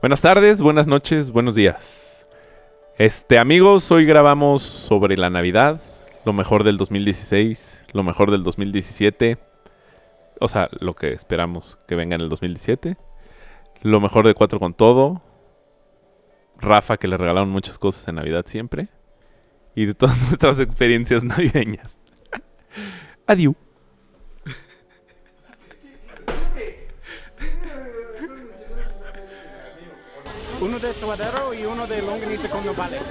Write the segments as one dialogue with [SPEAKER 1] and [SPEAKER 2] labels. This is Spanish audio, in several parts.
[SPEAKER 1] Buenas tardes, buenas noches, buenos días. Este, amigos, hoy grabamos sobre la Navidad, lo mejor del 2016, lo mejor del 2017, o sea, lo que esperamos que venga en el 2017, lo mejor de Cuatro con Todo, Rafa que le regalaron muchas cosas en Navidad siempre, y de todas nuestras experiencias navideñas. Adiós.
[SPEAKER 2] Uno de suadero y uno de longaniza con nopales.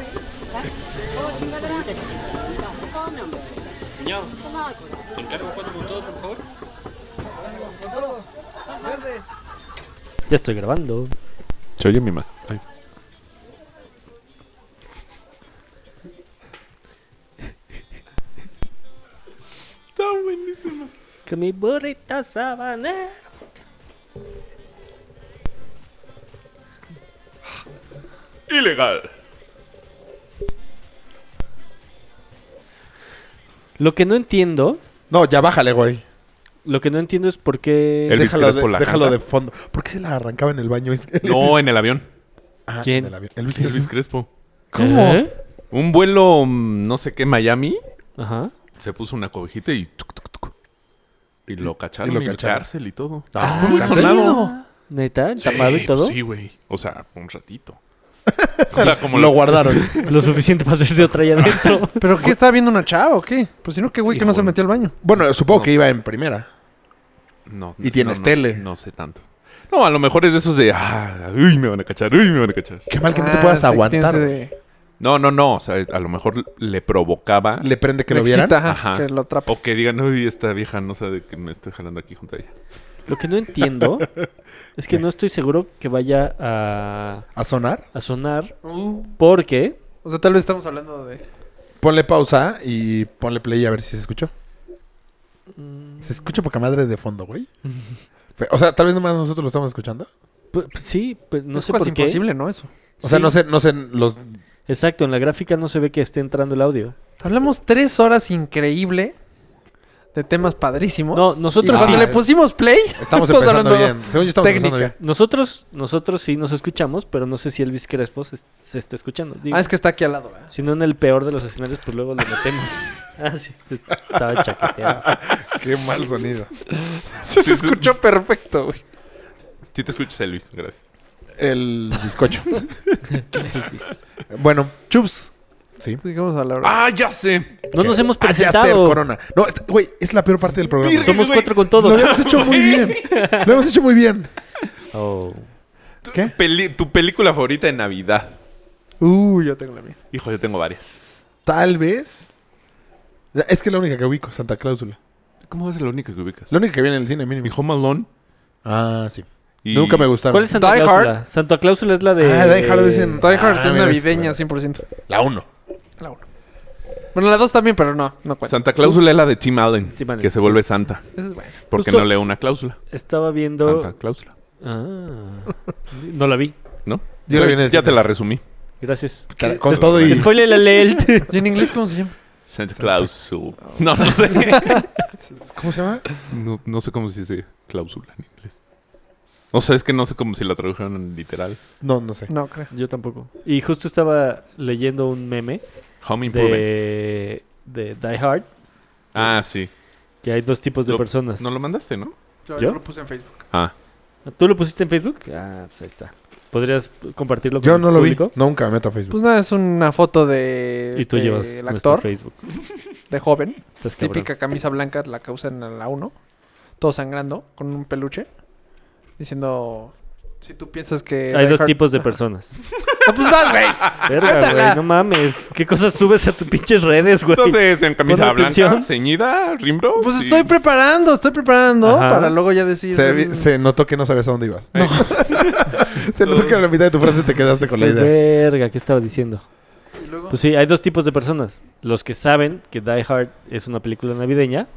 [SPEAKER 3] Cuñado, te encargo cuatro con todo, por favor.
[SPEAKER 4] Ya estoy grabando.
[SPEAKER 1] Se oye mi más. ay.
[SPEAKER 4] Que mi burrita sabanera.
[SPEAKER 1] Ilegal.
[SPEAKER 4] Lo que no entiendo,
[SPEAKER 5] No, ya bájale, güey.
[SPEAKER 4] lo que no entiendo es por qué
[SPEAKER 1] Elvis
[SPEAKER 5] déjalo
[SPEAKER 1] Crespo
[SPEAKER 5] de,
[SPEAKER 1] la
[SPEAKER 5] déjalo
[SPEAKER 1] canta.
[SPEAKER 5] de fondo. ¿Por qué se la arrancaba en el baño? Es que-
[SPEAKER 1] No, en el avión.
[SPEAKER 5] Ah,
[SPEAKER 4] ¿Quién?
[SPEAKER 5] en el avión. Elvis
[SPEAKER 1] Elvis
[SPEAKER 5] Crespo.
[SPEAKER 1] Crespo.
[SPEAKER 5] ¿Cómo?
[SPEAKER 4] ¿Eh?
[SPEAKER 1] Un vuelo, mm, no sé qué, Miami,
[SPEAKER 4] Ajá.
[SPEAKER 1] se puso una cobijita y... tuc, tuc, tuc. y lo cacharon
[SPEAKER 5] Y lo
[SPEAKER 1] en la
[SPEAKER 5] cacharon.
[SPEAKER 1] cárcel y todo.
[SPEAKER 5] Ah,
[SPEAKER 1] Fue muy
[SPEAKER 5] ¿en serio?
[SPEAKER 1] sonado.
[SPEAKER 4] Neta, tapado
[SPEAKER 1] Sí,
[SPEAKER 4] y todo.
[SPEAKER 1] Sí, güey. O sea, un ratito. O sea, como
[SPEAKER 5] Lo guardaron.
[SPEAKER 4] Lo suficiente para hacerse otra allá adentro.
[SPEAKER 6] ¿Pero
[SPEAKER 5] Pues-
[SPEAKER 6] qué estaba viendo una chava o qué? Pues si no, qué güey que no se
[SPEAKER 1] Híjole.
[SPEAKER 6] metió al baño.
[SPEAKER 5] bueno, supongo
[SPEAKER 1] No
[SPEAKER 5] que iba en primera.
[SPEAKER 1] No,
[SPEAKER 5] Y
[SPEAKER 1] no,
[SPEAKER 5] tienes
[SPEAKER 1] no,
[SPEAKER 5] tele.
[SPEAKER 1] No sé tanto. No, a lo mejor es de esos de... Ah, uy, me van a cachar, uy, me van a cachar.
[SPEAKER 5] Qué mal que
[SPEAKER 6] Ah,
[SPEAKER 5] no te puedas aguantar. güey.
[SPEAKER 1] No, no, no. O sea, a lo mejor le provocaba...
[SPEAKER 5] Le prende que
[SPEAKER 6] Que
[SPEAKER 5] lo
[SPEAKER 6] lo
[SPEAKER 5] vieran.
[SPEAKER 1] Ajá.
[SPEAKER 6] que lo atrape.
[SPEAKER 1] O que digan, uy, esta vieja no sabe que me estoy jalando aquí junto a ella.
[SPEAKER 4] Lo que no entiendo es que no estoy seguro que vaya a,
[SPEAKER 5] ¿A sonar?
[SPEAKER 4] a sonar porque
[SPEAKER 6] O sea, tal vez estamos hablando de.
[SPEAKER 5] Ponle pausa y ponle play a ver si se escuchó. Se escucha poca madre de fondo, güey. Fe- O sea, tal vez nomás nosotros lo estamos escuchando.
[SPEAKER 4] pu- pu- sí, pues, no
[SPEAKER 6] es
[SPEAKER 4] sé por
[SPEAKER 6] casi
[SPEAKER 4] qué.
[SPEAKER 6] imposible, ¿no? Eso.
[SPEAKER 5] O sea,
[SPEAKER 4] Sí,
[SPEAKER 5] no sé, no sé los...
[SPEAKER 4] Exacto, en la gráfica no se ve que esté entrando el audio.
[SPEAKER 6] Hablamos tres horas increíble de temas padrísimos.
[SPEAKER 4] No, nosotros
[SPEAKER 6] Y cuando
[SPEAKER 4] sí.
[SPEAKER 6] le pusimos play,
[SPEAKER 5] Estamos
[SPEAKER 6] Estamos
[SPEAKER 5] empezando
[SPEAKER 6] hablando
[SPEAKER 5] bien. Según yo estamos empezando
[SPEAKER 6] técnica.
[SPEAKER 5] bien.
[SPEAKER 4] Nosotros, nosotros sí nos escuchamos, pero no sé si Elvis Crespo se, se está escuchando. Digo,
[SPEAKER 6] ah, es que está aquí al lado. ¿verdad?
[SPEAKER 4] Si no en el peor de los escenarios, pues luego lo metemos. ah, sí, se estaba chaqueteando.
[SPEAKER 5] Qué mal sonido.
[SPEAKER 6] Sí, se escuchó perfecto, güey.
[SPEAKER 1] Sí te escuchas, Elvis. Gracias.
[SPEAKER 5] El bizcocho. bueno, chups. Sí.
[SPEAKER 6] Digamos a la hora.
[SPEAKER 1] ¡Ah, ya sé!
[SPEAKER 4] No nos hemos
[SPEAKER 5] Ah, ya sé, el
[SPEAKER 4] presentado.
[SPEAKER 5] corona. No, esta- güey, es la peor parte del programa.
[SPEAKER 4] Somos
[SPEAKER 1] güey.
[SPEAKER 4] cuatro con todo.
[SPEAKER 5] Lo hemos hecho muy bien. Lo hemos hecho muy bien.
[SPEAKER 4] Oh.
[SPEAKER 1] Tu
[SPEAKER 5] ¿Qué?
[SPEAKER 1] peli- tu película favorita de Navidad.
[SPEAKER 6] Uh, yo tengo la mía.
[SPEAKER 1] Hijo, yo tengo varias.
[SPEAKER 5] Tal vez. Es que es la única que ubico, Santa Cláusula.
[SPEAKER 1] ¿Cómo es la única que ubicas?
[SPEAKER 5] La única que viene en el cine mínimo.
[SPEAKER 1] Mi Home Alone.
[SPEAKER 5] Ah, sí.
[SPEAKER 1] y-
[SPEAKER 5] Nunca me gustaron.
[SPEAKER 4] ¿Cuál es Santa
[SPEAKER 6] Die
[SPEAKER 4] Cláusula?
[SPEAKER 6] Hard.
[SPEAKER 4] Santa Cláusula es la de.
[SPEAKER 5] Ah, Die Hard dicen-
[SPEAKER 6] Die Hard
[SPEAKER 5] Ah,
[SPEAKER 6] es
[SPEAKER 5] mira,
[SPEAKER 6] navideña,
[SPEAKER 5] es-
[SPEAKER 6] 100%.
[SPEAKER 5] La 1.
[SPEAKER 6] La uno. Bueno, la dos también, pero no, no cuenta.
[SPEAKER 1] Santa Cláusula es la de Tim Allen,
[SPEAKER 4] Tim Allen,
[SPEAKER 1] que se
[SPEAKER 4] sí.
[SPEAKER 1] vuelve santa.
[SPEAKER 6] Esa es buena.
[SPEAKER 1] Porque
[SPEAKER 4] Justo-
[SPEAKER 1] no lee una cláusula.
[SPEAKER 4] Estaba viendo.
[SPEAKER 1] Santa Cláusula.
[SPEAKER 4] Ah. No la vi.
[SPEAKER 1] ¿No?
[SPEAKER 5] Yo la vi en el
[SPEAKER 1] ya
[SPEAKER 5] cine.
[SPEAKER 1] te la resumí.
[SPEAKER 4] Gracias.
[SPEAKER 5] Con todo y.
[SPEAKER 4] Spoiler la leel.
[SPEAKER 6] ¿Y en inglés cómo se llama?
[SPEAKER 1] Santa Cláusula. No, no sé.
[SPEAKER 5] ¿Cómo se llama?
[SPEAKER 1] no, no sé cómo se dice cláusula en inglés. O sea, es que no sé cómo si la tradujeron en literal.
[SPEAKER 5] No, no sé.
[SPEAKER 6] No, creo.
[SPEAKER 4] Yo tampoco. Y justo estaba leyendo un meme
[SPEAKER 1] Home Improvement.
[SPEAKER 4] de, de Die Hard.
[SPEAKER 1] Ah, sí.
[SPEAKER 4] Que hay dos tipos de
[SPEAKER 1] Lo-
[SPEAKER 4] personas.
[SPEAKER 1] No lo mandaste, ¿no?
[SPEAKER 6] Yo,
[SPEAKER 4] ¿Yo?
[SPEAKER 6] lo puse en Facebook.
[SPEAKER 1] Ah.
[SPEAKER 4] ¿Tú lo pusiste en Facebook? Ah, pues ahí está. ¿Podrías compartirlo con
[SPEAKER 5] Yo
[SPEAKER 4] el
[SPEAKER 5] no lo vi.
[SPEAKER 4] público?
[SPEAKER 5] Nunca me meto a Facebook.
[SPEAKER 6] Pues nada, es una foto de
[SPEAKER 4] Y tú
[SPEAKER 6] este,
[SPEAKER 4] llevas
[SPEAKER 6] el
[SPEAKER 4] nuestro
[SPEAKER 6] actor
[SPEAKER 4] Facebook.
[SPEAKER 6] de joven.
[SPEAKER 4] Estás cabrón.
[SPEAKER 6] Típica camisa blanca, la causan en la 1. Todo sangrando, con un peluche. Diciendo. Si tú piensas que.
[SPEAKER 4] Hay
[SPEAKER 6] Die
[SPEAKER 4] dos
[SPEAKER 6] Hard-
[SPEAKER 4] tipos de personas.
[SPEAKER 6] No, pues vas, güey.
[SPEAKER 4] Verga, güey, no mames. ¿Qué cosas subes a tus pinches redes, güey?
[SPEAKER 1] Entonces, en camisa
[SPEAKER 4] Ponme
[SPEAKER 1] blanca,
[SPEAKER 4] atención.
[SPEAKER 1] ceñida, rimbro.
[SPEAKER 6] Pues
[SPEAKER 1] sí.
[SPEAKER 6] estoy preparando, estoy preparando
[SPEAKER 4] Ajá.
[SPEAKER 6] para luego ya decir.
[SPEAKER 5] Se, vi-
[SPEAKER 6] mm,
[SPEAKER 5] se notó que no sabías a dónde ibas.
[SPEAKER 1] Ay,
[SPEAKER 5] Se notó que a la mitad de tu frase te quedaste con la
[SPEAKER 4] Qué
[SPEAKER 5] idea.
[SPEAKER 4] Verga, ¿qué estaba diciendo?
[SPEAKER 6] y luego-
[SPEAKER 4] Pues sí, hay dos tipos de personas. Los que saben que Die Hard es una película navideña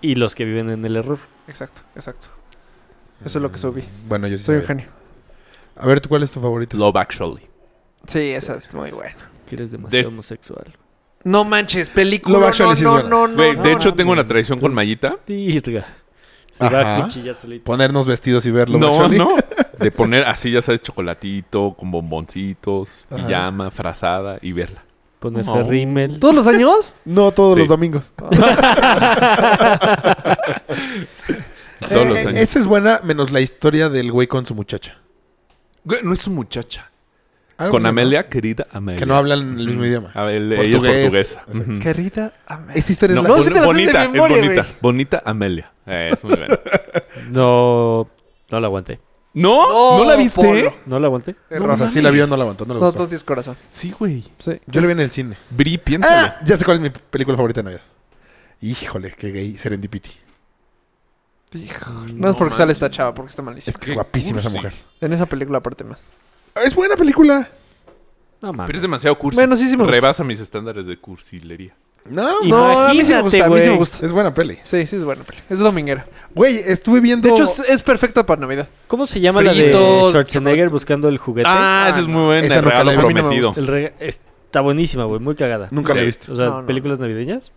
[SPEAKER 4] y los que viven en el error.
[SPEAKER 6] Exacto, exacto. Eso es lo que subí.
[SPEAKER 5] Bueno, yo sí.
[SPEAKER 6] Soy un
[SPEAKER 5] sabía.
[SPEAKER 6] genio.
[SPEAKER 5] A ver, ¿tú cuál es tu favorito?
[SPEAKER 1] Love Actually.
[SPEAKER 6] Sí, esa es muy buena.
[SPEAKER 4] Que eres demasiado homosexual.
[SPEAKER 6] No manches, película.
[SPEAKER 5] Love
[SPEAKER 6] no,
[SPEAKER 5] Actually
[SPEAKER 6] no,
[SPEAKER 5] sí es
[SPEAKER 6] no,
[SPEAKER 5] buena.
[SPEAKER 6] no, no,
[SPEAKER 1] Güey, de
[SPEAKER 6] no,
[SPEAKER 1] hecho,
[SPEAKER 6] no.
[SPEAKER 1] tengo una tradición con
[SPEAKER 4] Entonces-
[SPEAKER 1] Mayita.
[SPEAKER 4] Tirga. Se va
[SPEAKER 5] Ajá.
[SPEAKER 4] a cuchillar solito.
[SPEAKER 5] Ponernos vestidos y verlo.
[SPEAKER 1] No,
[SPEAKER 5] actually.
[SPEAKER 1] no. De poner así, ya sabes, chocolatito, con bomboncitos,
[SPEAKER 5] Ajá.
[SPEAKER 1] pijama, frazada y verla.
[SPEAKER 4] Ponerse
[SPEAKER 1] No.
[SPEAKER 4] rímel.
[SPEAKER 6] ¿Todos los años?
[SPEAKER 5] No todos
[SPEAKER 1] Sí.
[SPEAKER 5] los domingos.
[SPEAKER 1] Todos los
[SPEAKER 5] Eh,
[SPEAKER 1] años.
[SPEAKER 5] Esa es buena, menos la historia del güey con su muchacha.
[SPEAKER 1] Güey, No es su muchacha.
[SPEAKER 5] Algo
[SPEAKER 1] Con
[SPEAKER 5] así, ¿no?
[SPEAKER 1] Amelia, querida Amelia.
[SPEAKER 5] Que no hablan el mismo idioma.
[SPEAKER 1] A ver, Ah, ella es
[SPEAKER 5] Portugués.
[SPEAKER 1] portuguesa. Ujú.
[SPEAKER 6] Querida, amén.
[SPEAKER 5] Esa historia
[SPEAKER 1] No,
[SPEAKER 5] es la...
[SPEAKER 6] No, sí te la
[SPEAKER 1] bon-
[SPEAKER 6] sabes de
[SPEAKER 1] bonita, es
[SPEAKER 6] memoria,
[SPEAKER 1] bonita.
[SPEAKER 6] güey.
[SPEAKER 1] Bonita Amelia. Eh, es muy buena.
[SPEAKER 4] No, no la aguanté.
[SPEAKER 1] ¿No? ¿No, la viste?
[SPEAKER 6] Polo.
[SPEAKER 4] No la aguanté.
[SPEAKER 5] No, o sea, sí
[SPEAKER 1] mames.
[SPEAKER 5] la vio, no la aguantó, no la
[SPEAKER 6] No,
[SPEAKER 5] gustó.
[SPEAKER 6] tú tienes corazón.
[SPEAKER 1] Sí, güey.
[SPEAKER 6] Sí.
[SPEAKER 5] Yo la vi en el cine.
[SPEAKER 1] Bri, piénsalo.
[SPEAKER 5] ¡Ah! Ya sé cuál es mi película favorita de Navidad. Híjole, qué gay. Serendipity.
[SPEAKER 6] No, es porque sale esta chava, porque está
[SPEAKER 5] Es
[SPEAKER 6] malísima.
[SPEAKER 5] que
[SPEAKER 1] Qué
[SPEAKER 5] es guapísima esa
[SPEAKER 1] cursi.
[SPEAKER 5] mujer.
[SPEAKER 6] En esa película aparte más.
[SPEAKER 5] Es buena película.
[SPEAKER 4] No mames.
[SPEAKER 1] Pero es demasiado cursi.
[SPEAKER 6] Bueno, sí, sí me gusta.
[SPEAKER 1] Rebasa mis estándares de cursilería.
[SPEAKER 5] No,
[SPEAKER 4] Y-
[SPEAKER 6] Ah, No, a mí sí me gusta, a mí sí me
[SPEAKER 4] Imagínate,
[SPEAKER 6] gusta.
[SPEAKER 5] es buena peli.
[SPEAKER 6] Sí, sí es buena peli. Es dominguera.
[SPEAKER 5] Güey, estuve viendo...
[SPEAKER 6] De hecho, es, es perfecta para Navidad.
[SPEAKER 4] ¿Cómo se llama la
[SPEAKER 6] Frito,
[SPEAKER 4] de Schwarzenegger
[SPEAKER 6] chocolate.
[SPEAKER 4] buscando el juguete?
[SPEAKER 1] Ah, esa es muy buena.
[SPEAKER 5] Esa
[SPEAKER 1] El
[SPEAKER 5] nunca la
[SPEAKER 1] regalo
[SPEAKER 5] vi. A mí no me
[SPEAKER 1] prometido.
[SPEAKER 4] El rega- Está buenísima, güey. Muy cagada.
[SPEAKER 5] Nunca la he
[SPEAKER 1] Sí.
[SPEAKER 5] visto.
[SPEAKER 4] O sea,
[SPEAKER 6] No, no.
[SPEAKER 4] películas navideñas.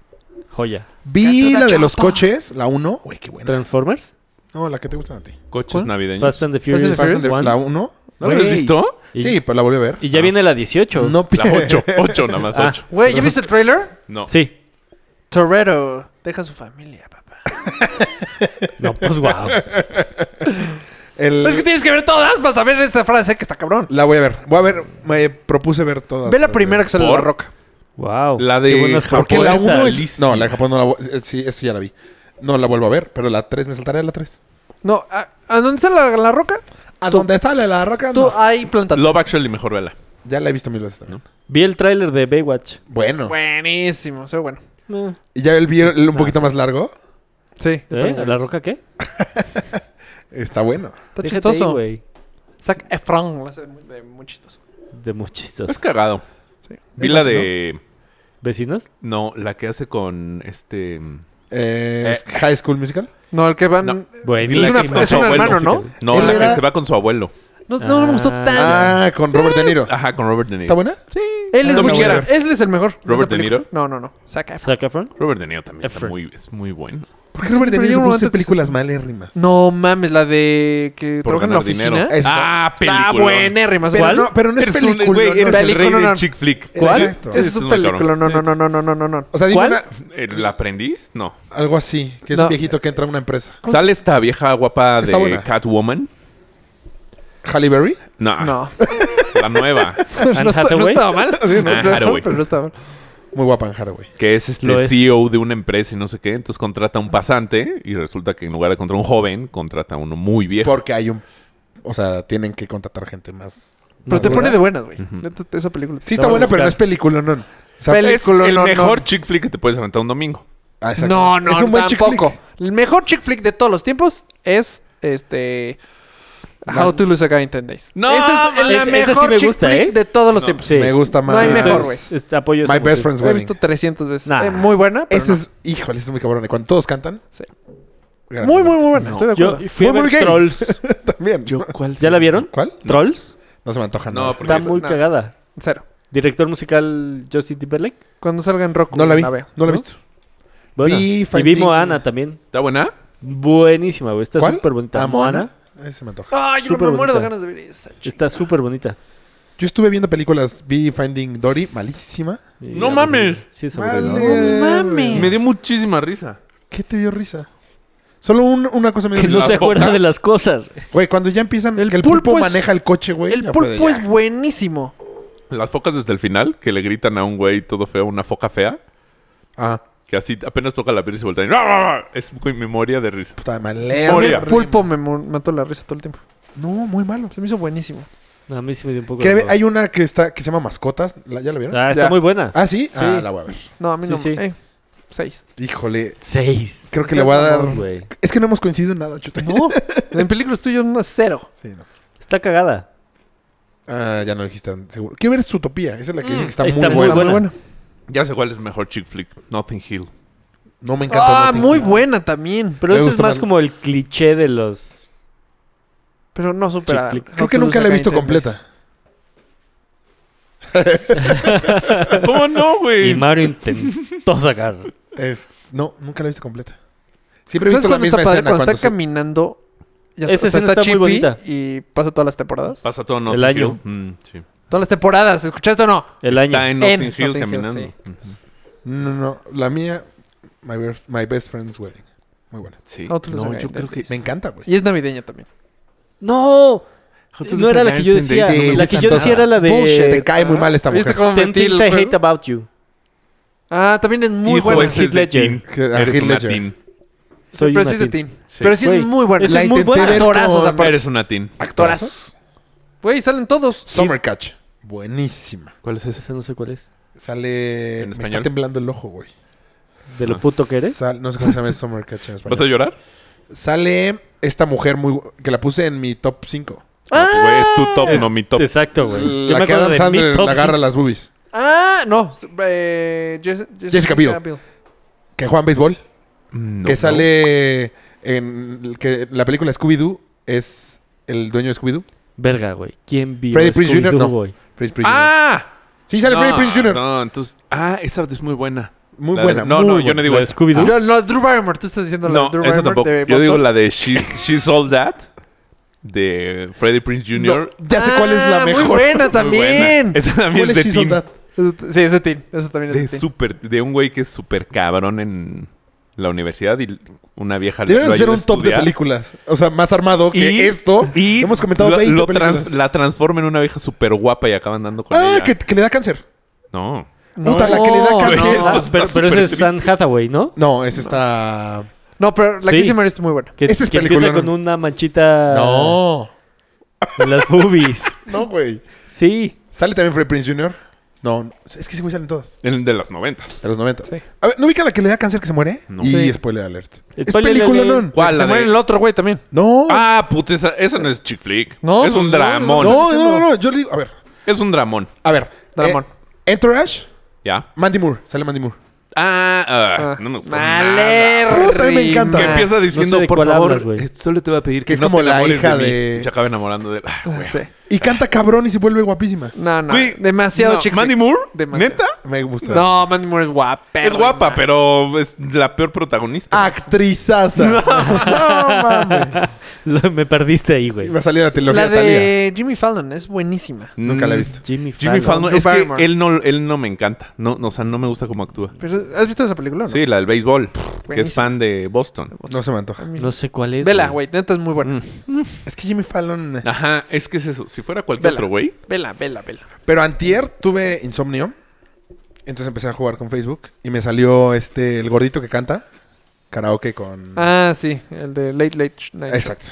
[SPEAKER 4] Joya.
[SPEAKER 5] Vi
[SPEAKER 6] Cantona
[SPEAKER 5] la de los
[SPEAKER 6] Chapa.
[SPEAKER 5] coches, la 1. Güey, qué buena.
[SPEAKER 4] Transformers.
[SPEAKER 5] No, la que te gustan a ti.
[SPEAKER 1] Coches
[SPEAKER 6] ¿Cuál?
[SPEAKER 1] navideños.
[SPEAKER 4] Fast and the
[SPEAKER 6] and
[SPEAKER 4] Furious.
[SPEAKER 6] the
[SPEAKER 5] Fast and the-
[SPEAKER 4] one.
[SPEAKER 5] la 1.
[SPEAKER 1] ¿No lo has visto?
[SPEAKER 4] Y-
[SPEAKER 5] Sí, pero la volví a ver.
[SPEAKER 4] Y ya
[SPEAKER 1] Ah.
[SPEAKER 4] viene la 18.
[SPEAKER 5] No
[SPEAKER 1] La
[SPEAKER 5] pi-
[SPEAKER 1] 8. 8, nada más
[SPEAKER 4] Ah.
[SPEAKER 1] 8.
[SPEAKER 6] Güey, ¿ya viste el trailer?
[SPEAKER 1] No.
[SPEAKER 4] Sí.
[SPEAKER 6] Torero. Deja a su familia, papá.
[SPEAKER 4] No, pues wow.
[SPEAKER 5] El-
[SPEAKER 6] Es que tienes que ver todas para saber esta frase que está cabrón.
[SPEAKER 5] La voy a ver. Voy a ver. Me propuse ver todas.
[SPEAKER 6] Ve la
[SPEAKER 5] las
[SPEAKER 6] primera que sale en
[SPEAKER 1] ¿Por?
[SPEAKER 6] la roca.
[SPEAKER 4] Wow.
[SPEAKER 1] La de
[SPEAKER 4] Qué buenas
[SPEAKER 1] Japón
[SPEAKER 5] Porque la
[SPEAKER 1] Japonesa,
[SPEAKER 5] 1 es...
[SPEAKER 1] lista.
[SPEAKER 5] No, la de Japón no la voy... eh, Sí, esa ya la vi. No la vuelvo a ver, pero la 3 me saltaré a la 3.
[SPEAKER 6] No, ¿a, a dónde está la, la roca?
[SPEAKER 5] ¿A dónde sale la roca?
[SPEAKER 6] Tú
[SPEAKER 5] No.
[SPEAKER 6] ahí plantas.
[SPEAKER 1] Love Actually, mejor vela.
[SPEAKER 5] Ya la he visto mil veces también.
[SPEAKER 4] Vi el tráiler de Baywatch.
[SPEAKER 5] Bueno. Ah,
[SPEAKER 6] Buenísimo, se ve bueno.
[SPEAKER 4] Eh,
[SPEAKER 5] Y ya el, vi- el un poquito más largo.
[SPEAKER 6] Sí,
[SPEAKER 4] ¿eh? ¿La roca qué?
[SPEAKER 5] Está bueno.
[SPEAKER 6] está
[SPEAKER 4] Déjate ahí,
[SPEAKER 6] chistoso.
[SPEAKER 4] güey.
[SPEAKER 6] Zac Efron lo hace de muy, de muy chistoso.
[SPEAKER 4] de muy chistoso.
[SPEAKER 1] Es cagado.
[SPEAKER 6] Sí.
[SPEAKER 1] Vi
[SPEAKER 5] Es
[SPEAKER 1] la
[SPEAKER 5] más,
[SPEAKER 1] de...
[SPEAKER 4] ¿Vecinos?
[SPEAKER 1] No, la que hace con este... Eh.
[SPEAKER 5] Eh, High School Musical.
[SPEAKER 6] No, el que van.
[SPEAKER 1] No.
[SPEAKER 4] Buenísimo.
[SPEAKER 1] la
[SPEAKER 6] una-
[SPEAKER 1] que con
[SPEAKER 6] es
[SPEAKER 1] su
[SPEAKER 6] un
[SPEAKER 1] abuelo.
[SPEAKER 6] hermano, ¿no?
[SPEAKER 1] No,
[SPEAKER 5] Él
[SPEAKER 1] la
[SPEAKER 5] era-
[SPEAKER 1] que se va con su abuelo.
[SPEAKER 6] No, no me gustó
[SPEAKER 4] Ah.
[SPEAKER 6] tanto.
[SPEAKER 5] Ah, con Robert De Niro.
[SPEAKER 1] Ajá, con Robert De Niro.
[SPEAKER 5] ¿Está buena?
[SPEAKER 6] Él es
[SPEAKER 1] No me
[SPEAKER 6] muy chido.
[SPEAKER 1] gusta.
[SPEAKER 6] Él es el mejor. de
[SPEAKER 1] ¿Robert De
[SPEAKER 6] esa película.
[SPEAKER 1] Niro?
[SPEAKER 6] No, no, no. Zac Efron.
[SPEAKER 4] ¿Zac Efron?
[SPEAKER 1] Robert De Niro también está
[SPEAKER 4] Efron.
[SPEAKER 1] muy, es muy bueno.
[SPEAKER 5] Porque Robert De
[SPEAKER 6] Pero
[SPEAKER 5] Niro
[SPEAKER 6] llega un
[SPEAKER 5] supo hacer
[SPEAKER 6] momento que
[SPEAKER 5] películas malérrimas.
[SPEAKER 6] No mames, la de que
[SPEAKER 1] Por
[SPEAKER 6] trabaja en la
[SPEAKER 1] ganar
[SPEAKER 6] oficina.
[SPEAKER 1] dinero.
[SPEAKER 5] Está-
[SPEAKER 1] Ah, película.
[SPEAKER 6] Está buenérrima.
[SPEAKER 5] Pero
[SPEAKER 6] ¿Cuál?
[SPEAKER 5] no, pero no es
[SPEAKER 1] Eres un
[SPEAKER 5] película.
[SPEAKER 1] güey,
[SPEAKER 5] no
[SPEAKER 1] eres
[SPEAKER 5] es-
[SPEAKER 1] el rey
[SPEAKER 6] Película,
[SPEAKER 1] de
[SPEAKER 6] no.
[SPEAKER 1] chick flick.
[SPEAKER 5] ¿Cuál?
[SPEAKER 1] Exacto.
[SPEAKER 5] Ese
[SPEAKER 6] Es
[SPEAKER 1] Sí,
[SPEAKER 6] un
[SPEAKER 1] muy cabrón.
[SPEAKER 6] película. No, no, no, no, no, no, no, no.
[SPEAKER 5] O sea, dime
[SPEAKER 4] ¿Cuál?
[SPEAKER 5] una-
[SPEAKER 1] ¿El aprendiz? No.
[SPEAKER 5] algo así, que es
[SPEAKER 6] No.
[SPEAKER 5] un viejito que entra a una empresa.
[SPEAKER 1] ¿Sale esta vieja guapa
[SPEAKER 5] Está
[SPEAKER 1] de
[SPEAKER 5] buena.
[SPEAKER 1] Catwoman?
[SPEAKER 5] Halle Berry.
[SPEAKER 1] No,
[SPEAKER 6] No.
[SPEAKER 1] la nueva.
[SPEAKER 6] no, está- no
[SPEAKER 4] Hathaway?
[SPEAKER 6] estaba mal. No
[SPEAKER 1] Ah,
[SPEAKER 6] estaba mal,
[SPEAKER 1] Hathaway.
[SPEAKER 6] pero no estaba mal.
[SPEAKER 5] Muy guapa en Haraway.
[SPEAKER 1] Que es este
[SPEAKER 4] Lo es.
[SPEAKER 1] CEO de una empresa y no sé qué. Entonces contrata a un pasante y resulta que en lugar de contra un joven, contrata a uno muy viejo.
[SPEAKER 5] Porque hay un... O sea, tienen que contratar gente más...
[SPEAKER 6] Pero te
[SPEAKER 4] ¿verdad?
[SPEAKER 6] pone de buenas, güey.
[SPEAKER 1] Ujú.
[SPEAKER 6] Neta, Esa película.
[SPEAKER 4] Lo
[SPEAKER 5] Sí está
[SPEAKER 4] voy a
[SPEAKER 5] buena, pero no es
[SPEAKER 4] buscar.
[SPEAKER 5] película, no. O sea,
[SPEAKER 6] Peli-
[SPEAKER 1] Es el
[SPEAKER 6] no, no.
[SPEAKER 1] mejor chick flick que te puedes aventar un domingo.
[SPEAKER 5] ah, exacto.
[SPEAKER 6] No, no,
[SPEAKER 5] Es un buen chick
[SPEAKER 6] tampoco.
[SPEAKER 5] flick.
[SPEAKER 6] El mejor chick flick de todos los tiempos es este. How
[SPEAKER 5] La-
[SPEAKER 6] to lose a guy in 10 days.
[SPEAKER 1] No,
[SPEAKER 6] Esa es la
[SPEAKER 4] mames. Esa sí
[SPEAKER 6] mejor
[SPEAKER 4] me
[SPEAKER 6] chick
[SPEAKER 4] gusta,
[SPEAKER 6] flick
[SPEAKER 4] ¿eh?
[SPEAKER 6] de todos los
[SPEAKER 1] No,
[SPEAKER 6] tiempos.
[SPEAKER 4] sí.
[SPEAKER 5] Me gusta más.
[SPEAKER 6] No hay mejor, güey.
[SPEAKER 4] Entonces, este, apoyo esa
[SPEAKER 5] My best
[SPEAKER 4] moción.
[SPEAKER 5] friend's
[SPEAKER 6] Lo he
[SPEAKER 5] wedding.
[SPEAKER 6] visto 300 veces.
[SPEAKER 4] Nah.
[SPEAKER 6] Es muy buena, pero
[SPEAKER 5] Ese
[SPEAKER 6] no.
[SPEAKER 5] es... Híjole, ese es muy cabrón. Y Cuando todos cantan...
[SPEAKER 6] Sí.
[SPEAKER 5] Gran
[SPEAKER 6] muy, muy,
[SPEAKER 5] momento.
[SPEAKER 6] muy buena.
[SPEAKER 1] No.
[SPEAKER 6] Estoy de acuerdo.
[SPEAKER 4] Yo fui a
[SPEAKER 5] Muy, muy
[SPEAKER 4] ver
[SPEAKER 5] gay.
[SPEAKER 4] Trolls.
[SPEAKER 5] También.
[SPEAKER 4] ¿Ya la vieron?
[SPEAKER 5] ¿Cuál?
[SPEAKER 4] ¿Trolls?
[SPEAKER 5] No se me antoja
[SPEAKER 1] No,
[SPEAKER 5] nada.
[SPEAKER 1] porque-
[SPEAKER 4] Está muy
[SPEAKER 6] No.
[SPEAKER 4] cagada.
[SPEAKER 6] Cero.
[SPEAKER 4] Director musical Justin Timberlake.
[SPEAKER 6] Cuando salga en rock.
[SPEAKER 5] No la vi.
[SPEAKER 6] veo.
[SPEAKER 5] No la he visto.
[SPEAKER 4] Bueno,
[SPEAKER 5] Vi
[SPEAKER 4] y
[SPEAKER 5] Finding-
[SPEAKER 4] vi Moana también.
[SPEAKER 1] ¿Está buena?
[SPEAKER 4] Buenísima, güey. Está
[SPEAKER 5] ¿Cuál?
[SPEAKER 4] súper bonita.
[SPEAKER 5] Ah,
[SPEAKER 4] Moana.
[SPEAKER 5] Ese se me antoja.
[SPEAKER 6] Ay, yo
[SPEAKER 4] Súper
[SPEAKER 6] me muero de
[SPEAKER 4] bonita.
[SPEAKER 6] ganas de ver esa. chica.
[SPEAKER 4] Está súper bonita.
[SPEAKER 5] Yo estuve viendo películas, vi Finding Dory, malísima.
[SPEAKER 4] Y
[SPEAKER 1] ¡No
[SPEAKER 4] aburrida.
[SPEAKER 1] mames!
[SPEAKER 4] Sí, es
[SPEAKER 5] Vale.
[SPEAKER 4] aburrida.
[SPEAKER 5] mames.
[SPEAKER 1] Me dio muchísima risa.
[SPEAKER 5] ¿Qué te dio risa? Solo un- una cosa me dio
[SPEAKER 4] Que no
[SPEAKER 5] risa.
[SPEAKER 4] se
[SPEAKER 1] Las
[SPEAKER 4] acuerda
[SPEAKER 1] bocas.
[SPEAKER 4] de las cosas.
[SPEAKER 5] Güey, cuando ya empiezan,
[SPEAKER 6] El
[SPEAKER 5] que el pulpo,
[SPEAKER 6] pulpo es-
[SPEAKER 5] maneja el coche, güey.
[SPEAKER 6] El
[SPEAKER 5] ya fue de
[SPEAKER 6] pulpo
[SPEAKER 5] ya.
[SPEAKER 6] es buenísimo.
[SPEAKER 1] Las focas desde el final, que le gritan a un güey todo feo, una foca fea,
[SPEAKER 5] Ah,
[SPEAKER 1] que así apenas toca la piel y se voltea. y ¡ra, ra, ra! Es mi memoria de risa.
[SPEAKER 5] puta malea.
[SPEAKER 6] A mí
[SPEAKER 1] Moria.
[SPEAKER 6] El pulpo me mo- mató la risa todo el tiempo.
[SPEAKER 5] No, muy malo.
[SPEAKER 6] Se me hizo buenísimo.
[SPEAKER 4] A mí sí me dio un poco
[SPEAKER 5] Que
[SPEAKER 4] de
[SPEAKER 5] hay
[SPEAKER 4] horror.
[SPEAKER 5] una que está que se llama Mascotas. ¿la- ¿Ya la vieron? Ah,
[SPEAKER 4] Ah, está
[SPEAKER 6] Ya.
[SPEAKER 4] muy buena.
[SPEAKER 5] ¿sí?
[SPEAKER 4] Sí.
[SPEAKER 5] Ah, la voy a ver.
[SPEAKER 6] No, a mí
[SPEAKER 4] Sí,
[SPEAKER 6] no.
[SPEAKER 4] sí.
[SPEAKER 6] eh, seis.
[SPEAKER 5] Híjole,
[SPEAKER 4] Seis.
[SPEAKER 5] creo que le
[SPEAKER 6] Seas
[SPEAKER 5] voy a dar...
[SPEAKER 6] mamón,
[SPEAKER 4] Güey.
[SPEAKER 5] Es que no hemos coincidido en nada, chuta.
[SPEAKER 6] No. en películas tuyas, una cero.
[SPEAKER 5] Sí, no.
[SPEAKER 4] Está cagada.
[SPEAKER 5] Ah, ya no lo dijiste tan seguro. Quiero ver Zootopía. Esa es la
[SPEAKER 6] Mm.
[SPEAKER 5] que dicen que está,
[SPEAKER 4] está
[SPEAKER 5] muy
[SPEAKER 4] muy
[SPEAKER 5] buena.
[SPEAKER 4] buena.
[SPEAKER 1] Ya sé cuál es mejor chick flick. Nothing Hill.
[SPEAKER 5] No me encanta.
[SPEAKER 6] Ah,
[SPEAKER 5] Notting
[SPEAKER 6] muy
[SPEAKER 5] Hill.
[SPEAKER 6] buena también.
[SPEAKER 4] Pero
[SPEAKER 5] Me
[SPEAKER 4] eso es
[SPEAKER 5] gusta
[SPEAKER 4] más
[SPEAKER 5] más-
[SPEAKER 4] como el cliché de los...
[SPEAKER 6] Pero no supera.
[SPEAKER 4] Chick flicks.
[SPEAKER 5] Creo que nunca la he visto completa.
[SPEAKER 1] ¿Cómo no,
[SPEAKER 4] Y
[SPEAKER 1] güey?
[SPEAKER 4] Mario intentó sacar.
[SPEAKER 5] Es- No, nunca la he visto completa. Siempre he
[SPEAKER 6] ¿Sabes
[SPEAKER 5] visto la
[SPEAKER 6] cuando está
[SPEAKER 5] misma
[SPEAKER 6] padre?
[SPEAKER 5] escena.
[SPEAKER 6] Cuando está
[SPEAKER 5] cuando se-
[SPEAKER 6] caminando Ya
[SPEAKER 4] Esa escena está muy bonita.
[SPEAKER 6] Y pasa todas las temporadas.
[SPEAKER 1] Pasa todo Notting
[SPEAKER 4] El año.
[SPEAKER 1] Hill. Mm, sí.
[SPEAKER 6] Todas las temporadas, ¿escuchaste o no?
[SPEAKER 4] El año.
[SPEAKER 1] Está en
[SPEAKER 6] En
[SPEAKER 1] Notting Hill
[SPEAKER 6] Notting Hill,
[SPEAKER 1] caminando.
[SPEAKER 6] sí.
[SPEAKER 1] Ujú.
[SPEAKER 5] No, no, la mía, My, Best- My Best Friend's Wedding. Muy buena.
[SPEAKER 1] Sí.
[SPEAKER 6] Otros
[SPEAKER 1] No,
[SPEAKER 6] Sagan
[SPEAKER 1] yo creo que...
[SPEAKER 6] Days.
[SPEAKER 5] Me encanta, güey.
[SPEAKER 6] Y es navideña también.
[SPEAKER 4] No,
[SPEAKER 1] Hotel
[SPEAKER 4] no era la que yo
[SPEAKER 1] Sagan
[SPEAKER 4] decía.
[SPEAKER 1] Days, no me
[SPEAKER 4] la
[SPEAKER 1] gusta
[SPEAKER 4] que yo
[SPEAKER 1] nada.
[SPEAKER 4] decía era la de
[SPEAKER 6] Bullshit,
[SPEAKER 5] Te cae muy mal esta
[SPEAKER 6] Ah, ¿Viste
[SPEAKER 5] mujer.
[SPEAKER 6] cómo
[SPEAKER 4] Ten
[SPEAKER 6] metí
[SPEAKER 4] Things
[SPEAKER 6] el
[SPEAKER 4] I
[SPEAKER 6] juego?
[SPEAKER 4] Hate About You.
[SPEAKER 6] Ah, también es muy
[SPEAKER 1] Hijo,
[SPEAKER 6] buena.
[SPEAKER 1] ese es
[SPEAKER 4] Heath
[SPEAKER 1] de
[SPEAKER 4] Ledger.
[SPEAKER 1] teen.
[SPEAKER 5] Que- a
[SPEAKER 1] Eres
[SPEAKER 5] Heath
[SPEAKER 1] una
[SPEAKER 5] Ledger.
[SPEAKER 1] teen.
[SPEAKER 4] Soy
[SPEAKER 6] pero
[SPEAKER 4] una
[SPEAKER 6] sí es de
[SPEAKER 4] teen.
[SPEAKER 6] teen. Pero sí
[SPEAKER 4] Güey,
[SPEAKER 6] es muy buena.
[SPEAKER 4] esa es muy
[SPEAKER 5] intenté
[SPEAKER 4] buena.
[SPEAKER 5] ver
[SPEAKER 6] Actorazos,
[SPEAKER 5] con-
[SPEAKER 6] aparte.
[SPEAKER 1] Eres una teen.
[SPEAKER 6] Actorazos. Güey, salen todos.
[SPEAKER 5] Summer Catch. Buenísima.
[SPEAKER 1] ¿Cuál es esa?
[SPEAKER 4] Esa no sé cuál es.
[SPEAKER 5] Sale.
[SPEAKER 1] ¿En
[SPEAKER 5] me
[SPEAKER 1] español?
[SPEAKER 5] está temblando el ojo, güey.
[SPEAKER 4] De lo
[SPEAKER 1] Ah.
[SPEAKER 4] puto que eres.
[SPEAKER 5] Sal- No sé cómo se llama Summer Catch en
[SPEAKER 1] ¿Vas a
[SPEAKER 5] español.
[SPEAKER 1] llorar?
[SPEAKER 5] Sale esta mujer muy. gu- que la puse en mi top 5.
[SPEAKER 1] No, pues, güey, es tu top,
[SPEAKER 4] Ah, Es-
[SPEAKER 1] no mi top.
[SPEAKER 4] Exacto, güey. Yo me
[SPEAKER 5] La que
[SPEAKER 4] acuerdo
[SPEAKER 5] Adam
[SPEAKER 4] de mi
[SPEAKER 5] Sandler
[SPEAKER 4] top
[SPEAKER 5] la agarra
[SPEAKER 4] cinco.
[SPEAKER 5] las boobies.
[SPEAKER 6] Ah, no. eh, Jess-
[SPEAKER 5] Jessica Biel. Que Juan Béisbol.
[SPEAKER 1] Mm, no,
[SPEAKER 5] que
[SPEAKER 1] no.
[SPEAKER 5] sale. en el que la película Scooby-Doo es el dueño de Scooby-Doo.
[SPEAKER 4] Verga, güey. ¿Quién vio
[SPEAKER 5] Freddy Prinze Jr.,
[SPEAKER 4] Scooby-Doo,
[SPEAKER 5] no.
[SPEAKER 4] güey?
[SPEAKER 5] Freeze Prince
[SPEAKER 1] ¡Ah!
[SPEAKER 5] Jr. Sí, sale
[SPEAKER 1] no,
[SPEAKER 5] Freddy Prince Jr.
[SPEAKER 1] No, entonces... Ah, esa es muy buena.
[SPEAKER 5] Muy
[SPEAKER 1] La de-
[SPEAKER 5] buena.
[SPEAKER 1] No,
[SPEAKER 5] muy
[SPEAKER 1] no,
[SPEAKER 5] buena.
[SPEAKER 1] yo no digo
[SPEAKER 4] La de
[SPEAKER 1] esa.
[SPEAKER 4] Scooby-Doo.
[SPEAKER 6] Yo- no, Drew Barrymore. Tú estás diciendo la de
[SPEAKER 1] No,
[SPEAKER 6] Drew
[SPEAKER 1] esa
[SPEAKER 6] Barrymore
[SPEAKER 1] tampoco.
[SPEAKER 6] de
[SPEAKER 1] Yo digo
[SPEAKER 6] Boston.
[SPEAKER 1] la de She's, She's All That de Freddie Prince Jr.
[SPEAKER 5] No, ya sé cuál es la
[SPEAKER 6] Ah,
[SPEAKER 5] mejor.
[SPEAKER 6] Muy
[SPEAKER 1] Muy
[SPEAKER 6] buena
[SPEAKER 1] buena.
[SPEAKER 6] también.
[SPEAKER 1] Esa también es
[SPEAKER 5] ¿Cuál es
[SPEAKER 1] de
[SPEAKER 5] She's
[SPEAKER 1] teen.
[SPEAKER 5] All That?
[SPEAKER 6] Esa- Sí, ese team. Esa también
[SPEAKER 1] De,
[SPEAKER 6] es de teen.
[SPEAKER 1] súper- de un güey que es súper cabrón en la universidad y una vieja le-
[SPEAKER 5] Deberían
[SPEAKER 1] lo
[SPEAKER 5] ser
[SPEAKER 1] ayuda a
[SPEAKER 5] un top de
[SPEAKER 1] estudiar.
[SPEAKER 5] películas. O sea, más armado que
[SPEAKER 1] Y-
[SPEAKER 5] esto.
[SPEAKER 1] Y
[SPEAKER 5] Hemos comentado
[SPEAKER 1] lo-
[SPEAKER 5] 20
[SPEAKER 1] lo
[SPEAKER 5] películas.
[SPEAKER 1] trans- la transforma en una vieja súper guapa y acaban andando con
[SPEAKER 5] ah,
[SPEAKER 1] ella.
[SPEAKER 5] que, que le da cáncer.
[SPEAKER 1] No.
[SPEAKER 5] Puta, la que le da
[SPEAKER 6] No,
[SPEAKER 5] cáncer.
[SPEAKER 1] Eso
[SPEAKER 4] Ah,
[SPEAKER 1] está
[SPEAKER 4] pero, pero ese
[SPEAKER 1] súper
[SPEAKER 4] es San Hathaway, ¿no?
[SPEAKER 5] No, es esta.
[SPEAKER 6] No, pero la que
[SPEAKER 4] Sí.
[SPEAKER 6] hice Mario está muy buena.
[SPEAKER 4] Que,
[SPEAKER 5] Ese es
[SPEAKER 4] que empieza
[SPEAKER 5] peliculón.
[SPEAKER 4] con una manchita
[SPEAKER 5] No.
[SPEAKER 4] en las boobies.
[SPEAKER 5] Ah. No, güey.
[SPEAKER 4] Sí.
[SPEAKER 5] ¿Sale también Freddy Prince Jr.? No, es que sí, güey, salen todas.
[SPEAKER 1] El de los 90.
[SPEAKER 5] De los 90.
[SPEAKER 6] Sí.
[SPEAKER 5] A ver, ¿no ubica la que le da cáncer que se muere?
[SPEAKER 1] No.
[SPEAKER 5] Y
[SPEAKER 6] Sí.
[SPEAKER 5] spoiler alert. Es
[SPEAKER 4] Spoiler
[SPEAKER 5] película,
[SPEAKER 4] alert.
[SPEAKER 5] no.
[SPEAKER 1] ¿Cuál?
[SPEAKER 6] Se
[SPEAKER 1] La
[SPEAKER 6] muere
[SPEAKER 1] de-
[SPEAKER 6] el otro güey también.
[SPEAKER 5] No.
[SPEAKER 1] Ah, puta, esa, esa no es chick flick.
[SPEAKER 6] No,
[SPEAKER 1] es un
[SPEAKER 6] pues no,
[SPEAKER 1] dramón.
[SPEAKER 5] no, no, no, no. Yo le digo, a ver.
[SPEAKER 1] Es un dramón.
[SPEAKER 5] A ver.
[SPEAKER 6] Dramón.
[SPEAKER 5] Eh, Entourage,
[SPEAKER 1] ¿Ya?
[SPEAKER 5] Mandy Moore. Sale Mandy Moore.
[SPEAKER 1] Ah, ah,
[SPEAKER 6] Ah.
[SPEAKER 1] no me gusta nada.
[SPEAKER 6] Vale,
[SPEAKER 5] Puta, me
[SPEAKER 6] rima.
[SPEAKER 5] encanta.
[SPEAKER 1] Que empieza diciendo,
[SPEAKER 4] de
[SPEAKER 1] por
[SPEAKER 4] cuál
[SPEAKER 1] favor,
[SPEAKER 4] hablas, güey.
[SPEAKER 1] eh, solo te voy a pedir que,
[SPEAKER 5] Que es
[SPEAKER 1] no
[SPEAKER 5] como
[SPEAKER 1] te
[SPEAKER 5] la
[SPEAKER 1] enamores
[SPEAKER 5] hija
[SPEAKER 1] de,
[SPEAKER 5] de-
[SPEAKER 1] mí. Y se acaba enamorando de él. Ah, güey.
[SPEAKER 6] Sí.
[SPEAKER 5] Y canta cabrón y se vuelve guapísima.
[SPEAKER 6] No, no.
[SPEAKER 1] Güey,
[SPEAKER 6] Demasiado
[SPEAKER 1] no,
[SPEAKER 6] chick
[SPEAKER 1] ¿Mandy
[SPEAKER 6] flick.
[SPEAKER 1] Moore?
[SPEAKER 6] Demasiado.
[SPEAKER 1] ¿Neta?
[SPEAKER 5] Me gusta.
[SPEAKER 6] No, Mandy Moore es guapa.
[SPEAKER 1] Es guapa, pero es la peor
[SPEAKER 6] Ah,
[SPEAKER 1] protagonista.
[SPEAKER 5] Actrizaza. No, mames.
[SPEAKER 4] Lo- me perdiste ahí, güey.
[SPEAKER 5] Iba a salir la trilogía
[SPEAKER 6] La
[SPEAKER 5] de Thalía.
[SPEAKER 6] de Jimmy Fallon es buenísima.
[SPEAKER 1] Mm,
[SPEAKER 5] Nunca la he visto.
[SPEAKER 4] Jimmy Fallon.
[SPEAKER 1] Jimmy Fallon,
[SPEAKER 6] Drew
[SPEAKER 1] es que
[SPEAKER 6] Barrymore.
[SPEAKER 1] él no, él no me encanta. No, no, o sea, no me gusta cómo actúa.
[SPEAKER 6] Pero, ¿Has visto esa película? o no?
[SPEAKER 1] Sí, la del béisbol, que es
[SPEAKER 6] Buenísimo.
[SPEAKER 1] fan de Boston.
[SPEAKER 5] No se me antoja.
[SPEAKER 4] No sé cuál es.
[SPEAKER 6] Vela, güey. Neta es muy buena.
[SPEAKER 1] Mm.
[SPEAKER 5] Es que Jimmy Fallon.
[SPEAKER 1] Ajá, es que es eso. Si fuera cualquier
[SPEAKER 6] Vela.
[SPEAKER 1] otro güey.
[SPEAKER 6] Vela, vela, vela.
[SPEAKER 5] Pero antier tuve insomnio. Entonces empecé a jugar con Facebook. Y me salió este, el gordito que canta. Karaoke con.
[SPEAKER 6] Ah, sí. El de Late Late Night. Show.
[SPEAKER 5] Mm. Exacto.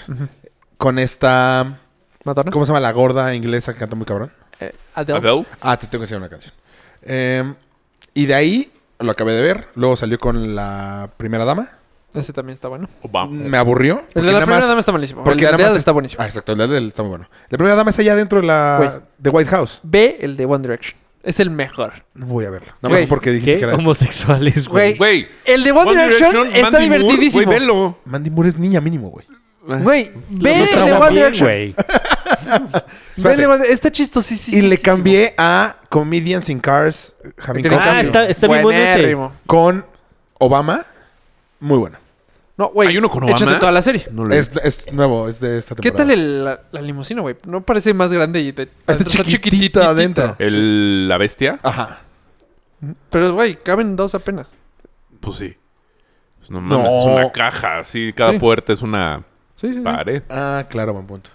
[SPEAKER 5] Con esta.
[SPEAKER 6] ¿Madonna?
[SPEAKER 5] ¿Cómo se llama? La gorda inglesa que canta muy cabrón.
[SPEAKER 6] Eh, Adele.
[SPEAKER 1] Adele.
[SPEAKER 5] Ah, te tengo que enseñar una canción. Eh, y de ahí lo acabé de ver. Luego salió con la primera dama.
[SPEAKER 6] Ese también está bueno. Mm.
[SPEAKER 1] Obama.
[SPEAKER 5] Me aburrió.
[SPEAKER 6] El
[SPEAKER 5] porque
[SPEAKER 6] de la
[SPEAKER 5] nada
[SPEAKER 6] primera
[SPEAKER 5] más-
[SPEAKER 6] dama está buenísimo.
[SPEAKER 5] porque
[SPEAKER 6] el de
[SPEAKER 5] nada
[SPEAKER 6] Adele
[SPEAKER 5] más-
[SPEAKER 6] está buenísimo.
[SPEAKER 5] Ah, exacto, el de Adele está muy bueno. La primera dama está allá dentro de la
[SPEAKER 6] Güey.
[SPEAKER 5] de White House.
[SPEAKER 6] Ve el de One Direction. Es el mejor.
[SPEAKER 5] No voy a verla. No
[SPEAKER 6] Güey,
[SPEAKER 5] más porque dijiste
[SPEAKER 4] ¿Qué?
[SPEAKER 5] que era esa.
[SPEAKER 4] Homosexuales, güey.
[SPEAKER 6] Güey.
[SPEAKER 1] Güey.
[SPEAKER 6] El de One, Direction,
[SPEAKER 1] Mandy
[SPEAKER 6] está
[SPEAKER 1] Moore,
[SPEAKER 6] divertidísimo.
[SPEAKER 1] Güey, velo.
[SPEAKER 5] Mandy Moore es niña mínimo, güey.
[SPEAKER 6] Güey, ve
[SPEAKER 4] Los
[SPEAKER 6] el de
[SPEAKER 4] traumas
[SPEAKER 6] One
[SPEAKER 4] bien,
[SPEAKER 6] Direction.
[SPEAKER 4] güey.
[SPEAKER 5] Espérate.
[SPEAKER 6] Ve el de One Direction. Está chistosísimo.
[SPEAKER 5] y le cambié a Comedians in Cars Having
[SPEAKER 6] Ah,
[SPEAKER 5] Coffee
[SPEAKER 4] Ah, está, está bien bueno ese.
[SPEAKER 6] Buenérrimo.
[SPEAKER 5] con Obama. Muy bueno.
[SPEAKER 6] No, güey.
[SPEAKER 1] ¿Hay uno con
[SPEAKER 6] Échate
[SPEAKER 1] Obama?
[SPEAKER 6] toda la serie.
[SPEAKER 1] No lo
[SPEAKER 5] Es, es nuevo, es de esta
[SPEAKER 6] ¿Qué
[SPEAKER 5] temporada.
[SPEAKER 6] tal el- la, la limusina, güey? No parece más grande y de- adentro
[SPEAKER 5] chiquitita adentro.
[SPEAKER 1] El, la bestia.
[SPEAKER 5] Ajá.
[SPEAKER 6] Pero, güey, caben dos apenas.
[SPEAKER 1] Pues sí. Pues no
[SPEAKER 5] No.
[SPEAKER 1] mames, es una caja. Así, cada
[SPEAKER 6] Sí.
[SPEAKER 1] puerta es una
[SPEAKER 6] Sí, sí, sí.
[SPEAKER 1] pared.
[SPEAKER 5] Ah, claro, buen punto.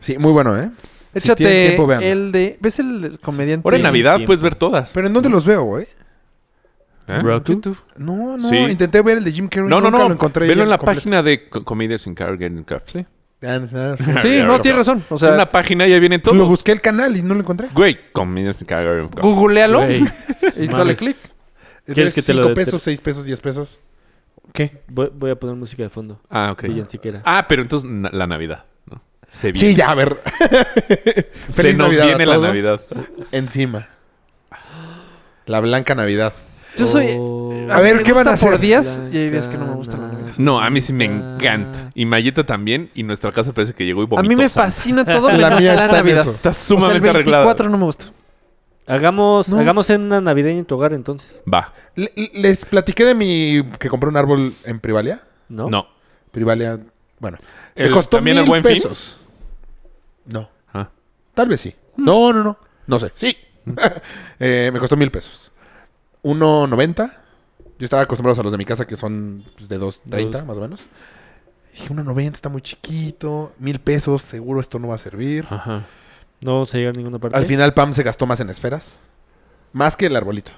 [SPEAKER 5] Sí, muy bueno, ¿eh? Si
[SPEAKER 6] Échate
[SPEAKER 5] tienen tiempo, vean.
[SPEAKER 6] el de... ¿Ves el del comediante?
[SPEAKER 1] Ahora en Navidad
[SPEAKER 4] tiempo.
[SPEAKER 1] puedes ver todas.
[SPEAKER 5] Pero ¿en dónde los veo, güey?
[SPEAKER 1] ¿Eh?
[SPEAKER 4] Roku.
[SPEAKER 6] YouTube.
[SPEAKER 5] No, no,
[SPEAKER 1] Sí.
[SPEAKER 5] intenté ver el de Jim Carrey.
[SPEAKER 1] No, no,
[SPEAKER 5] nunca
[SPEAKER 1] no.
[SPEAKER 5] Lo encontré
[SPEAKER 1] Velo
[SPEAKER 5] ya
[SPEAKER 1] en la
[SPEAKER 5] completo.
[SPEAKER 1] página de Co- Comedians in Car Getting Coffee.
[SPEAKER 6] Sí.
[SPEAKER 5] Ah,
[SPEAKER 6] Sí, no, tienes razón. O sea,
[SPEAKER 1] en una página ya vienen
[SPEAKER 5] Lo
[SPEAKER 1] todos.
[SPEAKER 5] busqué el canal y no lo encontré.
[SPEAKER 1] Güey, Comedians in Car Getting Coffee.
[SPEAKER 6] googlealo
[SPEAKER 4] Güey.
[SPEAKER 6] y
[SPEAKER 4] Mames.
[SPEAKER 6] dale clic.
[SPEAKER 5] ¿Quieres que te
[SPEAKER 4] lo
[SPEAKER 5] lo
[SPEAKER 4] dé?
[SPEAKER 5] pesos, 6 pesos, 10 pesos? ¿Qué?
[SPEAKER 4] Voy, voy a poner música de fondo.
[SPEAKER 1] Ah, ok.
[SPEAKER 4] Villanciquera.
[SPEAKER 1] Ah, pero entonces na- la Navidad. ¿no? Se viene.
[SPEAKER 5] Sí, ya, a ver.
[SPEAKER 1] Se nos
[SPEAKER 5] Navidad a
[SPEAKER 1] viene la
[SPEAKER 5] todos.
[SPEAKER 1] Navidad.
[SPEAKER 5] Encima. La blanca Navidad.
[SPEAKER 6] Yo soy...
[SPEAKER 4] Oh.
[SPEAKER 5] A ver,
[SPEAKER 6] me
[SPEAKER 5] ¿qué van a
[SPEAKER 6] gusta por
[SPEAKER 5] hacer?
[SPEAKER 6] días y hay días que no me gusta la Navidad.
[SPEAKER 1] No, a mí sí me
[SPEAKER 5] Ah.
[SPEAKER 1] encanta. Y Mayeta también. Y nuestra casa parece que llegó y vomitó.
[SPEAKER 6] A mí me
[SPEAKER 1] sangre.
[SPEAKER 6] fascina todo
[SPEAKER 5] La
[SPEAKER 6] menos la,
[SPEAKER 5] mía está en
[SPEAKER 6] Navidad.
[SPEAKER 5] eso.
[SPEAKER 1] Está
[SPEAKER 6] O sea, el
[SPEAKER 1] sumamente
[SPEAKER 6] 24
[SPEAKER 1] arreglada.
[SPEAKER 6] no me gusta.
[SPEAKER 4] Hagamos,
[SPEAKER 5] No,
[SPEAKER 4] hagamos en una navideña en tu hogar entonces.
[SPEAKER 1] Va.
[SPEAKER 5] Le- les platiqué de mi... Que compré un árbol en Privalia.
[SPEAKER 4] ¿No?
[SPEAKER 1] No.
[SPEAKER 5] Privalia Bueno,
[SPEAKER 1] El-
[SPEAKER 5] le costó
[SPEAKER 1] ¿también
[SPEAKER 5] mil
[SPEAKER 1] el Buen Fin?
[SPEAKER 5] pesos. No.
[SPEAKER 1] Ah.
[SPEAKER 5] Tal vez sí. No, no, no. No sé. Sí. Eh, me costó mil pesos. 1.90. Yo estaba acostumbrado a los de mi casa que son pues, de 2.30
[SPEAKER 4] Dos.
[SPEAKER 5] más o menos. Dije, 1.90 está muy chiquito. Mil pesos, seguro esto no va a servir.
[SPEAKER 1] Ajá.
[SPEAKER 4] No vamos a llegar a ninguna parte.
[SPEAKER 5] Al final Pam se gastó más en esferas. Más que el arbolito.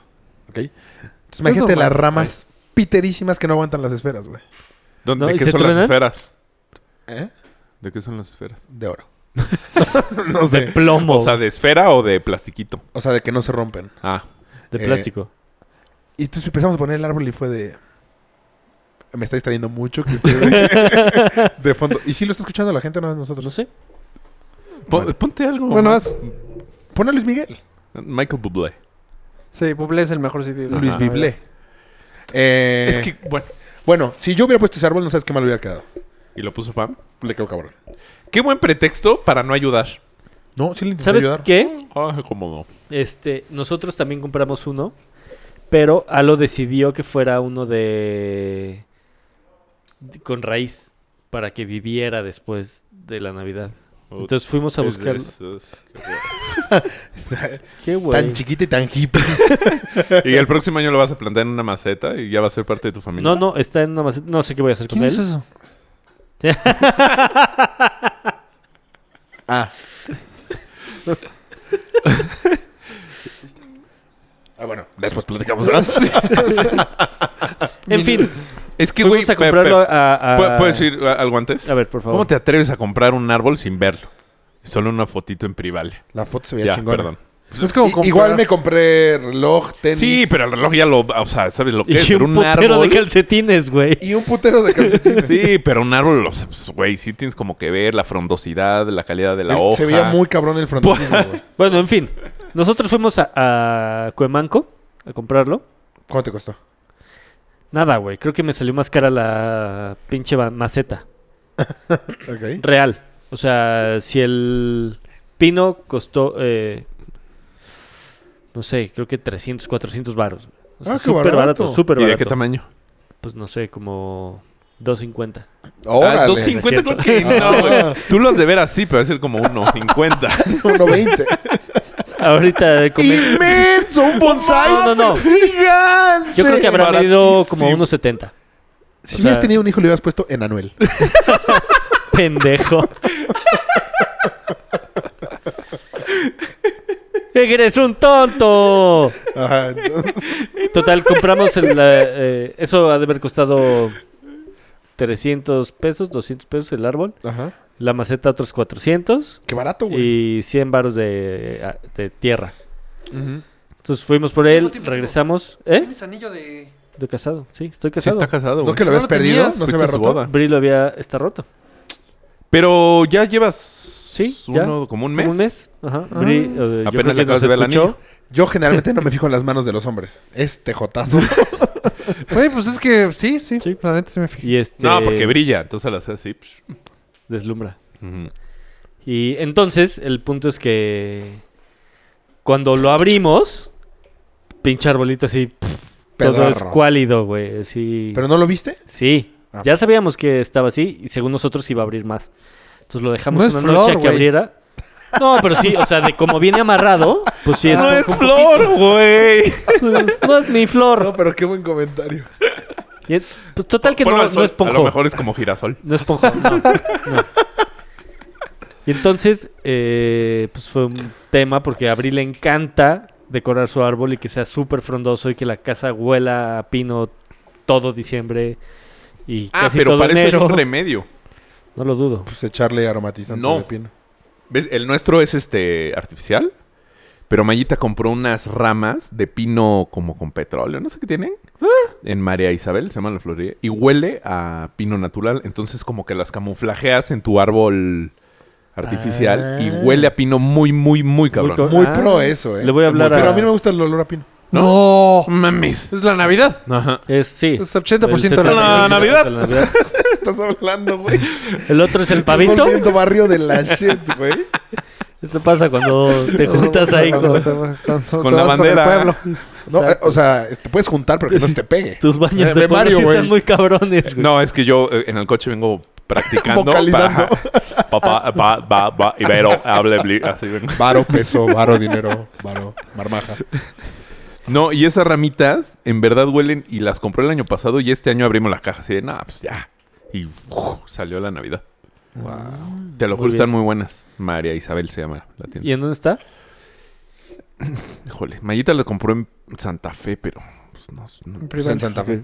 [SPEAKER 5] ¿Ok? Entonces imagínate
[SPEAKER 6] normal.
[SPEAKER 5] las ramas piterísimas que no aguantan las esferas, güey.
[SPEAKER 1] ¿Dónde,
[SPEAKER 4] No,
[SPEAKER 1] ¿De
[SPEAKER 4] ¿y
[SPEAKER 1] qué
[SPEAKER 4] se
[SPEAKER 1] son las
[SPEAKER 4] truenan?
[SPEAKER 1] esferas?
[SPEAKER 5] ¿Eh?
[SPEAKER 1] ¿De qué son las esferas?
[SPEAKER 5] De oro. no sé.
[SPEAKER 4] Plomo.
[SPEAKER 1] O sea, ¿de esfera o de plastiquito?
[SPEAKER 5] O sea, de que no se rompen.
[SPEAKER 1] Ah.
[SPEAKER 4] de
[SPEAKER 5] eh,
[SPEAKER 4] plástico.
[SPEAKER 5] Y entonces empezamos a poner el árbol y fue de... Me está distrayendo mucho que esté de, de fondo. ¿Y si lo está escuchando la gente o no
[SPEAKER 4] Pues
[SPEAKER 5] nosotros?
[SPEAKER 4] No sé.
[SPEAKER 1] Pon-
[SPEAKER 5] Bueno.
[SPEAKER 1] Ponte algo
[SPEAKER 6] Bueno,
[SPEAKER 1] más.
[SPEAKER 6] haz-
[SPEAKER 5] Pon a Luis Miguel.
[SPEAKER 1] Michael Bublé.
[SPEAKER 6] Sí, Bublé es el mejor sitio.
[SPEAKER 5] Luis
[SPEAKER 1] Ajá.
[SPEAKER 5] Biblé. Eh,
[SPEAKER 1] Es que, bueno.
[SPEAKER 5] Bueno, si yo hubiera puesto ese árbol, no sabes qué mal hubiera quedado.
[SPEAKER 1] ¿Y lo puso Pam?
[SPEAKER 5] Le quedó cabrón.
[SPEAKER 1] Qué buen pretexto para no ayudar.
[SPEAKER 5] No, sí le intenté
[SPEAKER 4] ¿Sabes
[SPEAKER 5] ayudar.
[SPEAKER 4] qué?
[SPEAKER 1] Ah, cómodo.
[SPEAKER 4] Este, nosotros también compramos uno, pero Alo decidió que fuera uno de... de- con raíz, para que viviera después de la Navidad. Entonces fuimos a
[SPEAKER 1] Es-
[SPEAKER 4] buscarlo.
[SPEAKER 1] es- es- qué feo.
[SPEAKER 4] Qué
[SPEAKER 5] Tan
[SPEAKER 4] güey.
[SPEAKER 5] chiquita y tan hippie.
[SPEAKER 1] Y el próximo año lo vas a plantar en una maceta y ya va a ser parte de tu familia.
[SPEAKER 4] No, no, está en una maceta. No sé qué voy a hacer con
[SPEAKER 6] ¿Quién
[SPEAKER 4] él.
[SPEAKER 1] ¿Eh?
[SPEAKER 6] hizo eso?
[SPEAKER 5] Ah. ah, bueno. Después platicamos.
[SPEAKER 4] Ah, En fin,
[SPEAKER 1] Es que, güey,
[SPEAKER 4] fuimos a
[SPEAKER 1] pe- pe-
[SPEAKER 4] comprarlo a, a-
[SPEAKER 1] ¿Pu- ¿puedes ir a- algo antes?
[SPEAKER 4] A ver, por favor.
[SPEAKER 1] ¿Cómo te atreves a comprar un árbol sin verlo? Solo una fotito en privale.
[SPEAKER 5] La foto se veía
[SPEAKER 1] Ya,
[SPEAKER 5] chingona.
[SPEAKER 1] perdón.
[SPEAKER 6] Es como
[SPEAKER 5] I-
[SPEAKER 6] comprar-
[SPEAKER 5] igual me compré reloj, tenis.
[SPEAKER 1] Sí, pero el reloj ya lo... O sea, ¿sabes lo que es?
[SPEAKER 4] Y
[SPEAKER 1] Pero
[SPEAKER 4] un putero de calcetines, güey.
[SPEAKER 5] Y un putero de calcetines.
[SPEAKER 1] Sí, pero un árbol, o sea, pues, güey, sí tienes como que ver la frondosidad, la calidad de la
[SPEAKER 4] Eh,
[SPEAKER 1] hoja.
[SPEAKER 5] Se veía muy cabrón el fronticismo, güey.
[SPEAKER 4] Bueno, en fin. Nosotros fuimos a, a Cuemanco a comprarlo.
[SPEAKER 5] ¿Cuánto te costó?
[SPEAKER 4] Nada, güey. Creo que me salió más cara la pinche ba- maceta.
[SPEAKER 5] Ok.
[SPEAKER 4] Real. O sea, si el pino costó, eh, no sé, creo que 300, 400 varos. güey. O sea,
[SPEAKER 5] Ah, qué
[SPEAKER 4] súper barato,
[SPEAKER 5] barato.
[SPEAKER 4] súper
[SPEAKER 1] ¿Y de
[SPEAKER 4] barato.
[SPEAKER 1] qué tamaño?
[SPEAKER 4] Pues no sé, como 250.
[SPEAKER 1] Ah,
[SPEAKER 5] Órale.
[SPEAKER 1] 250 creo
[SPEAKER 4] No es
[SPEAKER 1] que no,
[SPEAKER 5] Ah.
[SPEAKER 1] güey. Tú lo has de ver así, pero va a ser como 150.
[SPEAKER 5] 1.20.
[SPEAKER 4] Ahorita eh, comí-
[SPEAKER 5] ¡Inmenso! ¡Un bonsai!
[SPEAKER 4] No, no, no.
[SPEAKER 5] ¡Gigante!
[SPEAKER 4] Yo creo que habrá
[SPEAKER 1] Baratísimo.
[SPEAKER 4] medido como unos 70.
[SPEAKER 5] Si
[SPEAKER 4] o
[SPEAKER 5] hubieras
[SPEAKER 4] sea-
[SPEAKER 5] tenido un hijo, le hubieras puesto en Anuel.
[SPEAKER 4] Pendejo. ¡Eres un tonto!
[SPEAKER 5] Ajá. entonces-
[SPEAKER 4] Total, compramos el, eh, eh, eso ha de haber costado 300 pesos, 200 pesos el árbol.
[SPEAKER 5] Ajá.
[SPEAKER 4] La maceta otros 400
[SPEAKER 5] Qué barato, Oh, güey.
[SPEAKER 4] y 100 varos de, ah, de tierra.
[SPEAKER 5] Ujú.
[SPEAKER 4] Entonces fuimos por él,
[SPEAKER 3] ¿Cuánto tiempo
[SPEAKER 4] regresamos. ¿Eh?
[SPEAKER 3] ¿Tienes anillo de...?
[SPEAKER 4] Estoy casado, sí, estoy
[SPEAKER 1] Sí,
[SPEAKER 4] casado.
[SPEAKER 1] está casado,
[SPEAKER 5] ¿No
[SPEAKER 1] güey.
[SPEAKER 5] que lo
[SPEAKER 6] No
[SPEAKER 5] habías
[SPEAKER 6] lo
[SPEAKER 5] perdido? ¿No
[SPEAKER 6] tenías.
[SPEAKER 5] se
[SPEAKER 1] Fuiste
[SPEAKER 5] había
[SPEAKER 1] a su
[SPEAKER 5] roto?
[SPEAKER 1] boda.
[SPEAKER 4] Brillo había, está roto.
[SPEAKER 1] Pero ya llevas...
[SPEAKER 4] Sí, ya.
[SPEAKER 1] uno, como un mes.
[SPEAKER 4] Como Un mes. Ajá. Bri, eh, yo
[SPEAKER 1] Apenas
[SPEAKER 4] creo
[SPEAKER 1] le
[SPEAKER 4] que
[SPEAKER 1] acabas
[SPEAKER 4] nos
[SPEAKER 1] de ver el
[SPEAKER 4] escuchó.
[SPEAKER 1] anillo.
[SPEAKER 5] Yo generalmente no me fijo en las manos de los hombres. Este jotazo.
[SPEAKER 6] Güey, pues es que sí, sí,
[SPEAKER 4] Sí.
[SPEAKER 6] la neta se me fijé.
[SPEAKER 4] Y este...
[SPEAKER 1] No, porque brilla. Entonces la hace así. psh.
[SPEAKER 4] Deslumbra.
[SPEAKER 1] Ujú.
[SPEAKER 4] Y entonces, el punto es que cuando lo abrimos, pinche arbolito así, pff, todo
[SPEAKER 5] Pedorro.
[SPEAKER 4] escuálido, güey. Así.
[SPEAKER 5] ¿Pero no lo viste?
[SPEAKER 4] Sí.
[SPEAKER 5] Ah.
[SPEAKER 4] Ya sabíamos que estaba así y según nosotros iba a abrir más. Entonces lo dejamos
[SPEAKER 6] No es
[SPEAKER 4] una
[SPEAKER 6] flor,
[SPEAKER 4] noche a que
[SPEAKER 6] güey.
[SPEAKER 4] abriera. No, pero sí, o sea, de como viene amarrado, pues sí es.
[SPEAKER 1] ¡No
[SPEAKER 4] un
[SPEAKER 1] es
[SPEAKER 4] poco-
[SPEAKER 1] flor, güey!
[SPEAKER 4] pues, no es mi flor.
[SPEAKER 5] No, pero qué buen comentario.
[SPEAKER 4] Y es- pues, total que
[SPEAKER 1] Ponlo
[SPEAKER 4] no,
[SPEAKER 1] al sol.
[SPEAKER 4] no es
[SPEAKER 1] A lo
[SPEAKER 4] ponjo.
[SPEAKER 1] mejor es como girasol.
[SPEAKER 4] No es Ponjo, no. no. Y entonces, eh, pues fue un tema porque a Abril le encanta decorar su árbol y que sea súper frondoso y que la casa huela a pino todo diciembre y
[SPEAKER 1] Ah,
[SPEAKER 4] casi
[SPEAKER 1] pero
[SPEAKER 4] todo
[SPEAKER 1] para eso hay
[SPEAKER 4] enero.
[SPEAKER 1] un remedio.
[SPEAKER 4] No lo dudo.
[SPEAKER 5] Pues echarle aromatizante
[SPEAKER 1] No.
[SPEAKER 5] de pino.
[SPEAKER 1] ¿Ves? El nuestro es este artificial. Pero Mayita compró unas ramas de pino como con petróleo, no sé qué tienen. En María Isabel, se llama la florería. Y huele a pino natural. Entonces, como que las camuflajeas en tu árbol artificial.
[SPEAKER 5] Ah.
[SPEAKER 1] Y huele a pino muy, muy, muy cabrón.
[SPEAKER 4] co-
[SPEAKER 5] Muy
[SPEAKER 4] Ah.
[SPEAKER 5] pro eso, eh.
[SPEAKER 4] Le voy a hablar
[SPEAKER 5] Pero
[SPEAKER 4] a...
[SPEAKER 5] a mí no me gusta el olor a pino.
[SPEAKER 1] ¡No! ¡Mames!
[SPEAKER 6] Es la Navidad.
[SPEAKER 1] Ajá.
[SPEAKER 4] Es, sí.
[SPEAKER 6] Es 80%
[SPEAKER 4] El
[SPEAKER 6] de la
[SPEAKER 1] No, Navidad.
[SPEAKER 4] 75% de la Navidad.
[SPEAKER 5] Estás hablando, güey.
[SPEAKER 4] El otro es el pavito.
[SPEAKER 5] Volviendo barrio de la shit, güey.
[SPEAKER 4] Eso pasa cuando te juntas ahí con
[SPEAKER 1] Con la bandera.
[SPEAKER 5] No, eh, o sea, te puedes juntar, pero que no se te pegue.
[SPEAKER 4] tus baños de
[SPEAKER 5] Eh, me
[SPEAKER 4] polvo.
[SPEAKER 5] Mario,
[SPEAKER 4] sí
[SPEAKER 5] güey.
[SPEAKER 4] están muy cabrones, güey.
[SPEAKER 1] No, es que yo eh, en el coche vengo practicando.
[SPEAKER 5] Vocalizando.
[SPEAKER 1] para- pa- pa- pa- pa- pa- Ibero, hable, bli- así, güey.
[SPEAKER 5] Varo, peso, varo, dinero, varo, marmaja.
[SPEAKER 1] No, y esas ramitas en verdad huelen y las compré el año pasado y este año abrimos las cajas así de, nada, pues ya. Y uf, salió la Navidad. Te lo
[SPEAKER 4] Muy
[SPEAKER 1] juro,
[SPEAKER 4] bien.
[SPEAKER 1] están muy buenas. María Isabel se llama la tienda.
[SPEAKER 4] ¿Y en dónde está?
[SPEAKER 1] Híjole, Mayita lo compró en Santa Fe, pero... pues, no, no.
[SPEAKER 6] En
[SPEAKER 5] Pues,
[SPEAKER 6] privado.
[SPEAKER 5] en Santa Fe.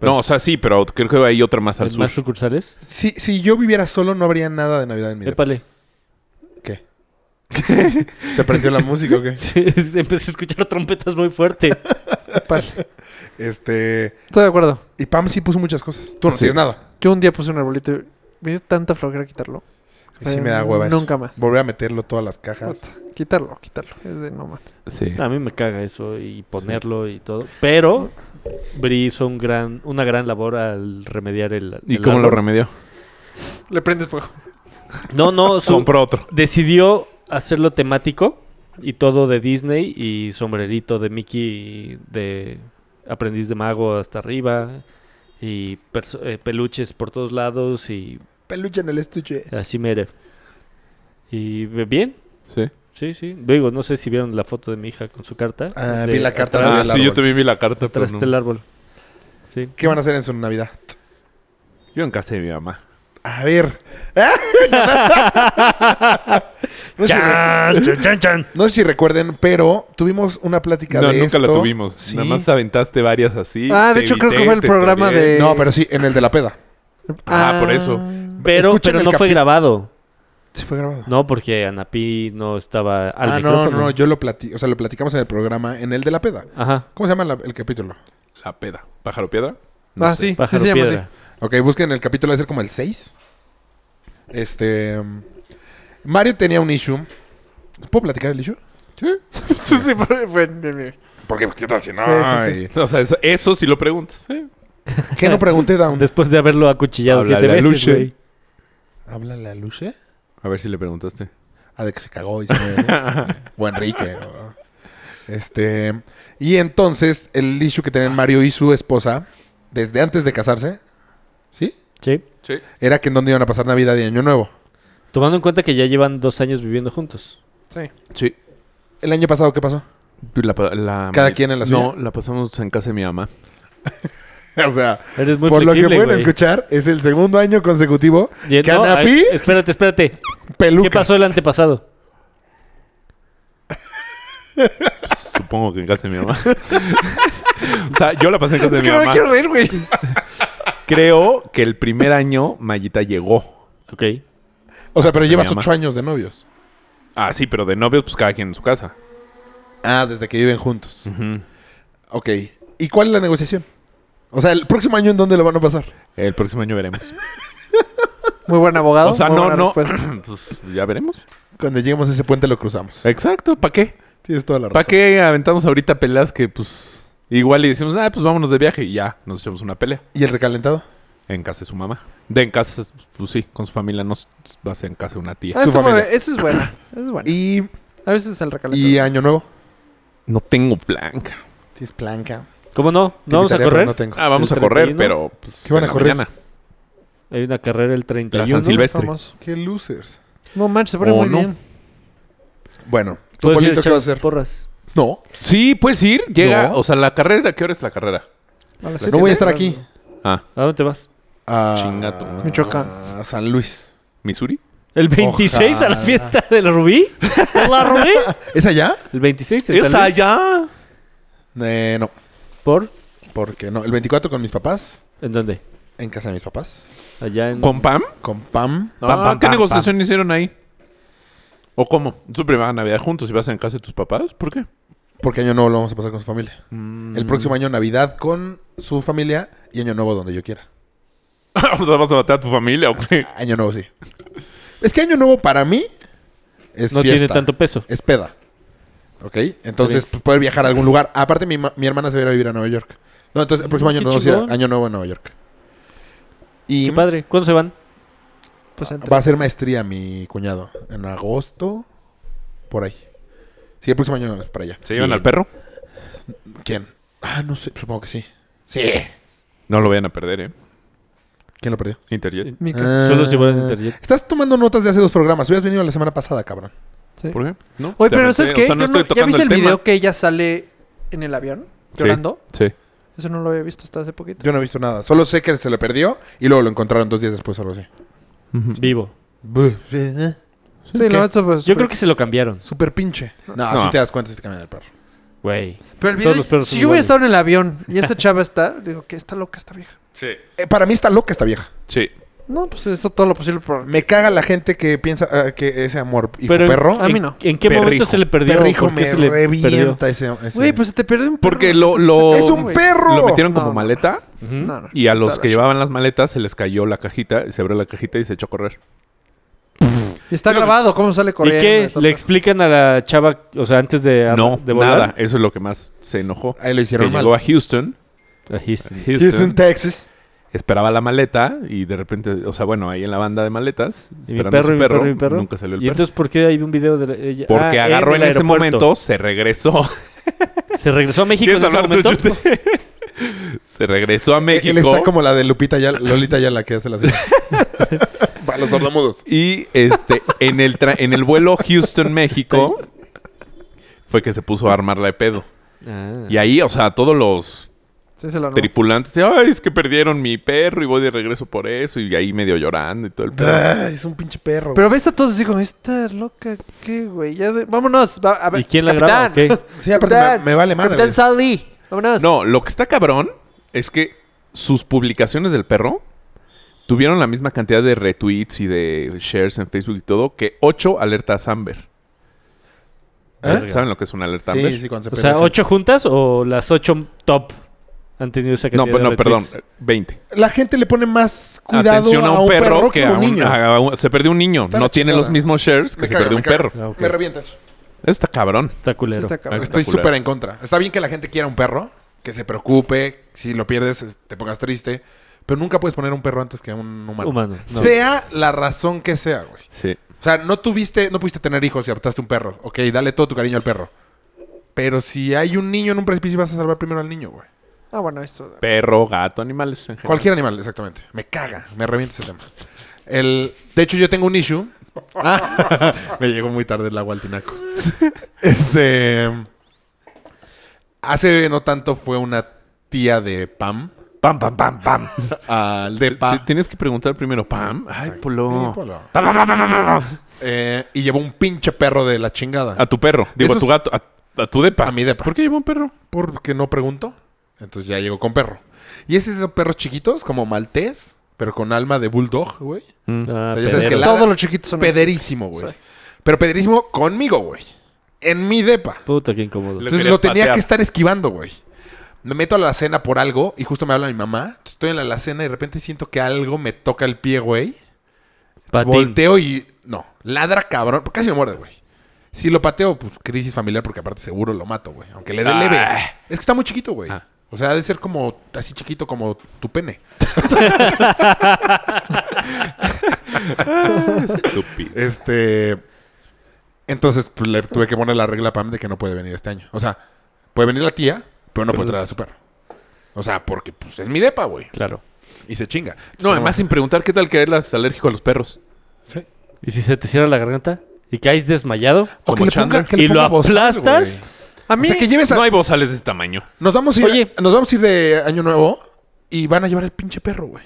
[SPEAKER 1] No, o sea, sí, pero creo que hay otra más al
[SPEAKER 4] ¿En
[SPEAKER 1] sur.
[SPEAKER 4] más sucursales?
[SPEAKER 5] Si, si yo viviera solo, no habría nada de Navidad en mi vida.
[SPEAKER 4] Épale.
[SPEAKER 5] ¿Qué? ¿Se prendió la música o qué?
[SPEAKER 4] Sí, es- empecé a escuchar trompetas muy fuerte.
[SPEAKER 6] Vale.
[SPEAKER 5] Este.
[SPEAKER 6] Estoy de acuerdo.
[SPEAKER 5] Y Pam sí puso muchas cosas. Tú no
[SPEAKER 1] Sí.
[SPEAKER 5] tienes nada.
[SPEAKER 6] Yo un día puse un arbolito y me dio tanta flojera quitarlo.
[SPEAKER 5] Y sí me da hueva eso.
[SPEAKER 6] Nunca más.
[SPEAKER 5] Volver a meterlo todas las cajas.
[SPEAKER 6] Quitarlo, quitarlo. Es de no más.
[SPEAKER 1] Sí.
[SPEAKER 4] A mí me caga eso y ponerlo y todo. Pero Bri hizo un gran, una gran labor al remediar el.
[SPEAKER 1] ¿Y
[SPEAKER 4] el
[SPEAKER 1] cómo lo
[SPEAKER 4] árbol.
[SPEAKER 1] remedió?
[SPEAKER 6] Le prendes fuego.
[SPEAKER 4] No, no, su-
[SPEAKER 1] Compró otro.
[SPEAKER 4] decidió hacerlo temático y todo de Disney y sombrerito de Mickey de aprendiz de mago hasta arriba y perso- eh, peluches por todos lados y
[SPEAKER 5] Peluche en el estuche.
[SPEAKER 4] así mere. Y ve bien,
[SPEAKER 1] Sí.
[SPEAKER 4] sí, sí. Digo, no sé si vieron la foto de mi hija con su carta.
[SPEAKER 5] Ah,
[SPEAKER 4] de
[SPEAKER 5] vi la carta,
[SPEAKER 4] atrás-
[SPEAKER 5] no
[SPEAKER 1] Ah,
[SPEAKER 5] el
[SPEAKER 1] sí, yo
[SPEAKER 5] árbol.
[SPEAKER 1] también vi la carta, pero
[SPEAKER 4] atrás
[SPEAKER 1] no.
[SPEAKER 4] del árbol. Sí.
[SPEAKER 5] ¿Qué van a hacer en su Navidad?
[SPEAKER 1] Yo en casa de mi mamá.
[SPEAKER 5] A ver. no, sé si re-
[SPEAKER 4] Chan, chan, chan, chan.
[SPEAKER 5] no sé si recuerden, pero tuvimos una plática
[SPEAKER 1] No,
[SPEAKER 5] de
[SPEAKER 1] nunca la
[SPEAKER 5] esto.
[SPEAKER 1] tuvimos.
[SPEAKER 5] Sí.
[SPEAKER 1] Nada más aventaste varias así.
[SPEAKER 6] Ah, de
[SPEAKER 1] te
[SPEAKER 6] hecho, creo que
[SPEAKER 1] evité,
[SPEAKER 6] fue el
[SPEAKER 1] te
[SPEAKER 6] programa
[SPEAKER 1] toreé.
[SPEAKER 6] de-
[SPEAKER 5] No, pero sí, en el de la peda.
[SPEAKER 1] Ah, por eso.
[SPEAKER 4] Pero,
[SPEAKER 5] Escuchen
[SPEAKER 4] pero
[SPEAKER 5] el
[SPEAKER 4] no fue
[SPEAKER 5] capi-
[SPEAKER 4] grabado.
[SPEAKER 5] Sí, fue grabado.
[SPEAKER 4] No, porque Anapí no estaba al
[SPEAKER 5] ah, no,
[SPEAKER 4] micrófono.
[SPEAKER 5] no, no, yo lo platico. O sea, lo platicamos en el programa, en el de la peda.
[SPEAKER 4] Ajá.
[SPEAKER 5] ¿Cómo se llama la- el capítulo?
[SPEAKER 1] La peda. ¿Pájaro piedra?
[SPEAKER 6] ah,
[SPEAKER 1] sé.
[SPEAKER 6] sí. sí
[SPEAKER 4] Pájaro
[SPEAKER 6] se llama así.
[SPEAKER 4] piedra.
[SPEAKER 5] Ok, busquen el capítulo, debe ser como el 6. Este. mm, Mario tenía un issue. ¿Puedo platicar el issue?
[SPEAKER 6] Sí, sí, por- bien, bien, bien.
[SPEAKER 5] Porque, pues, ¿qué tal si no?
[SPEAKER 6] Sí,
[SPEAKER 5] Y-
[SPEAKER 1] O sea, eso, eso sí lo preguntas. ¿eh?
[SPEAKER 5] ¿Qué no pregunté, Down?
[SPEAKER 4] Después de haberlo acuchillado
[SPEAKER 1] Háblale
[SPEAKER 4] siete
[SPEAKER 1] a
[SPEAKER 4] veces,
[SPEAKER 1] Luche.
[SPEAKER 4] güey.
[SPEAKER 5] ¿Háblale a Luce?
[SPEAKER 1] A ver si le preguntaste.
[SPEAKER 5] Ah, de que se cagó y se fue. o Enrique. o- Este. Y entonces, el issue que tenían Mario y su esposa, desde antes de casarse, ¿sí?
[SPEAKER 4] Sí.
[SPEAKER 1] Sí.
[SPEAKER 5] Era que en dónde iban a pasar Navidad y Año Nuevo.
[SPEAKER 4] Tomando en cuenta que ya llevan dos años viviendo juntos.
[SPEAKER 6] Sí.
[SPEAKER 1] Sí.
[SPEAKER 5] ¿El año pasado qué pasó?
[SPEAKER 1] La pa- la-
[SPEAKER 5] ¿Cada quien en la
[SPEAKER 1] No,
[SPEAKER 5] suya?
[SPEAKER 1] la pasamos en casa de mi mamá.
[SPEAKER 5] o sea,
[SPEAKER 4] Eres muy
[SPEAKER 5] por lo que
[SPEAKER 4] flexible,
[SPEAKER 5] pueden
[SPEAKER 4] güey.
[SPEAKER 5] escuchar, es el segundo año consecutivo
[SPEAKER 4] Y- no,
[SPEAKER 5] Canapí.
[SPEAKER 4] ay, espérate, espérate.
[SPEAKER 5] peluca.
[SPEAKER 4] ¿Qué pasó el antepasado?
[SPEAKER 1] Supongo que en casa de mi mamá. o sea, yo la pasé en casa
[SPEAKER 6] Es
[SPEAKER 1] de
[SPEAKER 6] que
[SPEAKER 1] mi
[SPEAKER 6] no me
[SPEAKER 1] mamá.
[SPEAKER 6] quiero reír, güey.
[SPEAKER 1] Creo que el primer año Mayita llegó.
[SPEAKER 4] Ok.
[SPEAKER 5] O sea, pero
[SPEAKER 1] Se
[SPEAKER 5] llevas
[SPEAKER 1] llama.
[SPEAKER 5] ocho años de novios.
[SPEAKER 1] Ah, sí, pero de novios, pues cada quien en su casa.
[SPEAKER 5] Ah, desde que viven juntos.
[SPEAKER 1] Ujú.
[SPEAKER 5] Ok. ¿Y cuál es la negociación? O sea, ¿el próximo año en dónde lo van a pasar?
[SPEAKER 1] El próximo año veremos.
[SPEAKER 6] Muy buen abogado.
[SPEAKER 1] O sea,
[SPEAKER 6] muy
[SPEAKER 1] no,
[SPEAKER 6] buena
[SPEAKER 1] no.
[SPEAKER 6] respuesta.
[SPEAKER 1] pues ya veremos.
[SPEAKER 5] Cuando lleguemos a ese puente lo cruzamos.
[SPEAKER 4] Eh,
[SPEAKER 1] Exacto, ¿para qué?
[SPEAKER 5] Tienes toda la razón.
[SPEAKER 1] ¿Para qué aventamos ahorita peleas que, pues, igual y decimos, ah, pues vámonos de viaje y ya, nos echamos una pelea
[SPEAKER 5] ¿Y el recalentado?
[SPEAKER 1] en casa de su mamá? De en casa, pues sí, con su familia no s- va a ser en casa de una tía.
[SPEAKER 6] Ah,
[SPEAKER 5] su
[SPEAKER 6] eso, me-
[SPEAKER 5] familia.
[SPEAKER 6] eso es bueno. Eso es bueno.
[SPEAKER 5] ¿Y,
[SPEAKER 6] A veces el
[SPEAKER 5] y
[SPEAKER 6] recalentado.
[SPEAKER 5] año nuevo?
[SPEAKER 1] No tengo plan. ca-
[SPEAKER 5] Tienes planca.
[SPEAKER 4] ¿Cómo no?
[SPEAKER 5] Te
[SPEAKER 4] ¿No vamos a
[SPEAKER 5] invitaría, pero
[SPEAKER 4] correr?
[SPEAKER 5] No tengo.
[SPEAKER 1] Ah, vamos a
[SPEAKER 4] ¿El
[SPEAKER 1] correr,
[SPEAKER 4] 31?
[SPEAKER 1] pero. Pues,
[SPEAKER 5] ¿Qué van
[SPEAKER 1] en
[SPEAKER 5] a
[SPEAKER 1] la
[SPEAKER 5] correr?
[SPEAKER 1] mañana.
[SPEAKER 4] Hay una carrera el 31.
[SPEAKER 1] La San Silvestre.
[SPEAKER 6] Famoso.
[SPEAKER 5] Qué losers.
[SPEAKER 6] No manches, se pone
[SPEAKER 1] O
[SPEAKER 6] muy
[SPEAKER 1] no.
[SPEAKER 6] bien.
[SPEAKER 5] Bueno, ¿tú,
[SPEAKER 4] Puedes ir a
[SPEAKER 5] Polito, qué
[SPEAKER 4] echar
[SPEAKER 5] vas a hacer?
[SPEAKER 4] Porras.
[SPEAKER 5] No,
[SPEAKER 1] Sí, puedes ir. Llega,
[SPEAKER 5] No.
[SPEAKER 1] o sea, la carrera, ¿qué hora es la carrera?
[SPEAKER 6] A las
[SPEAKER 5] no voy a
[SPEAKER 6] siete,
[SPEAKER 5] estar
[SPEAKER 6] ¿no?
[SPEAKER 5] aquí.
[SPEAKER 1] Ah,
[SPEAKER 4] ¿A dónde te vas?
[SPEAKER 5] A
[SPEAKER 1] Chinga tu madre.
[SPEAKER 6] Michoacán.
[SPEAKER 5] A San Luis.
[SPEAKER 1] Missouri.
[SPEAKER 4] ¿El 26 a la
[SPEAKER 5] Ojalá.
[SPEAKER 4] fiesta del Rubí? ¿La Rubí?
[SPEAKER 5] ¿Es allá?
[SPEAKER 4] ¿El 26? en
[SPEAKER 1] Es
[SPEAKER 4] San Luis?
[SPEAKER 1] allá.
[SPEAKER 5] Eh, no,
[SPEAKER 4] ¿Por?
[SPEAKER 5] porque no. El 24 con mis papás.
[SPEAKER 4] ¿En dónde?
[SPEAKER 5] En casa de mis papás.
[SPEAKER 4] Allá en...
[SPEAKER 1] ¿Con Pam?
[SPEAKER 5] Con Pam.
[SPEAKER 1] Ah,
[SPEAKER 4] Pam, pam,
[SPEAKER 1] ¿Qué
[SPEAKER 4] pam,
[SPEAKER 1] negociación hicieron ahí? ¿O cómo? ¿Su primera Navidad juntos y vas en casa de tus papás? ¿Por qué?
[SPEAKER 5] Porque año nuevo lo vamos a pasar con su familia.
[SPEAKER 4] Mm.
[SPEAKER 5] El próximo año Navidad con su familia y año nuevo donde yo quiera.
[SPEAKER 1] O sea, ¿Vas a matar a tu familia o qué?
[SPEAKER 5] Año nuevo sí. Es que año nuevo para mí es
[SPEAKER 4] No tiene
[SPEAKER 5] fiesta,
[SPEAKER 4] tanto peso.
[SPEAKER 5] es peda. ¿Ok? Entonces pues, poder viajar a algún lugar. Aparte mi, ma- mi hermana se va a ir a vivir a Nueva York. No, entonces el próximo
[SPEAKER 4] Mm,
[SPEAKER 5] año
[SPEAKER 4] qué
[SPEAKER 5] nos vamos a ir a
[SPEAKER 4] chingón.
[SPEAKER 5] año nuevo en Nueva York. Y
[SPEAKER 4] Qué padre. ¿Cuándo se van?
[SPEAKER 6] Pues entre.
[SPEAKER 5] va a hacer maestría mi cuñado en agosto por ahí. Sí, el próximo año es para allá.
[SPEAKER 1] ¿Se llevan
[SPEAKER 4] Bien.
[SPEAKER 1] al perro?
[SPEAKER 5] ¿Quién? Ah, no sé, supongo que sí.
[SPEAKER 1] No lo vayan a perder, ¿eh?
[SPEAKER 5] ¿Quién lo perdió?
[SPEAKER 1] Interjet.
[SPEAKER 6] Mika.
[SPEAKER 4] Solo
[SPEAKER 5] Ah.
[SPEAKER 4] si fueras de Interjet.
[SPEAKER 5] Estás tomando notas de hace dos programas. Hubieras venido la semana pasada, cabrón.
[SPEAKER 6] Sí.
[SPEAKER 1] ¿Por qué? No.
[SPEAKER 6] Oye,
[SPEAKER 1] te
[SPEAKER 6] pero
[SPEAKER 1] aventé,
[SPEAKER 6] ¿sabes
[SPEAKER 1] o
[SPEAKER 6] qué?
[SPEAKER 1] sea, no
[SPEAKER 6] Yo no-
[SPEAKER 1] estoy
[SPEAKER 6] ¿Ya
[SPEAKER 1] tocando
[SPEAKER 6] viste el,
[SPEAKER 1] tema.
[SPEAKER 6] video que ella sale en el avión
[SPEAKER 1] Sí.
[SPEAKER 6] llorando?
[SPEAKER 1] Sí.
[SPEAKER 6] Eso no lo había visto hasta hace poquito.
[SPEAKER 5] Yo no he visto nada. Solo sé que se le perdió y luego lo encontraron dos días después o algo así.
[SPEAKER 4] Vivo.
[SPEAKER 1] Pues
[SPEAKER 5] Buh, sí, ¿eh?
[SPEAKER 6] Sí, la
[SPEAKER 5] ¿Qué?
[SPEAKER 6] verdad, eso fue
[SPEAKER 4] Yo
[SPEAKER 6] súper-
[SPEAKER 4] creo que se lo cambiaron.
[SPEAKER 5] Súper pinche. No,
[SPEAKER 1] No.
[SPEAKER 5] si te das cuenta si te cambian el perro.
[SPEAKER 4] Güey.
[SPEAKER 6] Pero el video,
[SPEAKER 4] Todos los perros
[SPEAKER 6] si
[SPEAKER 4] son
[SPEAKER 6] yo hubiera
[SPEAKER 4] iguales.
[SPEAKER 6] estado en el avión y esa chava está, digo que está loca esta vieja.
[SPEAKER 1] Sí.
[SPEAKER 5] Eh, para mí está loca esta vieja.
[SPEAKER 1] Sí.
[SPEAKER 6] No, pues hizo todo lo posible por...
[SPEAKER 5] Me caga la gente que piensa ah, que ese amor hijo
[SPEAKER 4] Pero
[SPEAKER 5] perro.
[SPEAKER 4] ¿en,
[SPEAKER 6] A mí no.
[SPEAKER 4] ¿En qué momento
[SPEAKER 1] Perrijo.
[SPEAKER 4] se le perdió?
[SPEAKER 5] Perrijo
[SPEAKER 4] ¿Por qué
[SPEAKER 5] me
[SPEAKER 4] se le perdió?
[SPEAKER 5] revienta ese, ese-
[SPEAKER 6] Güey, pues se te pierde un perro.
[SPEAKER 1] Porque lo-
[SPEAKER 6] Entonces,
[SPEAKER 1] lo-
[SPEAKER 6] está
[SPEAKER 5] ¡Es
[SPEAKER 6] cabrón,
[SPEAKER 5] un
[SPEAKER 6] güey.
[SPEAKER 5] perro!
[SPEAKER 1] Lo metieron como
[SPEAKER 6] No, no,
[SPEAKER 1] maleta
[SPEAKER 4] Ujú.
[SPEAKER 6] No, no,
[SPEAKER 1] y a
[SPEAKER 6] está
[SPEAKER 1] los
[SPEAKER 6] la
[SPEAKER 1] que
[SPEAKER 6] ch-
[SPEAKER 1] llevaban las maletas se les cayó la cajita, y se abrió la cajita y se echó a correr.
[SPEAKER 6] Y está grabado cómo sale
[SPEAKER 4] ¿Y
[SPEAKER 6] corriendo.
[SPEAKER 4] qué?
[SPEAKER 6] todo.
[SPEAKER 4] ¿Le explican a la chava, o sea, antes de,
[SPEAKER 1] No,
[SPEAKER 4] de volar?
[SPEAKER 1] nada. Eso es lo que más se enojó.
[SPEAKER 5] Ahí lo
[SPEAKER 1] Que
[SPEAKER 5] hicieron mal.
[SPEAKER 1] llegó a Houston.
[SPEAKER 4] A Houston.
[SPEAKER 5] Houston, Texas.
[SPEAKER 1] Esperaba la maleta y de repente, o sea, bueno, ahí en la banda de maletas,
[SPEAKER 4] Y mi
[SPEAKER 1] esperando
[SPEAKER 4] perro,
[SPEAKER 1] su
[SPEAKER 4] y mi perro, y mi perro.
[SPEAKER 1] nunca salió el
[SPEAKER 4] ¿Y
[SPEAKER 1] perro.
[SPEAKER 4] entonces por qué hay un video de la- ella?
[SPEAKER 1] porque
[SPEAKER 4] Ah,
[SPEAKER 1] agarró en
[SPEAKER 4] del
[SPEAKER 1] ese
[SPEAKER 4] aeropuerto.
[SPEAKER 1] momento, se regresó.
[SPEAKER 4] ¿Se regresó a México en
[SPEAKER 1] ¿Quieres
[SPEAKER 4] ese
[SPEAKER 1] hablar tú,
[SPEAKER 4] momento?
[SPEAKER 1] Chute? se regresó a
[SPEAKER 5] Él
[SPEAKER 1] México.
[SPEAKER 5] está como la de Lupita Ayala- Lolita ya la que hace las Para los sordomudos.
[SPEAKER 1] Y este, en el tra- en el vuelo Houston, México, fue que se puso a armarla de pedo.
[SPEAKER 4] Ah.
[SPEAKER 1] Y ahí, o sea, todos los
[SPEAKER 6] Sí, se lo armó.
[SPEAKER 1] tripulantes, ay, es que perdieron mi perro y voy de regreso por eso. Y ahí medio llorando y todo el pedo.
[SPEAKER 5] Ah, es un pinche perro.
[SPEAKER 6] Pero ves a todos así como, esta loca, ¿qué, güey? Ya de- Vámonos, va- a ver.
[SPEAKER 4] ¿Y quién la graba? o
[SPEAKER 6] capitán,
[SPEAKER 4] qué?
[SPEAKER 5] sí, aparte me,
[SPEAKER 6] Capitán,
[SPEAKER 5] me vale madre.
[SPEAKER 6] Capitán Sally, vámonos.
[SPEAKER 1] No, lo que está cabrón es que sus publicaciones del perro tuvieron la misma cantidad de retweets y de shares en Facebook y todo que ocho alertas Amber.
[SPEAKER 5] ¿Eh?
[SPEAKER 1] ¿Saben lo que es una alerta Amber?
[SPEAKER 5] Sí, sí, cuando se
[SPEAKER 4] O
[SPEAKER 5] pierde
[SPEAKER 4] sea,
[SPEAKER 5] gente.
[SPEAKER 4] ¿ocho juntas o las ocho top han tenido esa
[SPEAKER 1] No,
[SPEAKER 4] cantidad
[SPEAKER 1] pues,
[SPEAKER 4] de
[SPEAKER 1] no, perdón,
[SPEAKER 4] retweets?
[SPEAKER 1] 20.
[SPEAKER 5] La gente le pone más cuidado
[SPEAKER 1] Atención
[SPEAKER 5] a un perro, que a un niño.
[SPEAKER 1] a un- se perdió un niño.
[SPEAKER 5] Está
[SPEAKER 1] no
[SPEAKER 5] la
[SPEAKER 1] tiene
[SPEAKER 5] chingada.
[SPEAKER 1] los mismos shares que
[SPEAKER 5] Me
[SPEAKER 1] se
[SPEAKER 5] caga,
[SPEAKER 1] perdió
[SPEAKER 5] me
[SPEAKER 1] un
[SPEAKER 5] caga.
[SPEAKER 1] perro.
[SPEAKER 4] Ah, ok.
[SPEAKER 5] Me revientas.
[SPEAKER 1] Eso está cabrón.
[SPEAKER 4] Está
[SPEAKER 6] Sí,
[SPEAKER 4] culero.
[SPEAKER 6] está cabrón.
[SPEAKER 1] Está
[SPEAKER 5] Estoy
[SPEAKER 1] culero.
[SPEAKER 5] súper en contra. Está bien que la gente quiera un perro, que se preocupe, si lo pierdes es- te pongas triste, pero nunca puedes poner un perro antes que un humano.
[SPEAKER 4] Humano, no.
[SPEAKER 5] Sea la razón que sea, güey.
[SPEAKER 1] Sí.
[SPEAKER 5] O sea, no tuviste, no pudiste tener hijos y adoptaste un perro. Ok, dale todo tu cariño al perro. Pero si hay un niño en un precipicio, vas a salvar primero al niño, güey.
[SPEAKER 6] Ah, bueno, esto.
[SPEAKER 1] Perro, gato, animales en general.
[SPEAKER 5] Cualquier animal, exactamente. Me caga, me revienta ese tema. El, de hecho, yo tengo un issue. Ah, me llegó muy tarde el agua al tinaco. Este. Hace no tanto fue una tía de Pam.
[SPEAKER 4] Pam, pam, pam, pam.
[SPEAKER 5] Al de
[SPEAKER 1] T-
[SPEAKER 5] Pam.
[SPEAKER 1] Tienes que preguntar primero, Pam. Ay, Polo.
[SPEAKER 5] Eh, y llevó un pinche perro de la
[SPEAKER 1] A
[SPEAKER 5] chingada.
[SPEAKER 1] tu perro. Digo, a
[SPEAKER 5] Esos-
[SPEAKER 1] tu gato. A, a tu depa.
[SPEAKER 5] A mi depa.
[SPEAKER 1] ¿Por qué lleva un perro?
[SPEAKER 5] Porque no preguntó. Entonces ya llegó con perro. Y es esos perros chiquitos, como maltés, pero con alma de bulldog, güey.
[SPEAKER 4] Ah,
[SPEAKER 5] O sea, ya sabes que
[SPEAKER 4] pedero.
[SPEAKER 5] la-
[SPEAKER 6] Todos los chiquitos son así.
[SPEAKER 5] Pederísimo, güey.
[SPEAKER 6] Sí.
[SPEAKER 5] Pero pederísimo conmigo, güey. En mi depa.
[SPEAKER 4] Puta, qué incómodo.
[SPEAKER 1] Le-
[SPEAKER 5] Entonces
[SPEAKER 1] querías
[SPEAKER 5] lo tenía
[SPEAKER 1] patear.
[SPEAKER 5] que estar esquivando, güey. Me meto a la alacena por algo y justo me habla mi mamá. Entonces, Estoy en la alacena y de repente siento que algo me toca el pie, güey. Entonces,
[SPEAKER 4] Patín.
[SPEAKER 5] Volteo y... No, ladra cabrón. Casi me muerde, güey. Si lo pateo, pues crisis familiar porque aparte seguro lo mato, güey. Aunque le dé
[SPEAKER 1] Ah.
[SPEAKER 5] leve. Es que está muy chiquito, güey.
[SPEAKER 1] Ah.
[SPEAKER 5] O sea, ha de ser como así chiquito como tu pene.
[SPEAKER 1] Estúpido.
[SPEAKER 5] Este. Entonces pues, le tuve que poner la regla a Pam de que no puede venir este año. O sea, puede venir la tía, pero no puede traer a su perro. O sea, porque pues es mi depa, güey.
[SPEAKER 4] Claro.
[SPEAKER 5] Y se chinga. Entonces,
[SPEAKER 1] No, además sin preguntar qué tal que eres alérgico a los perros.
[SPEAKER 5] Sí.
[SPEAKER 4] ¿Y si se te cierra la garganta? ¿Y caes desmayado?
[SPEAKER 5] O que
[SPEAKER 1] Como
[SPEAKER 5] le ponga,
[SPEAKER 1] Chandler.
[SPEAKER 5] que le
[SPEAKER 4] ¿Y lo
[SPEAKER 5] ponga bozal,
[SPEAKER 4] aplastas?
[SPEAKER 5] güey.
[SPEAKER 6] A mí,
[SPEAKER 5] O sea, que lleves a...
[SPEAKER 1] No hay bozales de ese tamaño.
[SPEAKER 5] Nos vamos a ir...
[SPEAKER 4] Oye.
[SPEAKER 5] Nos vamos a ir de Año Nuevo y van a llevar el pinche perro, güey.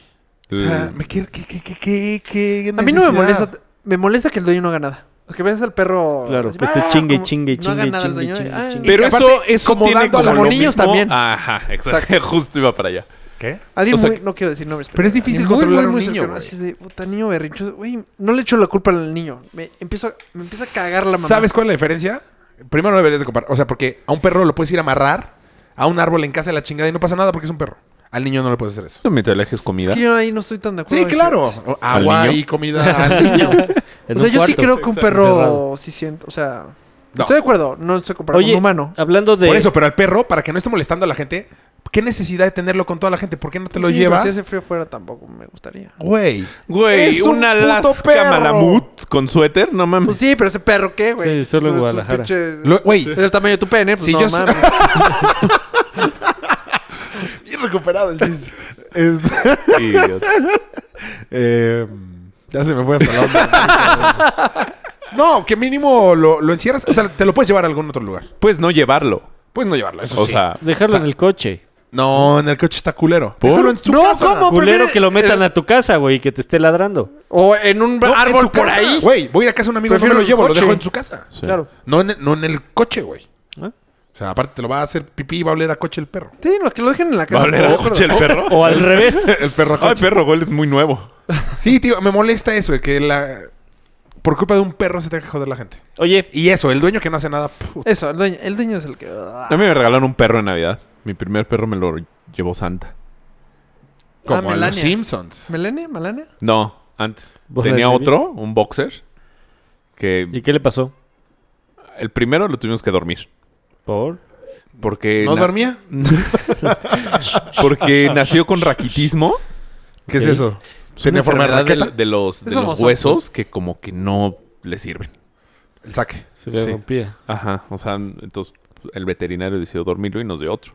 [SPEAKER 5] O sea,
[SPEAKER 1] Mm.
[SPEAKER 5] me quiere... ¿Qué, qué, qué, qué, qué
[SPEAKER 6] a mí no me
[SPEAKER 5] necesidad?
[SPEAKER 6] molesta. Me molesta que el dueño no haga nada. Los que ves al perro.
[SPEAKER 4] Claro,
[SPEAKER 6] así,
[SPEAKER 4] que esté
[SPEAKER 6] ¡ah!
[SPEAKER 4] chingue,
[SPEAKER 6] como-
[SPEAKER 4] chingue,
[SPEAKER 6] No haga
[SPEAKER 4] chingue,
[SPEAKER 6] nada el
[SPEAKER 4] chingue,
[SPEAKER 6] dueño.
[SPEAKER 4] chingue,
[SPEAKER 6] ah,
[SPEAKER 4] chingue.
[SPEAKER 1] Pero
[SPEAKER 5] que
[SPEAKER 1] eso,
[SPEAKER 5] aparte,
[SPEAKER 1] eso
[SPEAKER 5] como
[SPEAKER 1] tiene
[SPEAKER 5] dando a
[SPEAKER 1] como
[SPEAKER 5] los
[SPEAKER 1] lo
[SPEAKER 6] niños
[SPEAKER 1] mismo-
[SPEAKER 6] también.
[SPEAKER 1] Ajá, exacto. Justo iba para allá.
[SPEAKER 5] ¿Qué?
[SPEAKER 6] Alguien
[SPEAKER 1] O sea,
[SPEAKER 6] muy- no quiero decir nombres,
[SPEAKER 5] pero es difícil
[SPEAKER 6] alguien
[SPEAKER 5] controlar a un niño,
[SPEAKER 6] cercano,
[SPEAKER 5] güey.
[SPEAKER 6] Así de, puta, niño berrinchudo. Güey, no le echo la culpa al niño. Me, empiezo, a- me empieza a cagar la mamá.
[SPEAKER 5] ¿Sabes cuál es la diferencia? Primero no deberías de comprar. O sea, porque a un perro lo puedes ir a amarrar a un árbol en casa de la chingada y no pasa nada porque es un perro. Al niño no le puedes hacer eso.
[SPEAKER 1] ¿Tú me alejes
[SPEAKER 6] Es
[SPEAKER 1] comida?
[SPEAKER 6] que yo ahí no estoy tan de acuerdo.
[SPEAKER 5] Sí, claro.
[SPEAKER 6] fíjate.
[SPEAKER 5] O- Agua
[SPEAKER 1] ¿Al niño?
[SPEAKER 5] y comida al niño.
[SPEAKER 4] En un
[SPEAKER 6] O sea, yo sí
[SPEAKER 4] cuarto.
[SPEAKER 6] creo que un
[SPEAKER 1] Exacto.
[SPEAKER 6] perro
[SPEAKER 4] Encerrado.
[SPEAKER 6] sí siento. O sea,
[SPEAKER 5] No.
[SPEAKER 6] estoy de acuerdo. No estoy comparando con
[SPEAKER 4] Oye,
[SPEAKER 6] un humano.
[SPEAKER 4] hablando de...
[SPEAKER 5] Por eso, pero al perro, para que no esté molestando a la gente, ¿qué necesidad de tenerlo con toda la gente? ¿Por qué no te lo
[SPEAKER 6] Sí, pero
[SPEAKER 5] llevas?
[SPEAKER 6] Si hace frío fuera tampoco me gustaría.
[SPEAKER 5] Güey.
[SPEAKER 1] Güey,
[SPEAKER 5] Es un
[SPEAKER 1] una
[SPEAKER 5] puto
[SPEAKER 1] Alaska
[SPEAKER 5] perro.
[SPEAKER 1] Malamut con suéter, no mames.
[SPEAKER 6] Pues sí, pero ese perro, ¿qué, güey?
[SPEAKER 4] Sí, solo en
[SPEAKER 6] Es un
[SPEAKER 4] Guadalajara.
[SPEAKER 6] pinche-
[SPEAKER 5] Lo- Güey.
[SPEAKER 6] Es el tamaño de tu pene, pues
[SPEAKER 5] Si
[SPEAKER 6] no
[SPEAKER 5] yo-
[SPEAKER 6] mames.
[SPEAKER 5] Bien recuperado el chiste. Es-
[SPEAKER 1] Idiota.
[SPEAKER 5] Eh, ya se me fue hasta la onda. No, que mínimo lo, lo encierras. O sea, te lo puedes llevar a algún otro lugar.
[SPEAKER 1] Pues no llevarlo.
[SPEAKER 5] Puedes no llevarlo, eso
[SPEAKER 1] O
[SPEAKER 5] Pues sí.
[SPEAKER 1] sea,
[SPEAKER 4] Dejarlo en el coche.
[SPEAKER 5] No, en el coche está culero.
[SPEAKER 1] ¿Por?
[SPEAKER 5] Déjalo en su
[SPEAKER 6] No,
[SPEAKER 5] casa.
[SPEAKER 6] ¿cómo?
[SPEAKER 4] Culero
[SPEAKER 6] prefiere-
[SPEAKER 4] que lo metan a tu casa, güey, y que te esté ladrando.
[SPEAKER 6] O en un
[SPEAKER 5] No, en
[SPEAKER 6] árbol
[SPEAKER 5] tu
[SPEAKER 6] por
[SPEAKER 5] casa.
[SPEAKER 6] ahí.
[SPEAKER 5] Güey, voy a ir a casa de un amigo,
[SPEAKER 6] Prefiero
[SPEAKER 5] no me lo
[SPEAKER 6] el
[SPEAKER 5] llevo,
[SPEAKER 6] coche.
[SPEAKER 5] lo dejo en su casa.
[SPEAKER 1] sí.
[SPEAKER 4] Claro.
[SPEAKER 5] No en, no en el coche, güey.
[SPEAKER 1] ¿Eh?
[SPEAKER 4] ¿Ah?
[SPEAKER 5] O sea, aparte te lo va a hacer pipí y va a oler a coche el perro.
[SPEAKER 6] Sí, los que lo dejen en la
[SPEAKER 1] ¿Va
[SPEAKER 6] casa.
[SPEAKER 1] a oler a
[SPEAKER 6] Ojo,
[SPEAKER 1] coche el perro?
[SPEAKER 4] O al revés.
[SPEAKER 5] El perro a
[SPEAKER 1] Ay,
[SPEAKER 5] coche.
[SPEAKER 1] perro, güey, es muy nuevo.
[SPEAKER 5] Sí, tío, me molesta eso, de que la... Por culpa de un perro se tenga que joder la gente.
[SPEAKER 4] Oye,
[SPEAKER 5] Y eso, el dueño que no hace nada. puf.
[SPEAKER 6] Eso, el dueño, el dueño es el que. ah,
[SPEAKER 1] A mí me regalaron un perro en Navidad. Mi primer perro me lo llevó Santa. Ah,
[SPEAKER 5] Como a los
[SPEAKER 6] Melania.
[SPEAKER 5] Simpsons.
[SPEAKER 6] ¿Melania? ¿Melania?
[SPEAKER 1] No, antes.
[SPEAKER 4] ¿Vos
[SPEAKER 1] Tenía
[SPEAKER 4] la de Levi?
[SPEAKER 1] otro, un boxer.
[SPEAKER 4] ¿y
[SPEAKER 1] Que
[SPEAKER 4] qué le pasó?
[SPEAKER 1] el primero lo tuvimos que dormir.
[SPEAKER 4] Por.
[SPEAKER 1] Porque,
[SPEAKER 5] ¿No
[SPEAKER 1] na-
[SPEAKER 5] dormía?
[SPEAKER 1] porque nació con raquitismo.
[SPEAKER 5] ¿Qué es
[SPEAKER 4] Ok.
[SPEAKER 5] eso?
[SPEAKER 1] Es
[SPEAKER 5] ¿Tenía
[SPEAKER 1] una
[SPEAKER 5] forma de
[SPEAKER 1] enfermedad
[SPEAKER 5] raqueta?
[SPEAKER 1] De, los, de
[SPEAKER 6] Es
[SPEAKER 1] los
[SPEAKER 6] famoso.
[SPEAKER 1] huesos que como que no le sirven.
[SPEAKER 5] El saque.
[SPEAKER 4] Se le
[SPEAKER 1] Sí.
[SPEAKER 4] rompía.
[SPEAKER 1] Ajá, o sea, entonces el veterinario decidió dormirlo y nos dio otro.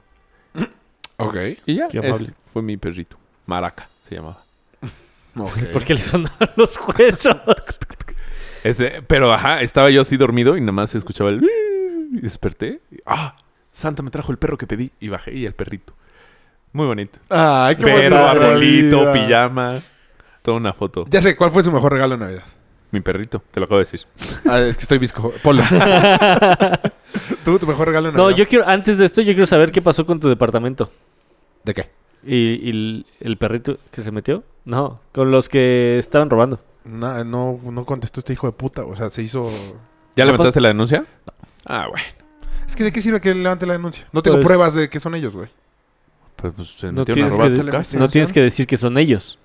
[SPEAKER 5] Ok.
[SPEAKER 1] Y ya,
[SPEAKER 4] Qué
[SPEAKER 1] ese
[SPEAKER 4] amable.
[SPEAKER 1] fue mi perrito. Maraca se llamaba.
[SPEAKER 5] Ok.
[SPEAKER 4] Porque le sonaron los huesos.
[SPEAKER 1] Ese- pero ajá, estaba yo así dormido y nada más escuchaba el... Y desperté. y, ah, Santa me trajo el perro que pedí. Y bajé y el perrito. Muy bonito.
[SPEAKER 5] Ay, qué
[SPEAKER 1] Perro,
[SPEAKER 5] bonita
[SPEAKER 1] arbolito,
[SPEAKER 5] vida.
[SPEAKER 1] pijama. Toda una foto.
[SPEAKER 5] Ya sé, ¿cuál fue su mejor regalo de Navidad?
[SPEAKER 1] Mi perrito, te lo acabo de decir.
[SPEAKER 5] Ah, es que estoy visco. Polo. ¿Tú, tu mejor regalo de
[SPEAKER 4] No,
[SPEAKER 5] Navidad?
[SPEAKER 4] yo quiero, antes de esto, yo quiero saber qué pasó con tu departamento.
[SPEAKER 5] ¿De qué?
[SPEAKER 4] ¿Y, y el, el perrito que se metió? No, con los que estaban robando.
[SPEAKER 5] No, no, no contestó este hijo de puta. O sea, se hizo...
[SPEAKER 1] ¿Ya
[SPEAKER 4] Ajá.
[SPEAKER 1] levantaste la denuncia? Ah, bueno.
[SPEAKER 5] Es que ¿de qué sirve que él levante la denuncia? No tengo
[SPEAKER 4] Pues-
[SPEAKER 5] pruebas de que son ellos, güey.
[SPEAKER 1] Pues, pues, se metieron
[SPEAKER 4] No
[SPEAKER 1] a
[SPEAKER 4] tienes
[SPEAKER 1] robar
[SPEAKER 4] que
[SPEAKER 1] su
[SPEAKER 4] de-
[SPEAKER 1] casa.
[SPEAKER 4] No tienes que decir que son ellos.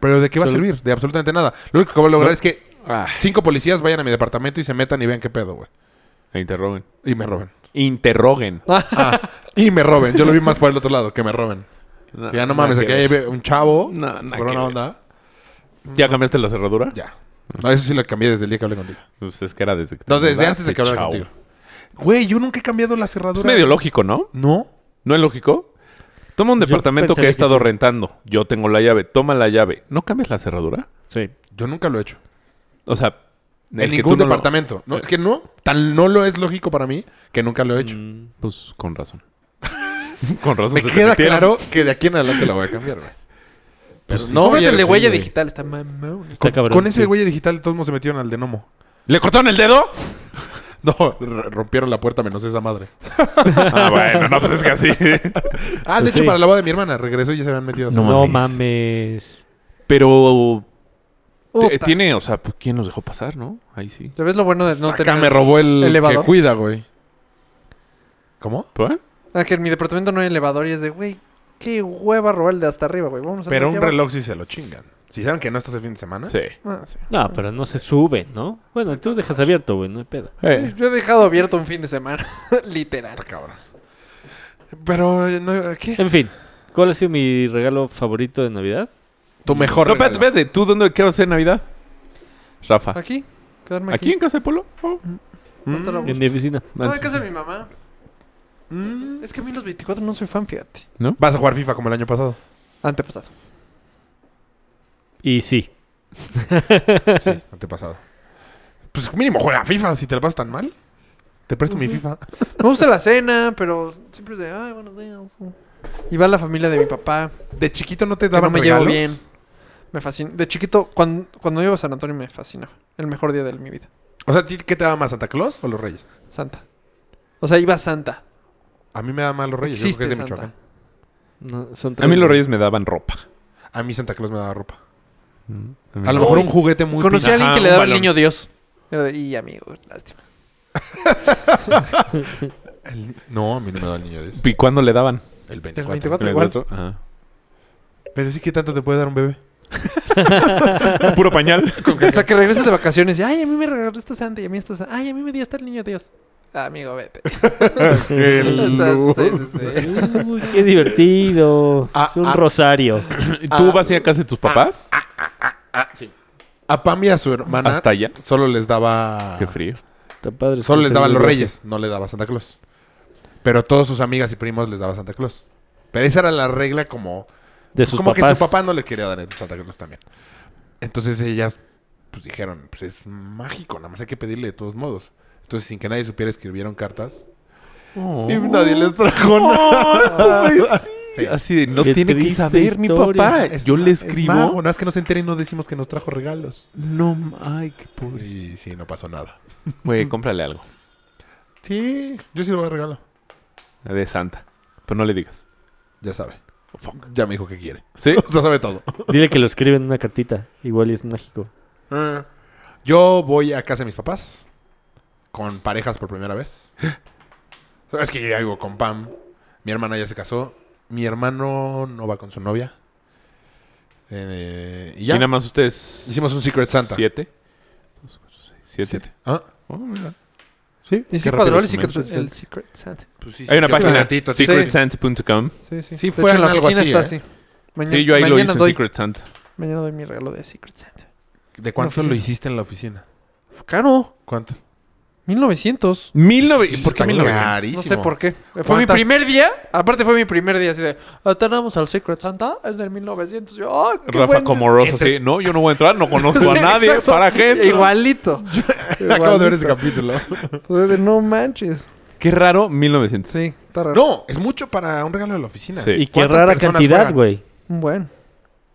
[SPEAKER 5] ¿Pero de qué va a
[SPEAKER 4] Solo-
[SPEAKER 5] servir? De absolutamente nada. Lo único que voy a lograr es que
[SPEAKER 1] Ah,
[SPEAKER 5] cinco policías vayan a mi departamento y se metan y vean qué pedo, güey.
[SPEAKER 1] e interroguen.
[SPEAKER 5] Y me roben.
[SPEAKER 1] Interroguen.
[SPEAKER 5] Ah, Y me roben. Yo lo vi más por el otro lado, que me roben. Que ya no mames,
[SPEAKER 1] nada
[SPEAKER 5] aquí
[SPEAKER 1] que
[SPEAKER 5] hay
[SPEAKER 1] ver.
[SPEAKER 5] un chavo.
[SPEAKER 1] No,
[SPEAKER 5] se
[SPEAKER 1] nada
[SPEAKER 5] paró
[SPEAKER 1] que
[SPEAKER 5] una
[SPEAKER 1] ver.
[SPEAKER 5] onda.
[SPEAKER 1] ¿Ya cambiaste la cerradura?
[SPEAKER 5] Ya.
[SPEAKER 1] Mm.
[SPEAKER 5] No, eso sí lo cambié desde el día que hablé contigo.
[SPEAKER 1] Pues es que era desde que te
[SPEAKER 5] No, desde
[SPEAKER 1] mudaste,
[SPEAKER 5] antes de que hablara
[SPEAKER 1] chao.
[SPEAKER 5] contigo. Güey, yo nunca he cambiado la cerradura.
[SPEAKER 1] Es medio lógico, ¿no?
[SPEAKER 5] No.
[SPEAKER 1] ¿No es lógico? Toma un
[SPEAKER 4] Yo
[SPEAKER 1] departamento que
[SPEAKER 4] pensaría
[SPEAKER 1] he
[SPEAKER 4] que
[SPEAKER 1] estado
[SPEAKER 4] sí.
[SPEAKER 1] rentando. Yo tengo la llave. Toma la llave. ¿No cambias la cerradura?
[SPEAKER 4] Sí.
[SPEAKER 5] Yo nunca lo he hecho.
[SPEAKER 1] O sea... el
[SPEAKER 5] En
[SPEAKER 1] que
[SPEAKER 5] ningún
[SPEAKER 1] tú no lo-
[SPEAKER 5] departamento. No, es que no. Tan no lo es lógico para mí que nunca lo he hecho.
[SPEAKER 1] Pues con razón. con razón.
[SPEAKER 5] Me
[SPEAKER 1] se te
[SPEAKER 5] queda
[SPEAKER 1] metieron.
[SPEAKER 5] claro que de aquí en adelante la voy a cambiar, güey. Pero
[SPEAKER 1] sí.
[SPEAKER 5] no,
[SPEAKER 6] Cómprate
[SPEAKER 5] voy a
[SPEAKER 6] el de
[SPEAKER 5] elegir,
[SPEAKER 6] huella
[SPEAKER 5] güey.
[SPEAKER 6] digital, está mamón.
[SPEAKER 4] Está
[SPEAKER 5] Con,
[SPEAKER 4] cabrón.
[SPEAKER 5] con ese
[SPEAKER 4] sí.
[SPEAKER 5] huella digital todos modos se metieron al de Nomo.
[SPEAKER 1] ¿Le cortaron el dedo?
[SPEAKER 5] No, r- rompieron la puerta menos esa madre.
[SPEAKER 1] ah, bueno. No, pues es que así.
[SPEAKER 5] Ah, de
[SPEAKER 4] Pues
[SPEAKER 5] hecho,
[SPEAKER 4] sí.
[SPEAKER 5] para la boda de mi hermana. Regresó y ya se habían metido. a su-
[SPEAKER 1] No
[SPEAKER 4] No
[SPEAKER 1] mames.
[SPEAKER 4] mames.
[SPEAKER 1] Pero...
[SPEAKER 6] Puta.
[SPEAKER 1] t- Tiene... O sea, pues, ¿quién los dejó pasar, no? Ahí sí.
[SPEAKER 6] ¿Ya ves lo bueno de no
[SPEAKER 5] Saca,
[SPEAKER 6] tener...
[SPEAKER 5] me robó el
[SPEAKER 6] elevador.
[SPEAKER 5] que cuida, güey. ¿Cómo?
[SPEAKER 1] ¿Pues?
[SPEAKER 6] Ah, que en mi departamento no hay elevador y es de, güey, qué hueva robar el de hasta arriba, güey. Vamos a
[SPEAKER 5] Pero
[SPEAKER 6] meter
[SPEAKER 5] un
[SPEAKER 6] abajo.
[SPEAKER 5] reloj sí se lo chingan. Si saben que no estás el fin de semana.
[SPEAKER 1] Sí.
[SPEAKER 6] Ah, sí.
[SPEAKER 4] No, pero no se sube, ¿no? Bueno, tú dejas abierto, güey, no hay pedo.
[SPEAKER 1] Eh,
[SPEAKER 6] Yo he dejado abierto un fin de semana, literal.
[SPEAKER 5] Está ah, cabrón. Pero, eh, no, ¿qué?
[SPEAKER 4] En fin, ¿cuál ha sido mi regalo favorito de Navidad?
[SPEAKER 5] Tu mejor
[SPEAKER 1] No,
[SPEAKER 5] regalo.
[SPEAKER 1] espérate, espérate. ¿Tú dónde qué vas a hacer en Navidad? Rafa. Aquí,
[SPEAKER 6] Aquí, quedarme aquí.
[SPEAKER 1] en casa de Polo. Oh.
[SPEAKER 5] Mm,
[SPEAKER 6] Hasta la-
[SPEAKER 4] En mi oficina.
[SPEAKER 6] No, en casa de mi mamá.
[SPEAKER 5] Mm.
[SPEAKER 6] Es que a mí los 24 no soy fan, fíjate.
[SPEAKER 5] Vas a jugar FIFA como el año pasado.
[SPEAKER 6] Antepasado.
[SPEAKER 4] Y sí.
[SPEAKER 5] Sí, antepasado. Pues mínimo juega FIFA si te la pasas tan mal. Te presto
[SPEAKER 6] Pues
[SPEAKER 5] mi FIFA.
[SPEAKER 6] Me gusta la cena, pero siempre es de, ay, buenos días. Y va la familia de mi papá.
[SPEAKER 5] De chiquito no te
[SPEAKER 6] que no
[SPEAKER 5] daban
[SPEAKER 6] me llevo
[SPEAKER 5] regalos.
[SPEAKER 6] bien. Me fascina. De chiquito, cuando, cuando iba a San Antonio me fascinaba. El mejor día de mi vida.
[SPEAKER 5] O sea, ¿a ti ¿qué te daba más, Santa Claus o los Reyes?
[SPEAKER 6] Santa. O sea, iba a Santa.
[SPEAKER 5] A mí me daba más los Reyes, yo creo que
[SPEAKER 6] Existe
[SPEAKER 5] es de
[SPEAKER 6] Santa.
[SPEAKER 5] Michoacán.
[SPEAKER 4] No, son
[SPEAKER 1] A
[SPEAKER 4] tres,
[SPEAKER 1] mí los
[SPEAKER 4] güey.
[SPEAKER 1] reyes me daban ropa.
[SPEAKER 5] A mí Santa Claus me daba ropa.
[SPEAKER 1] mí
[SPEAKER 5] A
[SPEAKER 1] no.
[SPEAKER 5] lo mejor un juguete muy
[SPEAKER 6] Conocí a
[SPEAKER 1] pin-
[SPEAKER 6] alguien
[SPEAKER 1] Ajá,
[SPEAKER 6] que le
[SPEAKER 1] un
[SPEAKER 6] daba el
[SPEAKER 1] balón.
[SPEAKER 6] niño Dios. Era de, y amigo, lástima.
[SPEAKER 5] pin- El- No, a mí no me daba el niño Dios.
[SPEAKER 1] ¿Y cuándo le daban?
[SPEAKER 5] El 24.
[SPEAKER 6] El 24
[SPEAKER 1] ¿El
[SPEAKER 6] igual.
[SPEAKER 1] otro? Ajá.
[SPEAKER 5] Pero sí, que tanto te puede dar un bebé?
[SPEAKER 1] Puro pañal.
[SPEAKER 6] O sea, que regresas de vacaciones y, ay, a mí me regaló esta Santa y a mí esta Santa. Ay, a mí me dio hasta el niño Dios. Ah, amigo, vete. Está- sí, sí, sí.
[SPEAKER 4] Uy, qué divertido.
[SPEAKER 5] Ah,
[SPEAKER 4] es un
[SPEAKER 5] ah.
[SPEAKER 4] rosario.
[SPEAKER 1] ¿Y ¿Tú vas a ir a casa de tus papás?
[SPEAKER 5] A Pam y a su hermana
[SPEAKER 1] Hasta allá.
[SPEAKER 5] solo les daba...
[SPEAKER 1] Qué frío.
[SPEAKER 4] Está padre.
[SPEAKER 5] Solo les
[SPEAKER 4] escuchar
[SPEAKER 5] daban
[SPEAKER 4] el
[SPEAKER 5] los
[SPEAKER 4] viaje.
[SPEAKER 5] Reyes, no le daba Santa Claus. Pero a todas sus amigas y primos les daba Santa Claus. Pero esa era la regla como
[SPEAKER 4] de sus
[SPEAKER 5] como
[SPEAKER 4] papás.
[SPEAKER 5] que su papá no le quería dar el Santa Claus también. Entonces ellas pues dijeron, pues es mágico, nada más hay que pedirle de todos modos. Entonces sin que nadie supiera escribieron cartas
[SPEAKER 1] Oh.
[SPEAKER 5] y nadie les trajo nada. Sí.
[SPEAKER 1] Así de, no
[SPEAKER 4] Qué
[SPEAKER 1] tiene que
[SPEAKER 4] triste
[SPEAKER 1] saber mi
[SPEAKER 4] historia.
[SPEAKER 1] papá.
[SPEAKER 5] Es
[SPEAKER 1] Yo
[SPEAKER 5] ma-
[SPEAKER 1] le
[SPEAKER 5] es mago,
[SPEAKER 1] escribo.
[SPEAKER 5] no es que nos enteren y no decimos que nos trajo regalos.
[SPEAKER 1] No, ay, qué pobre.
[SPEAKER 5] Y sí, no pasó nada.
[SPEAKER 1] Güey, cómprale algo.
[SPEAKER 5] Sí, yo sí le voy a dar regalo.
[SPEAKER 1] De Santa. Pero no le digas.
[SPEAKER 5] Ya sabe.
[SPEAKER 1] Oh, fuck.
[SPEAKER 5] Ya me dijo que quiere.
[SPEAKER 1] ¿Sí?
[SPEAKER 5] O sea, sabe todo.
[SPEAKER 4] Dile que lo escribe en una cartita. Igual y es mágico.
[SPEAKER 5] Yo voy a casa de mis papás con parejas por primera vez. Es que yo ya vivo con Pam. Mi hermana ya se casó. Mi hermano no va con su novia. Eh, y
[SPEAKER 1] Y nada
[SPEAKER 5] ya.
[SPEAKER 1] más ustedes.
[SPEAKER 5] Hicimos un Secret Santa.
[SPEAKER 1] ¿Siete? Dos, cuatro, seis, siete.
[SPEAKER 5] Siete. Ah,
[SPEAKER 1] Oh, mira.
[SPEAKER 5] sí.
[SPEAKER 6] Y
[SPEAKER 1] Qué
[SPEAKER 6] sí
[SPEAKER 1] rápido
[SPEAKER 6] cuadró el
[SPEAKER 1] los
[SPEAKER 6] Secret,
[SPEAKER 1] mensos.
[SPEAKER 6] el Secret Santa.
[SPEAKER 1] Hay una
[SPEAKER 5] Pues sí, sí,
[SPEAKER 1] página,
[SPEAKER 5] ratito, sí.
[SPEAKER 1] secretsanta.com.
[SPEAKER 6] Sí, sí.
[SPEAKER 5] Sí,
[SPEAKER 6] De
[SPEAKER 5] fue
[SPEAKER 6] hecho, en la
[SPEAKER 5] algo
[SPEAKER 6] oficina
[SPEAKER 5] así,
[SPEAKER 6] está
[SPEAKER 5] ¿eh?
[SPEAKER 6] así. Maña-
[SPEAKER 1] Sí, yo ahí lo hice
[SPEAKER 6] mañana
[SPEAKER 1] en
[SPEAKER 6] doy,
[SPEAKER 1] Secret Santa.
[SPEAKER 6] Mañana doy mi regalo de Secret Santa.
[SPEAKER 5] ¿De cuánto
[SPEAKER 6] Una
[SPEAKER 5] lo
[SPEAKER 6] oficina.
[SPEAKER 5] hiciste en la oficina?
[SPEAKER 6] Caro,
[SPEAKER 5] ¿Cuánto?
[SPEAKER 6] 1900.
[SPEAKER 1] Mil nove- ¿Por qué
[SPEAKER 5] Está
[SPEAKER 1] mil novecientos?
[SPEAKER 5] carísimo.
[SPEAKER 6] No sé por qué. Fue
[SPEAKER 5] ¿Cuántas-
[SPEAKER 6] mi primer día. Aparte fue mi primer día así de, "Ah, tenemos al Secret Santa, es del 1900. Yo, "Ah, qué
[SPEAKER 1] Rafa
[SPEAKER 6] buen-
[SPEAKER 1] como Rosa, sí. No, yo no voy a entrar, no conozco a
[SPEAKER 6] Sí,
[SPEAKER 1] nadie.
[SPEAKER 6] exacto.
[SPEAKER 1] ¿Para qué? entro?
[SPEAKER 6] Igualito.
[SPEAKER 5] Acabo de ver ese
[SPEAKER 6] Igualito.
[SPEAKER 5] capítulo.
[SPEAKER 6] Joder, No manches.
[SPEAKER 1] Qué raro, 1900.
[SPEAKER 6] Sí, está raro.
[SPEAKER 5] No, es mucho para un regalo de la oficina.
[SPEAKER 1] Sí.
[SPEAKER 4] Y qué
[SPEAKER 5] ¿Cuántas
[SPEAKER 4] rara
[SPEAKER 5] personas
[SPEAKER 4] cantidad,
[SPEAKER 5] juegan?
[SPEAKER 4] güey.
[SPEAKER 6] Bueno.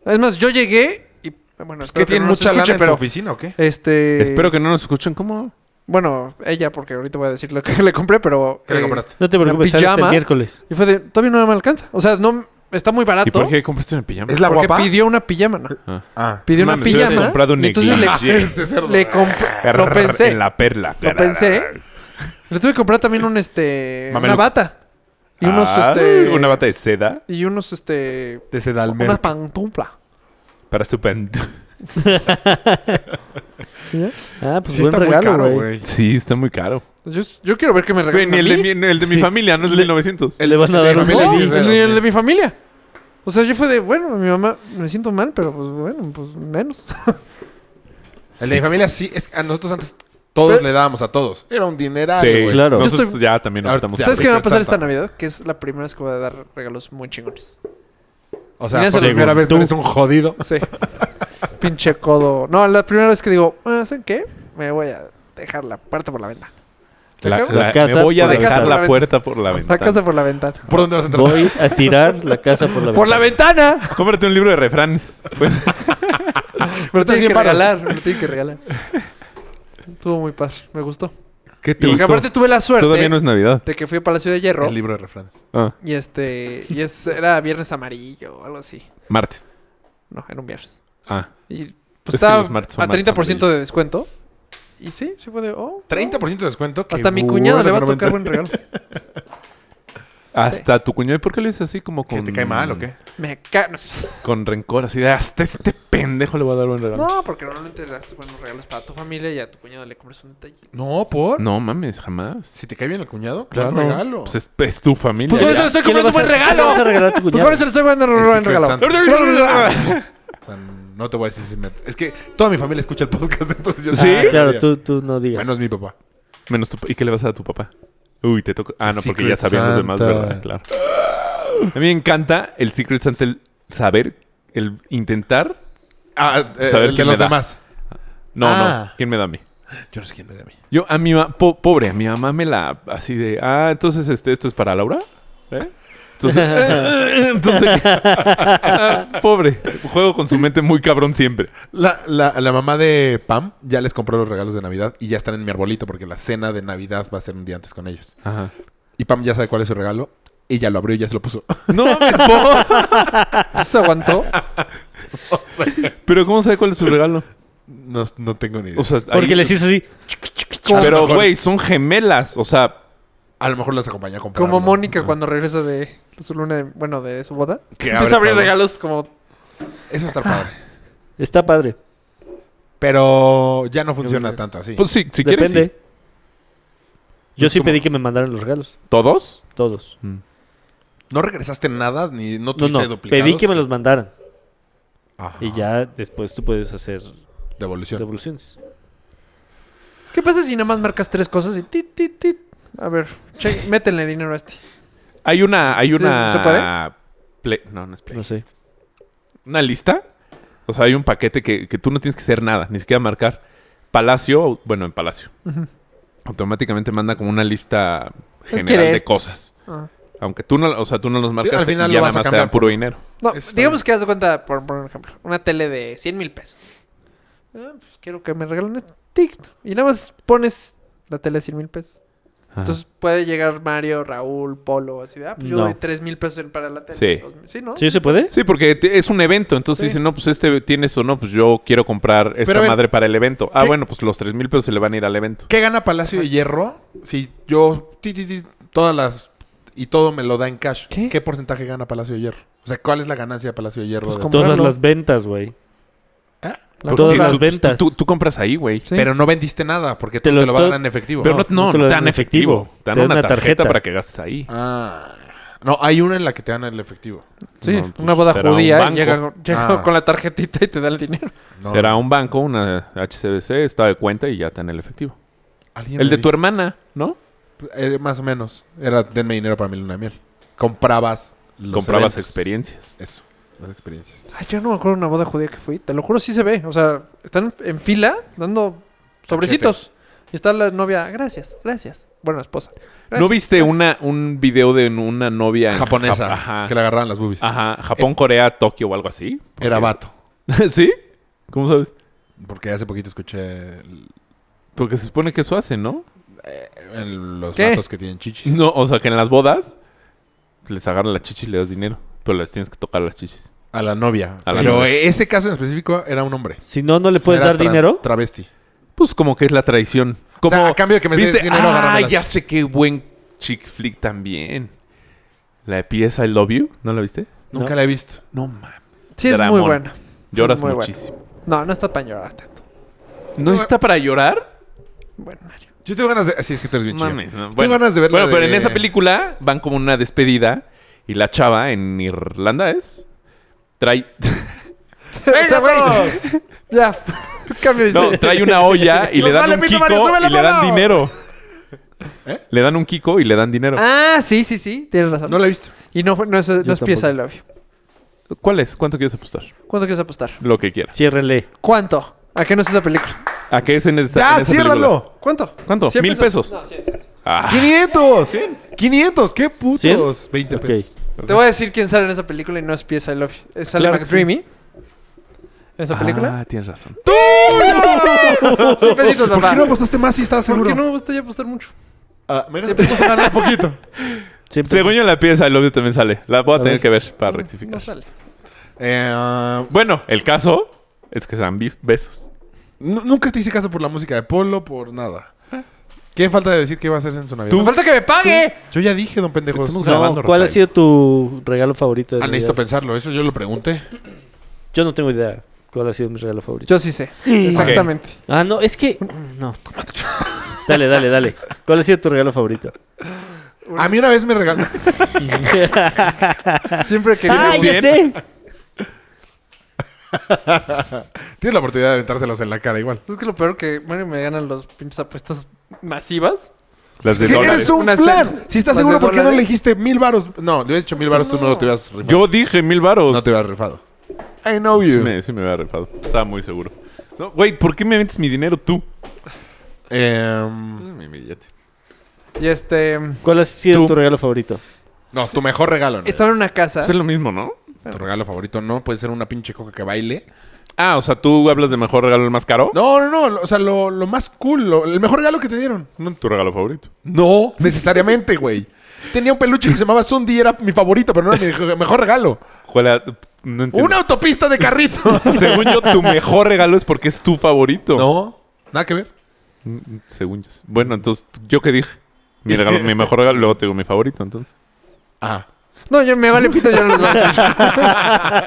[SPEAKER 6] Es más, yo llegué y bueno,
[SPEAKER 5] Pues
[SPEAKER 6] espero
[SPEAKER 5] que tiene
[SPEAKER 6] no se
[SPEAKER 5] mucha lana
[SPEAKER 6] escuche,
[SPEAKER 5] en tu
[SPEAKER 6] pero
[SPEAKER 5] oficina o qué?
[SPEAKER 6] este
[SPEAKER 1] Espero que no nos escuchen. ¿Cómo?
[SPEAKER 6] bueno, ella porque ahorita voy a decir lo que le compré, pero
[SPEAKER 5] ¿Qué le
[SPEAKER 6] eh,
[SPEAKER 5] compraste?
[SPEAKER 4] No te preocupes, sale hasta el
[SPEAKER 6] pijama.
[SPEAKER 4] miércoles.
[SPEAKER 6] Y fue de, todavía no me alcanza. O sea, no está muy barato.
[SPEAKER 1] ¿Y por qué compraste una pijama?
[SPEAKER 5] ¿Es la
[SPEAKER 6] porque
[SPEAKER 5] guapa?
[SPEAKER 6] pidió una pijama, ¿no?
[SPEAKER 5] Ah.
[SPEAKER 6] Pidió una
[SPEAKER 1] Mames, hubieras
[SPEAKER 6] pijama.
[SPEAKER 1] comprado un
[SPEAKER 6] y entonces le,
[SPEAKER 1] negligé.
[SPEAKER 5] Este cerdo.
[SPEAKER 6] le compré- lo pensé.
[SPEAKER 1] En la perla.
[SPEAKER 6] Lo pensé. Le tuve que comprar también un este una
[SPEAKER 5] Mameluco.
[SPEAKER 6] bata. Y unos
[SPEAKER 1] Ah,
[SPEAKER 6] este
[SPEAKER 1] Una bata de seda
[SPEAKER 6] y unos este
[SPEAKER 5] De sedalmer.
[SPEAKER 6] una pantufla.
[SPEAKER 1] para su pant-
[SPEAKER 4] Ah, pues
[SPEAKER 5] Sí
[SPEAKER 4] buen
[SPEAKER 5] está muy
[SPEAKER 4] regalo,
[SPEAKER 5] caro,
[SPEAKER 4] güey.
[SPEAKER 5] güey.
[SPEAKER 1] Sí, está muy caro.
[SPEAKER 6] Yo, yo quiero ver que me
[SPEAKER 1] Güey,
[SPEAKER 6] regalen
[SPEAKER 1] ni
[SPEAKER 6] a
[SPEAKER 1] el
[SPEAKER 6] mí.
[SPEAKER 1] de mi, el de mi
[SPEAKER 4] Sí.
[SPEAKER 1] familia, no es del 1900.
[SPEAKER 4] Le van a dar un
[SPEAKER 5] Sí,
[SPEAKER 6] No,
[SPEAKER 5] sí,
[SPEAKER 4] CD.
[SPEAKER 5] sí, sí.
[SPEAKER 6] ni el de mi familia. O sea, yo fue de, bueno, mi mamá, me siento mal, pero pues bueno, pues menos.
[SPEAKER 5] El de mi familia sí. Es, a nosotros antes todos le dábamos a todos. Era un dineral,
[SPEAKER 1] Sí,
[SPEAKER 5] güey.
[SPEAKER 4] claro.
[SPEAKER 1] Nosotros
[SPEAKER 6] Yo estoy-
[SPEAKER 1] ya también
[SPEAKER 5] Ahora,
[SPEAKER 1] optamos.
[SPEAKER 5] Ya,
[SPEAKER 6] ¿Sabes qué me va a
[SPEAKER 5] Secret
[SPEAKER 6] pasar
[SPEAKER 5] Santa.
[SPEAKER 6] esta Navidad? Que es la primera vez que voy a dar regalos muy chingones.
[SPEAKER 5] O sea,
[SPEAKER 6] Mira,
[SPEAKER 5] por
[SPEAKER 6] según
[SPEAKER 5] primera vez no
[SPEAKER 4] tú.
[SPEAKER 5] eres un jodido.
[SPEAKER 6] Sí. Pinche codo. No, la primera vez que digo, "Ah, ¿saben qué? Me voy a dejar la puerta por la ventana.
[SPEAKER 1] La,
[SPEAKER 6] acabo?
[SPEAKER 1] la-
[SPEAKER 4] La casa
[SPEAKER 1] me voy a
[SPEAKER 4] por la
[SPEAKER 1] dejar
[SPEAKER 6] ventana.
[SPEAKER 1] la puerta por la
[SPEAKER 6] La
[SPEAKER 1] ventana.
[SPEAKER 6] casa por la ventana.
[SPEAKER 5] ¿Por dónde vas a entrar?
[SPEAKER 4] Voy a tirar la casa por la
[SPEAKER 6] ¡Por la ventana!
[SPEAKER 1] Cómprate un libro de refranes. Pues,
[SPEAKER 6] Me lo tienen
[SPEAKER 5] cien
[SPEAKER 6] que
[SPEAKER 5] varos.
[SPEAKER 6] regalar, me lo tienen que regalar. Estuvo muy padre, me gustó.
[SPEAKER 1] ¿Qué te
[SPEAKER 6] Porque
[SPEAKER 1] gustó?
[SPEAKER 6] aparte tuve la suerte
[SPEAKER 1] Todavía no es Navidad.
[SPEAKER 6] de que fui a Palacio de Hierro
[SPEAKER 5] El libro de refranes.
[SPEAKER 1] Ah,
[SPEAKER 6] y este y es, era Viernes Amarillo o algo así.
[SPEAKER 1] martes.
[SPEAKER 6] No, era un viernes.
[SPEAKER 1] Ah,
[SPEAKER 6] Y
[SPEAKER 1] Es que
[SPEAKER 6] pues estaba a
[SPEAKER 1] los martes son martes
[SPEAKER 6] 30% de
[SPEAKER 1] amarillos.
[SPEAKER 6] descuento. Y sí, sí fue de. Oh,
[SPEAKER 5] 30% de descuento. qué
[SPEAKER 6] Hasta a mi cuñado le va a
[SPEAKER 5] bueno,
[SPEAKER 6] tocar buen
[SPEAKER 5] pero
[SPEAKER 6] regalo.
[SPEAKER 1] hasta tu cuñado. ¿Y por qué lo dices así como
[SPEAKER 5] ¿Que
[SPEAKER 1] con...
[SPEAKER 5] te cae mal o qué?
[SPEAKER 6] Me cago. No, sé.
[SPEAKER 1] Con rencor, así de hasta este pendejo le voy a dar buen regalo.
[SPEAKER 6] No, porque normalmente le das buenos regalos para tu familia y a tu cuñado le compras un detalle.
[SPEAKER 5] No, ¿por?
[SPEAKER 1] No, mames, jamás.
[SPEAKER 5] Si te cae bien el cuñado, claro.
[SPEAKER 1] Claro.
[SPEAKER 5] un regalo.
[SPEAKER 1] Pues es, es tu familia.
[SPEAKER 6] Pues por eso
[SPEAKER 1] ya.
[SPEAKER 6] le estoy
[SPEAKER 4] ¿Qué le
[SPEAKER 6] comprando
[SPEAKER 4] vas
[SPEAKER 6] un
[SPEAKER 4] a-
[SPEAKER 6] buen
[SPEAKER 4] qué
[SPEAKER 6] regalo.
[SPEAKER 4] le vas a regalar a tu
[SPEAKER 6] Pues
[SPEAKER 4] cuñado?
[SPEAKER 6] por eso le estoy dando un
[SPEAKER 5] El
[SPEAKER 6] buen
[SPEAKER 5] Secret
[SPEAKER 6] regalo.
[SPEAKER 5] Santa. O sea, no te voy a decir si me... Es que toda mi familia escucha el podcast, entonces yo...
[SPEAKER 1] Sí.
[SPEAKER 4] Ah, claro, tú, tú no digas.
[SPEAKER 5] Menos mi papá.
[SPEAKER 1] Menos tu- ¿Y qué le vas a dar a tu papá? Uy, te toca. Ah, no, porque
[SPEAKER 5] Secret
[SPEAKER 1] ya sabían los demás,
[SPEAKER 5] Santa.
[SPEAKER 1] ¿verdad? Claro. A mí me encanta el Secret Santa, el saber, el intentar.
[SPEAKER 5] Ah, eh,
[SPEAKER 1] Saber
[SPEAKER 5] el de
[SPEAKER 1] quién
[SPEAKER 5] los
[SPEAKER 1] me da.
[SPEAKER 5] demás.
[SPEAKER 1] No,
[SPEAKER 5] Ah.
[SPEAKER 1] no. ¿Quién me da a mí?
[SPEAKER 5] Yo no sé quién me da a mí.
[SPEAKER 1] Yo, a mi mamá, pobre, a mi mamá me la. Así de. Ah, entonces este, esto es para Laura. ¿Eh? Entonces. entonces ah, pobre. Juego con su mente muy cabrón siempre.
[SPEAKER 5] La, la, la mamá de Pam ya les compró los regalos de Navidad y ya están en mi arbolito porque la cena de Navidad va a ser un día antes con ellos.
[SPEAKER 1] Ajá.
[SPEAKER 5] Y Pam ya sabe cuál es su regalo. Y ya lo abrió y ya se lo puso.
[SPEAKER 1] No mames, po.
[SPEAKER 6] ¿Se aguantó?
[SPEAKER 1] Pero ¿cómo sabe cuál es su regalo?
[SPEAKER 5] No, no tengo ni idea.
[SPEAKER 1] O sea, ahí-
[SPEAKER 4] Porque les hizo así.
[SPEAKER 1] Pero,
[SPEAKER 5] mejor-
[SPEAKER 1] güey, son gemelas. O sea,
[SPEAKER 5] a lo mejor las acompaña a comprar.
[SPEAKER 6] Como
[SPEAKER 5] ¿no?
[SPEAKER 6] Mónica cuando regresa de su luna, de- bueno, de su boda.
[SPEAKER 5] Que
[SPEAKER 6] Empieza a
[SPEAKER 5] abre
[SPEAKER 6] abrir Ah.
[SPEAKER 5] todo.
[SPEAKER 6] regalos como.
[SPEAKER 5] Eso está padre.
[SPEAKER 4] Está padre.
[SPEAKER 5] Pero ya no funciona
[SPEAKER 4] bonito.
[SPEAKER 5] tanto así.
[SPEAKER 1] pues sí, si quieres.
[SPEAKER 4] Depende.
[SPEAKER 1] sí.
[SPEAKER 4] Yo
[SPEAKER 1] Es
[SPEAKER 4] sí
[SPEAKER 1] como-
[SPEAKER 4] pedí que me mandaran los regalos.
[SPEAKER 1] ¿Todos?
[SPEAKER 4] Todos.
[SPEAKER 5] no regresaste nada ni no
[SPEAKER 4] No,
[SPEAKER 5] tuviste
[SPEAKER 4] no.
[SPEAKER 5] duplicados.
[SPEAKER 4] Pedí que me los mandaran.
[SPEAKER 5] Ajá.
[SPEAKER 1] Ah.
[SPEAKER 4] Y ya después tú puedes hacer
[SPEAKER 5] Devolución.
[SPEAKER 4] devoluciones.
[SPEAKER 6] ¿Qué pasa si nada más marcas tres cosas y tit, tit, tit? A ver, che, métele dinero a este.
[SPEAKER 1] Hay una, hay una.
[SPEAKER 6] ¿se puede?
[SPEAKER 1] Play- No, no es play.
[SPEAKER 4] No sé.
[SPEAKER 1] una lista. O sea, hay un paquete que, que tú no tienes que hacer nada, ni siquiera marcar. Palacio, bueno, en Palacio. Automáticamente manda como una lista general
[SPEAKER 6] quiere
[SPEAKER 1] de
[SPEAKER 6] esto.
[SPEAKER 1] cosas.
[SPEAKER 6] Ah.
[SPEAKER 1] Aunque tú no, o sea, tú no los marcas y ya
[SPEAKER 5] final lo
[SPEAKER 1] nada
[SPEAKER 5] vas a
[SPEAKER 1] más te
[SPEAKER 5] cambiar
[SPEAKER 1] dan puro dinero.
[SPEAKER 6] No,
[SPEAKER 5] Eso está
[SPEAKER 6] digamos que haz de cuenta, por, por ejemplo, una tele de 100 mil pesos. Ah, pues quiero que me regalen este ticket. Y nada más pones la tele de 100 mil pesos. Entonces puede llegar Mario, Raúl, Polo, así de, ah, pues yo
[SPEAKER 4] No.
[SPEAKER 6] doy 3 mil pesos para la tele.
[SPEAKER 1] Sí.
[SPEAKER 6] Dos mil- Sí, ¿no?
[SPEAKER 4] ¿Sí se puede?
[SPEAKER 1] Sí, porque te- es un evento. Entonces
[SPEAKER 6] Sí.
[SPEAKER 1] dicen, no, pues este tienes o no, pues yo quiero comprar esta
[SPEAKER 5] Pero a ver,
[SPEAKER 1] madre para el evento. Ah,
[SPEAKER 5] ¿qué-
[SPEAKER 1] bueno, pues los tres mil pesos se le van a ir al evento.
[SPEAKER 5] ¿Qué gana Palacio de Hierro si yo ti, ti, ti, todas las y todo me lo da en cash?
[SPEAKER 6] ¿Qué?
[SPEAKER 5] ¿Qué, porcentaje gana Palacio de Hierro? O sea, ¿cuál es la ganancia de Palacio de Hierro?
[SPEAKER 6] Pues
[SPEAKER 5] de-
[SPEAKER 6] como-
[SPEAKER 4] Todas
[SPEAKER 6] comprarlo.
[SPEAKER 4] las ventas, güey.
[SPEAKER 6] La
[SPEAKER 1] Porque
[SPEAKER 4] todas
[SPEAKER 1] tú- pues,
[SPEAKER 4] las
[SPEAKER 1] tú-
[SPEAKER 4] ventas.
[SPEAKER 1] Tú, tú compras ahí, güey.
[SPEAKER 6] Sí.
[SPEAKER 5] Pero no vendiste nada porque
[SPEAKER 4] Te
[SPEAKER 5] te,
[SPEAKER 4] lo-
[SPEAKER 5] te lo van a
[SPEAKER 4] to-
[SPEAKER 5] dar en efectivo.
[SPEAKER 1] Pero no,
[SPEAKER 4] No,
[SPEAKER 1] no,
[SPEAKER 4] no te lo
[SPEAKER 1] te
[SPEAKER 4] dan
[SPEAKER 1] dan
[SPEAKER 4] en
[SPEAKER 1] efectivo.
[SPEAKER 4] efectivo.
[SPEAKER 1] Te dan
[SPEAKER 4] Te dan
[SPEAKER 1] una
[SPEAKER 4] una
[SPEAKER 1] tarjeta,
[SPEAKER 4] tarjeta.
[SPEAKER 1] para que gastes ahí.
[SPEAKER 5] Ah. No, hay una en la que te dan el efectivo.
[SPEAKER 6] Sí,
[SPEAKER 1] No, pues,
[SPEAKER 6] una boda
[SPEAKER 1] será un
[SPEAKER 6] judía
[SPEAKER 1] banco.
[SPEAKER 6] y llega, llega
[SPEAKER 5] Ah.
[SPEAKER 6] con la tarjetita y te da el dinero.
[SPEAKER 5] No.
[SPEAKER 1] Será un banco, una HCBC, estado de cuenta y ya te dan el efectivo.
[SPEAKER 5] Alguien
[SPEAKER 1] El
[SPEAKER 5] me
[SPEAKER 1] de tu hermana, ¿no?
[SPEAKER 5] dijo- eh, más o menos. Era denme dinero para mi luna de miel. Comprabas los
[SPEAKER 1] Comprabas
[SPEAKER 5] eventos.
[SPEAKER 1] experiencias.
[SPEAKER 5] Eso, las experiencias.
[SPEAKER 6] Ay, yo no me acuerdo de una boda judía que fui. Te lo juro, sí se ve. O sea, están en fila dando sobrecitos. Y está la novia, gracias, gracias. Bueno, esposa. Gracias,
[SPEAKER 1] ¿No viste
[SPEAKER 6] gracias.
[SPEAKER 1] una, un video de una novia en
[SPEAKER 5] Japonesa.
[SPEAKER 1] Eh, Jap- ajá.
[SPEAKER 5] Que le agarraban las boobies.
[SPEAKER 1] Ajá. Japón, Corea, Tokio o algo así.
[SPEAKER 5] Era vato.
[SPEAKER 1] ¿Sí? ¿Cómo sabes?
[SPEAKER 5] Porque hace poquito escuché el-
[SPEAKER 1] Porque se supone que eso hacen, ¿no?
[SPEAKER 5] el- los
[SPEAKER 6] ¿Qué?
[SPEAKER 5] vatos que tienen chichis.
[SPEAKER 1] No, o sea, que en las bodas les agarran las chichis y le das dinero. Pero les tienes que tocar las chichis.
[SPEAKER 5] A la novia.
[SPEAKER 1] A la
[SPEAKER 5] Pero
[SPEAKER 1] novia.
[SPEAKER 5] ese caso en específico era un hombre.
[SPEAKER 4] Si no, no le puedes
[SPEAKER 5] Era
[SPEAKER 4] dar
[SPEAKER 5] trans-
[SPEAKER 4] dinero.
[SPEAKER 5] Travesti.
[SPEAKER 1] Pues como que es la traición. Como,
[SPEAKER 5] a cambio de que me des
[SPEAKER 1] ¿viste?
[SPEAKER 5] dinero,
[SPEAKER 1] Ah,
[SPEAKER 5] agárrame las
[SPEAKER 1] ya
[SPEAKER 5] chichis.
[SPEAKER 1] sé qué buen chick flick también. La de pieza I Love You, ¿no la viste?
[SPEAKER 5] Nunca
[SPEAKER 4] No.
[SPEAKER 5] la he visto.
[SPEAKER 1] No mames.
[SPEAKER 6] Sí, es muy
[SPEAKER 1] Dramón.
[SPEAKER 6] buena.
[SPEAKER 1] Lloras
[SPEAKER 6] muy bueno.
[SPEAKER 1] muchísimo.
[SPEAKER 6] No, no está para llorar tanto.
[SPEAKER 1] ¿No está para llorar?
[SPEAKER 6] Bueno, Mario.
[SPEAKER 5] Yo tengo ganas de. Así es que tú eres bien chido.
[SPEAKER 1] Mames. no.
[SPEAKER 5] Tengo ganas de verla
[SPEAKER 1] Bueno, pero
[SPEAKER 5] de-
[SPEAKER 1] en esa película van como una despedida y la chava en Irlanda es. Trae.
[SPEAKER 6] O sea, bueno, ya, cambio de
[SPEAKER 1] No,
[SPEAKER 6] historia.
[SPEAKER 1] trae una olla y
[SPEAKER 6] Nos
[SPEAKER 1] le dan
[SPEAKER 6] vale
[SPEAKER 1] un
[SPEAKER 6] pito,
[SPEAKER 1] kiko
[SPEAKER 6] Mario, súbele,
[SPEAKER 1] y le dan
[SPEAKER 6] Mario.
[SPEAKER 1] dinero.
[SPEAKER 5] ¿Eh?
[SPEAKER 1] Le dan un kiko y le dan dinero.
[SPEAKER 6] Ah, sí, sí, sí, tienes razón.
[SPEAKER 5] No la he visto.
[SPEAKER 6] Y no, fue- no es, no es
[SPEAKER 4] tampoco.
[SPEAKER 6] pieza de labio.
[SPEAKER 1] ¿Cuál es? ¿Cuánto quieres apostar?
[SPEAKER 6] ¿Cuánto quieres apostar?
[SPEAKER 1] Lo que quieras.
[SPEAKER 4] Ciérrenle.
[SPEAKER 6] ¿Cuánto? ¿A qué no es esa película?
[SPEAKER 1] ¿A qué es en esa, en
[SPEAKER 5] ¡Ya,
[SPEAKER 1] esa película?
[SPEAKER 5] ciérralo!
[SPEAKER 6] ¿Cuánto?
[SPEAKER 1] ¿Cuánto?
[SPEAKER 6] ¿Cien
[SPEAKER 1] ¿Mil pesos?
[SPEAKER 6] No, cien, cien, cien.
[SPEAKER 1] Ah,
[SPEAKER 5] ¡500! ¡500! ¡Qué putos! 20
[SPEAKER 4] Ok.
[SPEAKER 5] pesos.
[SPEAKER 6] Te voy a decir quién sale en esa película y no es pieza I Love You. Eh, Sale
[SPEAKER 1] Claro que
[SPEAKER 6] McDreamy. ¿En esa película?
[SPEAKER 1] Ah, tienes razón. Ah.
[SPEAKER 6] Cien pesitos,
[SPEAKER 5] ¿Por
[SPEAKER 6] papá.
[SPEAKER 5] qué no apostaste más si estabas seguro?
[SPEAKER 6] ¿Por qué no me gusta ya apostar mucho?
[SPEAKER 5] Ah, me gusta ganar poquito.
[SPEAKER 4] Siempre-
[SPEAKER 1] Según yo, la pieza I Love You también sale. La voy a,
[SPEAKER 4] A
[SPEAKER 1] tener
[SPEAKER 4] ver.
[SPEAKER 1] que ver para
[SPEAKER 6] No,
[SPEAKER 1] rectificar.
[SPEAKER 6] No sale.
[SPEAKER 5] Eh, ah,
[SPEAKER 1] Bueno, el caso es que se dan bis- besos.
[SPEAKER 5] nu- nunca te hice caso por la música de Polo, por nada. ¿Quién falta de decir qué va a hacerse en su Navidad?
[SPEAKER 6] ¡Me falta que me pague!
[SPEAKER 5] Yo ya dije, don pendejo.
[SPEAKER 1] Estamos
[SPEAKER 4] No,
[SPEAKER 1] grabando,
[SPEAKER 4] ¿Cuál ha
[SPEAKER 1] Rafael.
[SPEAKER 4] sido tu regalo favorito de
[SPEAKER 5] Ah, necesito
[SPEAKER 4] Navidad?
[SPEAKER 5] pensarlo. Eso yo lo pregunté.
[SPEAKER 4] Yo no tengo idea cuál ha sido mi regalo favorito.
[SPEAKER 6] Yo sí sé. Exactamente.
[SPEAKER 4] Ah, no, es que... No. Dale, dale, dale. ¿Cuál ha sido tu regalo favorito?
[SPEAKER 5] A mí una vez me regalaron...
[SPEAKER 6] Siempre quería.
[SPEAKER 4] ¡Ah, ya sé!
[SPEAKER 5] Tienes la oportunidad de aventárselos en la cara igual.
[SPEAKER 6] Es que lo peor que Mario me ganan los pinches apuestas masivas.
[SPEAKER 1] Las de
[SPEAKER 5] ¿Qué
[SPEAKER 1] dólares.
[SPEAKER 5] eres un
[SPEAKER 6] Una
[SPEAKER 5] plan?
[SPEAKER 6] cena.
[SPEAKER 5] Si estás
[SPEAKER 6] Las
[SPEAKER 5] seguro,
[SPEAKER 6] de
[SPEAKER 5] ¿por qué no
[SPEAKER 6] dólares.
[SPEAKER 5] elegiste mil varos? No, le he hecho mil varos, tú no te hubieras rifado.
[SPEAKER 1] Yo dije mil varos.
[SPEAKER 5] no te hubieras rifado. I know
[SPEAKER 1] sí,
[SPEAKER 5] you.
[SPEAKER 1] me, sí me había rifado. Estaba muy seguro. No, Güey, ¿por qué me metes mi dinero tú?
[SPEAKER 5] Em,
[SPEAKER 1] Mi billete.
[SPEAKER 6] Y este.
[SPEAKER 4] ¿Cuál ha sido
[SPEAKER 1] Tú.
[SPEAKER 4] tu regalo favorito?
[SPEAKER 5] no, tu mejor regalo. ¿no?
[SPEAKER 6] Estaba en una casa.
[SPEAKER 1] Pues es lo mismo, ¿no?
[SPEAKER 5] Tu regalo favorito no puede ser una pinche coca que baile.
[SPEAKER 1] Ah, o sea, tú hablas de mejor regalo el más caro.
[SPEAKER 5] No, no, no. lo- O sea, lo, lo más cool, lo- el mejor regalo que te dieron. No,
[SPEAKER 1] Tu regalo favorito.
[SPEAKER 5] no necesariamente, güey. Tenía un peluche que se llamaba Sundi y era mi favorito, pero no era mi re- mejor regalo.
[SPEAKER 1] ¿Cuál era? No entiendo.
[SPEAKER 5] ¡Una autopista de carrito!
[SPEAKER 1] Según yo, tu mejor regalo es porque es tu favorito.
[SPEAKER 5] no, nada que ver.
[SPEAKER 1] Mm, Según yo. Bueno, entonces, ¿yo qué dije? Mi, regalo- mi mejor regalo, luego te digo mi favorito, entonces.
[SPEAKER 5] Ah.
[SPEAKER 6] No, yo me vale pito, yo no les voy a decir.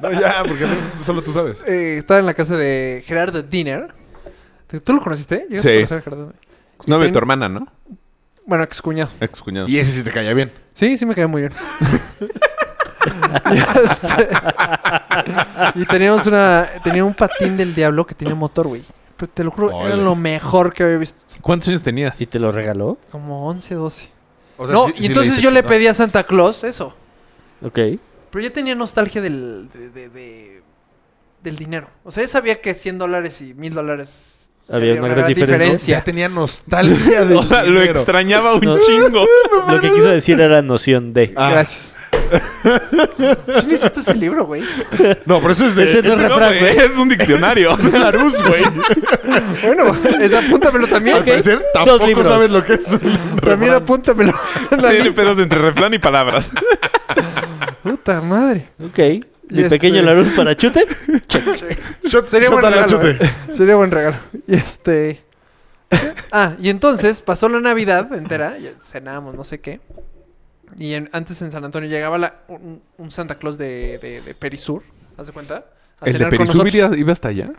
[SPEAKER 5] No, ya, porque no- solo tú sabes.
[SPEAKER 6] Eh, estaba en la casa de Gerardo Diner. ¿Tú lo conociste? ¿Llegaste
[SPEAKER 1] Sí.
[SPEAKER 6] a conocer a Gerardo?
[SPEAKER 1] Novio de
[SPEAKER 6] ten-
[SPEAKER 1] tu hermana, ¿no?
[SPEAKER 6] Bueno, excuñado.
[SPEAKER 1] Ex cuñado.
[SPEAKER 5] Y ese sí te caía bien.
[SPEAKER 6] Sí, sí me quedé muy bien. y, este- y teníamos una... Tenía un patín del diablo que tenía motor, güey. Pero te lo juro, era
[SPEAKER 5] Ole.
[SPEAKER 6] lo mejor que había visto.
[SPEAKER 1] ¿Cuántos años tenías?
[SPEAKER 4] ¿Y te lo regaló?
[SPEAKER 6] Como 11, 12.
[SPEAKER 5] O sea,
[SPEAKER 6] no,
[SPEAKER 5] sí-
[SPEAKER 6] y
[SPEAKER 5] sí le
[SPEAKER 6] entonces
[SPEAKER 5] diste
[SPEAKER 6] yo le
[SPEAKER 5] chingón.
[SPEAKER 6] pedí a Santa Claus eso.
[SPEAKER 4] Ok.
[SPEAKER 6] Pero ya tenía nostalgia del, de- de- de- del dinero. O sea, ya sabía que 100 dólares y 1000 dólares sí
[SPEAKER 4] Había una gran diferencia.
[SPEAKER 5] Ya tenía nostalgia de
[SPEAKER 1] O sea, lo extrañaba un
[SPEAKER 4] No.
[SPEAKER 1] chingo.
[SPEAKER 4] Lo que quiso decir era noción de.
[SPEAKER 6] Gracias. ¿Sí necesitas el libro, güey?
[SPEAKER 5] No, pero eso es de...
[SPEAKER 4] Ese no es
[SPEAKER 1] Ese no,
[SPEAKER 4] refrán,
[SPEAKER 1] güey,
[SPEAKER 4] güey.
[SPEAKER 1] es un diccionario. es un Larus, güey.
[SPEAKER 6] Bueno, es, apúntamelo también.
[SPEAKER 5] Al parecer tampoco
[SPEAKER 4] libros.
[SPEAKER 5] sabes lo que es un
[SPEAKER 6] También
[SPEAKER 5] refrán.
[SPEAKER 6] apúntamelo. en la
[SPEAKER 1] Tiene
[SPEAKER 6] lista.
[SPEAKER 1] pedos entre refrán y palabras.
[SPEAKER 6] Puta madre.
[SPEAKER 4] Ok. Mi
[SPEAKER 6] este-
[SPEAKER 4] pequeño Larus para chute.
[SPEAKER 5] Shot-
[SPEAKER 6] Sería
[SPEAKER 5] shot
[SPEAKER 6] buen
[SPEAKER 5] a la
[SPEAKER 6] regalo.
[SPEAKER 5] chute.
[SPEAKER 6] ¿eh? Sería buen regalo. Y este. Ah, y entonces pasó la Navidad entera, ya cenábamos, no sé qué. Y en- antes en San Antonio llegaba la- un, un Santa Claus de, de, de Perisur, ¿haz de cuenta? A
[SPEAKER 1] ¿El de
[SPEAKER 6] cenar con
[SPEAKER 1] Perisur
[SPEAKER 6] nosotros.
[SPEAKER 1] iba, iba hasta allá?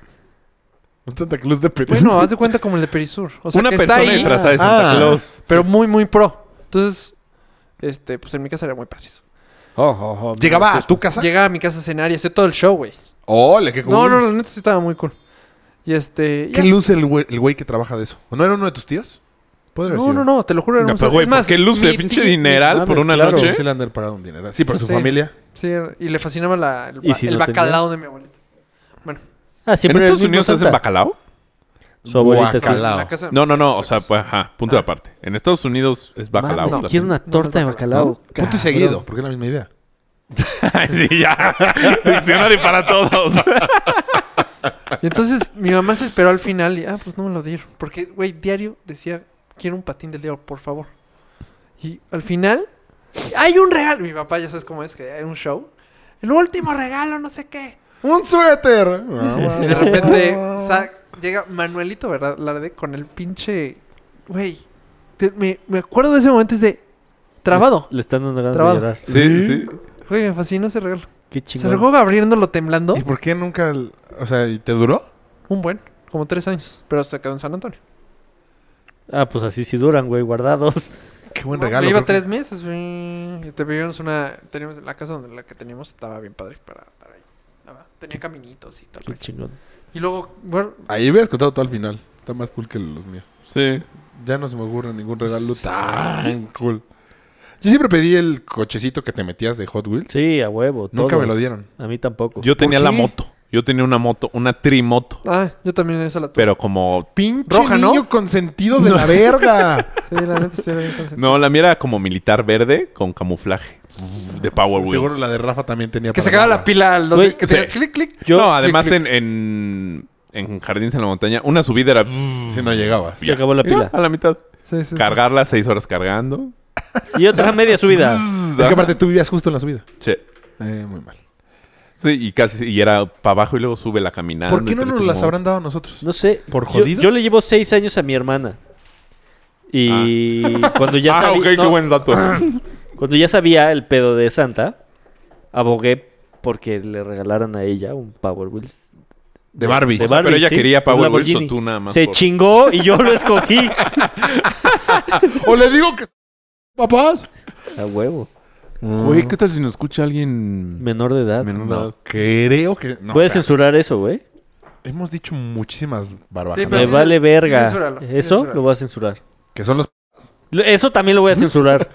[SPEAKER 5] Un Santa Claus de Perú.
[SPEAKER 6] Bueno, haz de cuenta como el de Perisur. O sea,
[SPEAKER 1] Una
[SPEAKER 6] que está
[SPEAKER 1] persona
[SPEAKER 6] ahí,
[SPEAKER 1] disfrazada de Santa
[SPEAKER 5] Ah.
[SPEAKER 1] Claus.
[SPEAKER 6] pero muy, muy pro. Entonces, este, pues en mi casa era muy padre eso. Oh,
[SPEAKER 5] ¿Llegaba a tu casa?
[SPEAKER 6] Llegaba a mi casa a cenar y hacía todo el show, güey.
[SPEAKER 5] Ole, qué cool.
[SPEAKER 6] No, no, la neta sí estaba muy cool. Y este.
[SPEAKER 5] ¿Qué
[SPEAKER 6] ya.
[SPEAKER 5] luce el güey, el güey que trabaja de eso? ¿O ¿No era uno de tus tíos? Podría haber
[SPEAKER 6] No,
[SPEAKER 5] sido.
[SPEAKER 6] no, no, te lo juro, era
[SPEAKER 1] No,
[SPEAKER 6] un
[SPEAKER 1] pero,
[SPEAKER 6] sal-
[SPEAKER 1] güey,
[SPEAKER 6] es
[SPEAKER 1] ¿por
[SPEAKER 6] más,
[SPEAKER 1] qué luce
[SPEAKER 6] mi
[SPEAKER 1] pinche
[SPEAKER 6] tía-
[SPEAKER 1] dineral
[SPEAKER 4] mames,
[SPEAKER 1] por una
[SPEAKER 4] claro.
[SPEAKER 1] noche?
[SPEAKER 5] Sí le han de haber pagado un dinero. Sí, para su
[SPEAKER 6] Sí.
[SPEAKER 5] familia.
[SPEAKER 6] Sí, era- y le fascinaba la, el,
[SPEAKER 4] ¿Y
[SPEAKER 6] ba-
[SPEAKER 4] si
[SPEAKER 6] el
[SPEAKER 4] no tendría?
[SPEAKER 6] bacalao de mi abuelita.
[SPEAKER 4] Ah,
[SPEAKER 1] ¿En
[SPEAKER 4] siempre era el
[SPEAKER 1] Estados
[SPEAKER 4] mismo
[SPEAKER 1] Unidos
[SPEAKER 4] Santa.
[SPEAKER 1] hacen bacalao?
[SPEAKER 4] Su abuelita sí.
[SPEAKER 5] Guacalao.
[SPEAKER 6] La casa-
[SPEAKER 1] No, no, no. O sea, pues, ajá. Punto de aparte. En Estados Unidos es bacalao.
[SPEAKER 4] Mames,
[SPEAKER 1] la
[SPEAKER 4] quiero una torta de bacalao.
[SPEAKER 5] Punto y
[SPEAKER 4] Cabrón.
[SPEAKER 5] seguido, porque es la misma idea.
[SPEAKER 1] Ay, sí, ya. Diccionario para todos. pues.
[SPEAKER 6] Y entonces mi mamá se esperó al final y, ah, pues no me lo dieron. Porque, güey, diario decía, quiero un patín del diablo, por favor. Y al final, hay un regalo. Mi papá ya sabes cómo es, que hay un show. El último regalo, no sé qué.
[SPEAKER 5] ¡Un suéter!
[SPEAKER 6] Y de repente sa- llega Manuelito, ¿verdad? Larde con el pinche... Güey, te- me, me acuerdo de ese momento, es de... Trabado.
[SPEAKER 4] Le están dando ganas
[SPEAKER 6] Trabado.
[SPEAKER 4] de llorar.
[SPEAKER 1] Sí, sí.
[SPEAKER 6] Güey, me fascina ese regalo.
[SPEAKER 4] Qué
[SPEAKER 6] Se
[SPEAKER 4] chingón.
[SPEAKER 6] lo juega abriéndolo temblando.
[SPEAKER 5] ¿Y por qué nunca... el- O sea, ¿y ¿te duró?
[SPEAKER 6] Un buen, como tres años. Pero se quedó en San Antonio.
[SPEAKER 4] Ah, pues así sí duran, güey, guardados.
[SPEAKER 5] Qué buen
[SPEAKER 6] No,
[SPEAKER 5] regalo.
[SPEAKER 6] me iba
[SPEAKER 5] creo que-
[SPEAKER 6] tres meses. güey. Y te vivimos una. Teníamos la casa donde la que teníamos estaba bien padre para estar ahí. la verdad. Tenía caminitos y tal.
[SPEAKER 4] Qué chingón.
[SPEAKER 6] Y luego, bueno,
[SPEAKER 5] Ahí hubieras contado todo al final. Está más cool que los míos.
[SPEAKER 1] Sí.
[SPEAKER 5] Ya no se me ocurre ningún regalo tan cool. Yo siempre pedí el cochecito que te metías de Hot Wheels.
[SPEAKER 4] Sí, a huevo.
[SPEAKER 5] Nunca
[SPEAKER 4] todos.
[SPEAKER 5] me lo dieron.
[SPEAKER 4] A mí tampoco.
[SPEAKER 1] Yo tenía la
[SPEAKER 5] qué?
[SPEAKER 1] moto. Yo tenía una moto, una trimoto.
[SPEAKER 6] ah, yo también esa la tuve.
[SPEAKER 1] Pero como...
[SPEAKER 5] Pinche
[SPEAKER 6] Roja, ¿no?
[SPEAKER 5] niño consentido de la verga.
[SPEAKER 6] Sí, la neta sí era bien consentida.
[SPEAKER 1] No, la mía era como militar verde con camuflaje. De Power Wheels.
[SPEAKER 5] Seguro la de Rafa también tenía.
[SPEAKER 6] Que se
[SPEAKER 5] para
[SPEAKER 6] acaba la pila al 12.
[SPEAKER 4] Güey,
[SPEAKER 6] que
[SPEAKER 1] sí.
[SPEAKER 6] tenía clic, clic.
[SPEAKER 4] Yo-
[SPEAKER 1] no, además en, en, en Jardines en la Montaña, una subida era...
[SPEAKER 5] Si no llegabas.
[SPEAKER 4] Se acabó la
[SPEAKER 1] Mira,
[SPEAKER 4] pila.
[SPEAKER 1] A la mitad.
[SPEAKER 6] Sí, sí, sí.
[SPEAKER 1] Cargarla seis horas cargando.
[SPEAKER 4] Y otra media subida.
[SPEAKER 5] Es que aparte tú vivías justo en la subida.
[SPEAKER 1] Sí.
[SPEAKER 5] Eh, muy mal.
[SPEAKER 1] Sí, y casi... Y era para abajo y luego sube la caminada.
[SPEAKER 5] ¿Por qué no nos las
[SPEAKER 1] Ah,
[SPEAKER 5] habrán dado a nosotros?
[SPEAKER 4] No sé.
[SPEAKER 5] ¿Por
[SPEAKER 4] yo-
[SPEAKER 5] jodidos?
[SPEAKER 4] Yo, le llevo seis años a mi hermana. Y cuando ya
[SPEAKER 1] ah,
[SPEAKER 4] sabía.
[SPEAKER 1] ok, qué
[SPEAKER 4] no,
[SPEAKER 1] buen dato.
[SPEAKER 4] Cuando ya sabía el pedo de Santa, abogué porque le regalaran a ella un Power Wheels.
[SPEAKER 5] De Barbie.
[SPEAKER 4] De
[SPEAKER 1] O sea, pero
[SPEAKER 4] Barbie,
[SPEAKER 1] ella
[SPEAKER 4] sí,
[SPEAKER 1] quería
[SPEAKER 4] un
[SPEAKER 1] Power Wheels o
[SPEAKER 4] Lamborghini.
[SPEAKER 1] tú nada más.
[SPEAKER 4] Se
[SPEAKER 1] por-
[SPEAKER 4] chingó y yo lo escogí.
[SPEAKER 5] O le digo que... Papás.
[SPEAKER 4] a huevo.
[SPEAKER 5] Mm.
[SPEAKER 1] Güey, ¿qué tal si nos escucha alguien
[SPEAKER 4] Mm. Menor de edad.
[SPEAKER 1] menor de edad?
[SPEAKER 5] No, creo que... No,
[SPEAKER 4] Puedes
[SPEAKER 5] o sea,
[SPEAKER 4] censurar eso, güey.
[SPEAKER 5] hemos dicho muchísimas
[SPEAKER 6] Sí,
[SPEAKER 5] barbaridades.
[SPEAKER 6] pero
[SPEAKER 4] Me
[SPEAKER 6] sí,
[SPEAKER 4] vale
[SPEAKER 6] sí,
[SPEAKER 4] verga.
[SPEAKER 6] censúralo, sí,
[SPEAKER 4] eso
[SPEAKER 6] censúralo.
[SPEAKER 4] lo voy a censurar.
[SPEAKER 5] Que son los...
[SPEAKER 4] Lo- Eso también lo voy a censurar.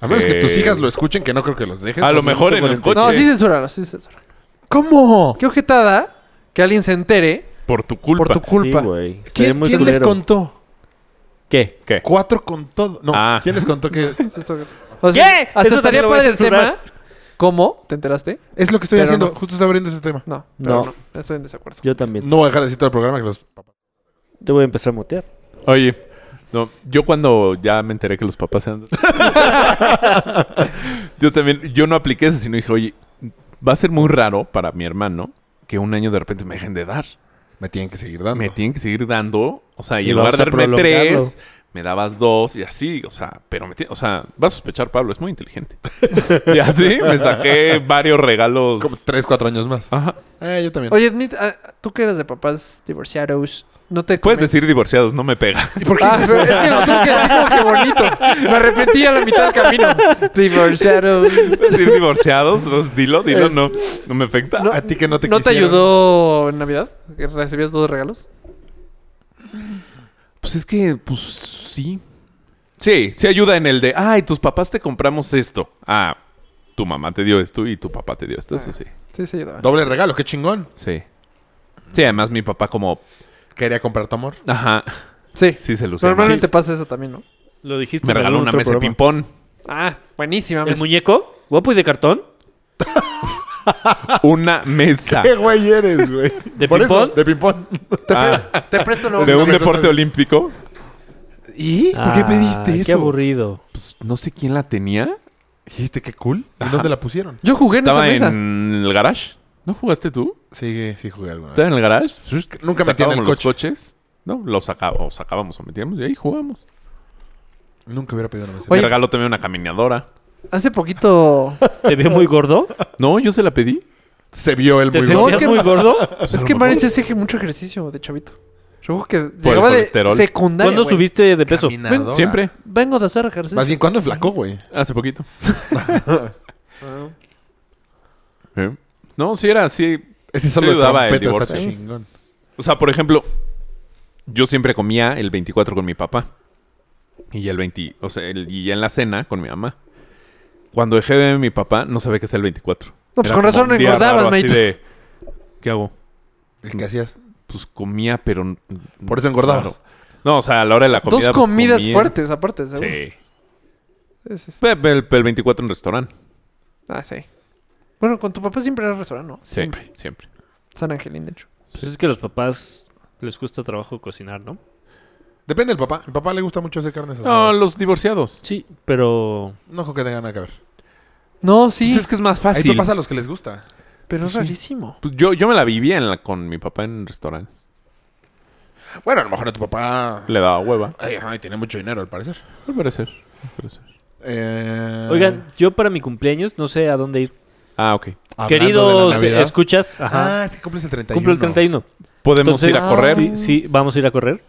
[SPEAKER 5] A menos que tus
[SPEAKER 1] Eh.
[SPEAKER 5] hijas lo escuchen, que no creo que los dejes. pues,
[SPEAKER 1] A
[SPEAKER 5] No
[SPEAKER 1] lo
[SPEAKER 5] sé,
[SPEAKER 1] mejor en
[SPEAKER 5] como
[SPEAKER 1] el coche.
[SPEAKER 6] No, sí, censúralo, sí, censúralo.
[SPEAKER 5] ¿Cómo?
[SPEAKER 6] Qué ojetada que alguien se entere
[SPEAKER 1] Por tu culpa.
[SPEAKER 6] por tu culpa.
[SPEAKER 4] Sí, güey. Estaría
[SPEAKER 5] ¿Quién,
[SPEAKER 4] muy
[SPEAKER 5] quién les
[SPEAKER 4] culero.
[SPEAKER 5] contó?
[SPEAKER 4] ¿Qué?
[SPEAKER 1] ¿Qué?
[SPEAKER 5] Cuatro con todo. No,
[SPEAKER 1] Ah.
[SPEAKER 5] ¿quién les contó que
[SPEAKER 6] Sí, está bien. O sea,
[SPEAKER 4] ¿Qué?
[SPEAKER 6] Hasta
[SPEAKER 4] Eso
[SPEAKER 6] estaría
[SPEAKER 4] también lo voy a
[SPEAKER 6] padre el tema.
[SPEAKER 4] censurar.
[SPEAKER 6] ¿Cómo? ¿Te enteraste?
[SPEAKER 5] es lo que estoy
[SPEAKER 6] Pero
[SPEAKER 5] haciendo?
[SPEAKER 6] no.
[SPEAKER 5] Justo está abriendo ese tema.
[SPEAKER 6] No, pero
[SPEAKER 4] No.
[SPEAKER 6] no. Estoy en desacuerdo.
[SPEAKER 4] Yo también.
[SPEAKER 5] No voy a dejar de decir todo el programa que los papás.
[SPEAKER 4] Te voy a empezar a mutear.
[SPEAKER 1] Oye, no, yo cuando ya me enteré que los papás eran... yo también, yo no apliqué eso, sino dije, oye, va a ser muy raro para mi hermano que un año de repente me dejen de dar.
[SPEAKER 5] Me tienen que seguir dando.
[SPEAKER 1] Me tienen que seguir dando, o sea, y,
[SPEAKER 4] Y
[SPEAKER 1] en lugar de
[SPEAKER 4] vamos a
[SPEAKER 1] darme
[SPEAKER 4] prolongarlo.
[SPEAKER 1] tres, me dabas dos y así, o sea, pero me tie- o sea, vas a sospechar, Pablo, es muy inteligente. y así me saqué varios regalos.
[SPEAKER 5] Como tres, cuatro años más.
[SPEAKER 1] Ajá.
[SPEAKER 5] Eh, yo también.
[SPEAKER 6] Oye, Edmit, ah, tú que eras de papás divorciados, no te...
[SPEAKER 1] Puedes
[SPEAKER 6] comen-
[SPEAKER 1] decir divorciados, no me pega.
[SPEAKER 5] ¿Por qué
[SPEAKER 6] Ah,
[SPEAKER 5] dices-
[SPEAKER 6] pero es que lo tuve que decir como que bonito. Me arrepentí a la mitad del camino. Divorciados.
[SPEAKER 1] Puedes decir divorciados, pues, dilo, dilo, no, no me afecta.
[SPEAKER 6] No,
[SPEAKER 5] a ti que no te
[SPEAKER 6] ¿No te
[SPEAKER 5] quisieron?
[SPEAKER 6] ayudó en Navidad? ¿Que ¿Recibías dos regalos?
[SPEAKER 1] Pues es que, pues sí. Sí, sí ayuda en el de, ay, tus papás te compramos esto. Ah, tu mamá te dio esto y tu papá te dio esto, eso
[SPEAKER 6] Ah.
[SPEAKER 1] sí.
[SPEAKER 6] Sí, se ayudaba.
[SPEAKER 5] Doble regalo, qué chingón.
[SPEAKER 1] Sí. Sí, además mi papá como...
[SPEAKER 5] Quería comprar tu amor.
[SPEAKER 1] Ajá,
[SPEAKER 6] Sí.
[SPEAKER 1] sí se lucía.
[SPEAKER 6] Normalmente
[SPEAKER 1] más.
[SPEAKER 6] pasa eso también, ¿no?
[SPEAKER 4] Lo dijiste.
[SPEAKER 1] me
[SPEAKER 4] en
[SPEAKER 1] regaló
[SPEAKER 4] algún
[SPEAKER 1] una
[SPEAKER 4] otro
[SPEAKER 1] mesa de ping-pong.
[SPEAKER 4] programa.
[SPEAKER 6] Ah, buenísima.
[SPEAKER 4] ¿El
[SPEAKER 6] mes.
[SPEAKER 4] muñeco? ¿Guapo y de cartón?
[SPEAKER 1] Una mesa.
[SPEAKER 5] ¿Qué güey eres, güey?
[SPEAKER 4] ¿De
[SPEAKER 5] Por eso,
[SPEAKER 4] ping-pong?
[SPEAKER 5] De ping-pong.
[SPEAKER 1] Ah,
[SPEAKER 6] Te presto luego.
[SPEAKER 1] ¿De un
[SPEAKER 6] mi mes.
[SPEAKER 1] deporte olímpico?
[SPEAKER 5] ¿Y? ¿Por qué pediste
[SPEAKER 4] Ay,
[SPEAKER 5] eso?
[SPEAKER 4] Ah, Qué aburrido.
[SPEAKER 1] Pues, no sé quién la tenía.
[SPEAKER 5] Dijiste qué cool. ¿Y dónde la pusieron?
[SPEAKER 6] Yo jugué en esa
[SPEAKER 1] Estaba
[SPEAKER 6] mesa.
[SPEAKER 1] en el garage. ¿No jugaste tú?
[SPEAKER 5] Sí, sí jugué alguna vez.
[SPEAKER 1] Estaba en el garage.
[SPEAKER 5] Nunca metí en el
[SPEAKER 1] Sacábamos los
[SPEAKER 5] coche.
[SPEAKER 1] coches. No, los sacábamos, sacábamos o metíamos y ahí jugábamos.
[SPEAKER 5] Nunca hubiera pedido una mesa.
[SPEAKER 1] Me
[SPEAKER 6] Oye.
[SPEAKER 1] regaló también una caminadora.
[SPEAKER 6] Hace poquito.
[SPEAKER 4] ¿Te veo muy gordo?
[SPEAKER 1] No, yo se la pedí.
[SPEAKER 5] Se vio el
[SPEAKER 4] ¿Te
[SPEAKER 5] muy
[SPEAKER 6] No,
[SPEAKER 5] gordo.
[SPEAKER 4] sentías
[SPEAKER 6] es que-
[SPEAKER 4] muy gordo?
[SPEAKER 1] Pues, a
[SPEAKER 6] es
[SPEAKER 1] lo
[SPEAKER 6] que
[SPEAKER 1] mejor.
[SPEAKER 6] Mario sí hace mucho ejercicio de chavito. Yo creo que llegaba de
[SPEAKER 1] colesterol?
[SPEAKER 6] secundaria.
[SPEAKER 4] ¿Cuándo
[SPEAKER 6] güey.
[SPEAKER 4] subiste de peso?
[SPEAKER 5] Caminadora.
[SPEAKER 1] Siempre.
[SPEAKER 6] Vengo de hacer ejercicio.
[SPEAKER 5] Más bien, ¿cuándo flacó, güey?
[SPEAKER 1] Hace poquito. Sí. Eh, No, sí era así.
[SPEAKER 5] Ese
[SPEAKER 1] Sí,
[SPEAKER 5] solo de
[SPEAKER 1] daba el
[SPEAKER 5] trompeta está
[SPEAKER 1] divorcio.
[SPEAKER 5] chingón.
[SPEAKER 1] O sea, por ejemplo, yo siempre comía el 24 con mi papá. Y ya el 20, o sea, el- y ya en la cena con mi mamá. Cuando dejé de ver a mi papá, no sabía qué es el 24.
[SPEAKER 6] No, pues
[SPEAKER 1] Era
[SPEAKER 6] con
[SPEAKER 1] como
[SPEAKER 6] razón
[SPEAKER 1] un día
[SPEAKER 6] engordabas,
[SPEAKER 1] raro, así
[SPEAKER 6] mate.
[SPEAKER 1] de, ¿Qué hago?
[SPEAKER 5] ¿Qué hacías?
[SPEAKER 1] Pues comía, pero... n-
[SPEAKER 5] Por eso engordabas.
[SPEAKER 1] No, o sea, a la hora de la comida...
[SPEAKER 6] Dos
[SPEAKER 1] pues,
[SPEAKER 6] comidas
[SPEAKER 1] comía.
[SPEAKER 6] fuertes, aparte. seguro.
[SPEAKER 1] Sí.
[SPEAKER 6] Es- es-
[SPEAKER 1] Pe- pe- El, el 24 en restaurante.
[SPEAKER 6] Ah, sí. Bueno, con tu papá siempre era restaurante, ¿no?
[SPEAKER 1] Siempre, siempre.
[SPEAKER 6] San Angelín, de hecho.
[SPEAKER 4] Pues es que a los papás les cuesta trabajo cocinar, ¿no?
[SPEAKER 5] Depende del papá. El papá le gusta mucho hacer carnes
[SPEAKER 1] No,
[SPEAKER 5] asadas. No,
[SPEAKER 1] los divorciados.
[SPEAKER 4] Sí, pero...
[SPEAKER 5] creo que tengan nada que ver.
[SPEAKER 6] No, sí.
[SPEAKER 1] Pues es que es
[SPEAKER 4] Ah,
[SPEAKER 1] más
[SPEAKER 5] Hay
[SPEAKER 1] fácil.
[SPEAKER 5] papás a los que les gusta.
[SPEAKER 6] Pero es rarísimo.
[SPEAKER 1] Pues yo, yo me la vivía en la- con mi papá en restaurantes.
[SPEAKER 5] Bueno, a lo mejor a tu papá...
[SPEAKER 1] Le daba hueva.
[SPEAKER 5] Ay, ay, tiene mucho dinero, al parecer.
[SPEAKER 1] Al parecer. Al parecer.
[SPEAKER 5] Eh,
[SPEAKER 4] Oigan, yo para mi cumpleaños no sé a dónde ir.
[SPEAKER 1] Ah, ok.
[SPEAKER 5] hablando
[SPEAKER 4] Queridos, eh,
[SPEAKER 5] de la Navidad.
[SPEAKER 4] ¿escuchas? Ajá.
[SPEAKER 5] Ah, es que cumples el 31.
[SPEAKER 4] Cumple el 31.
[SPEAKER 1] Podemos ir a
[SPEAKER 4] Entonces,
[SPEAKER 1] correr.
[SPEAKER 4] Sí, sí, vamos a ir a correr.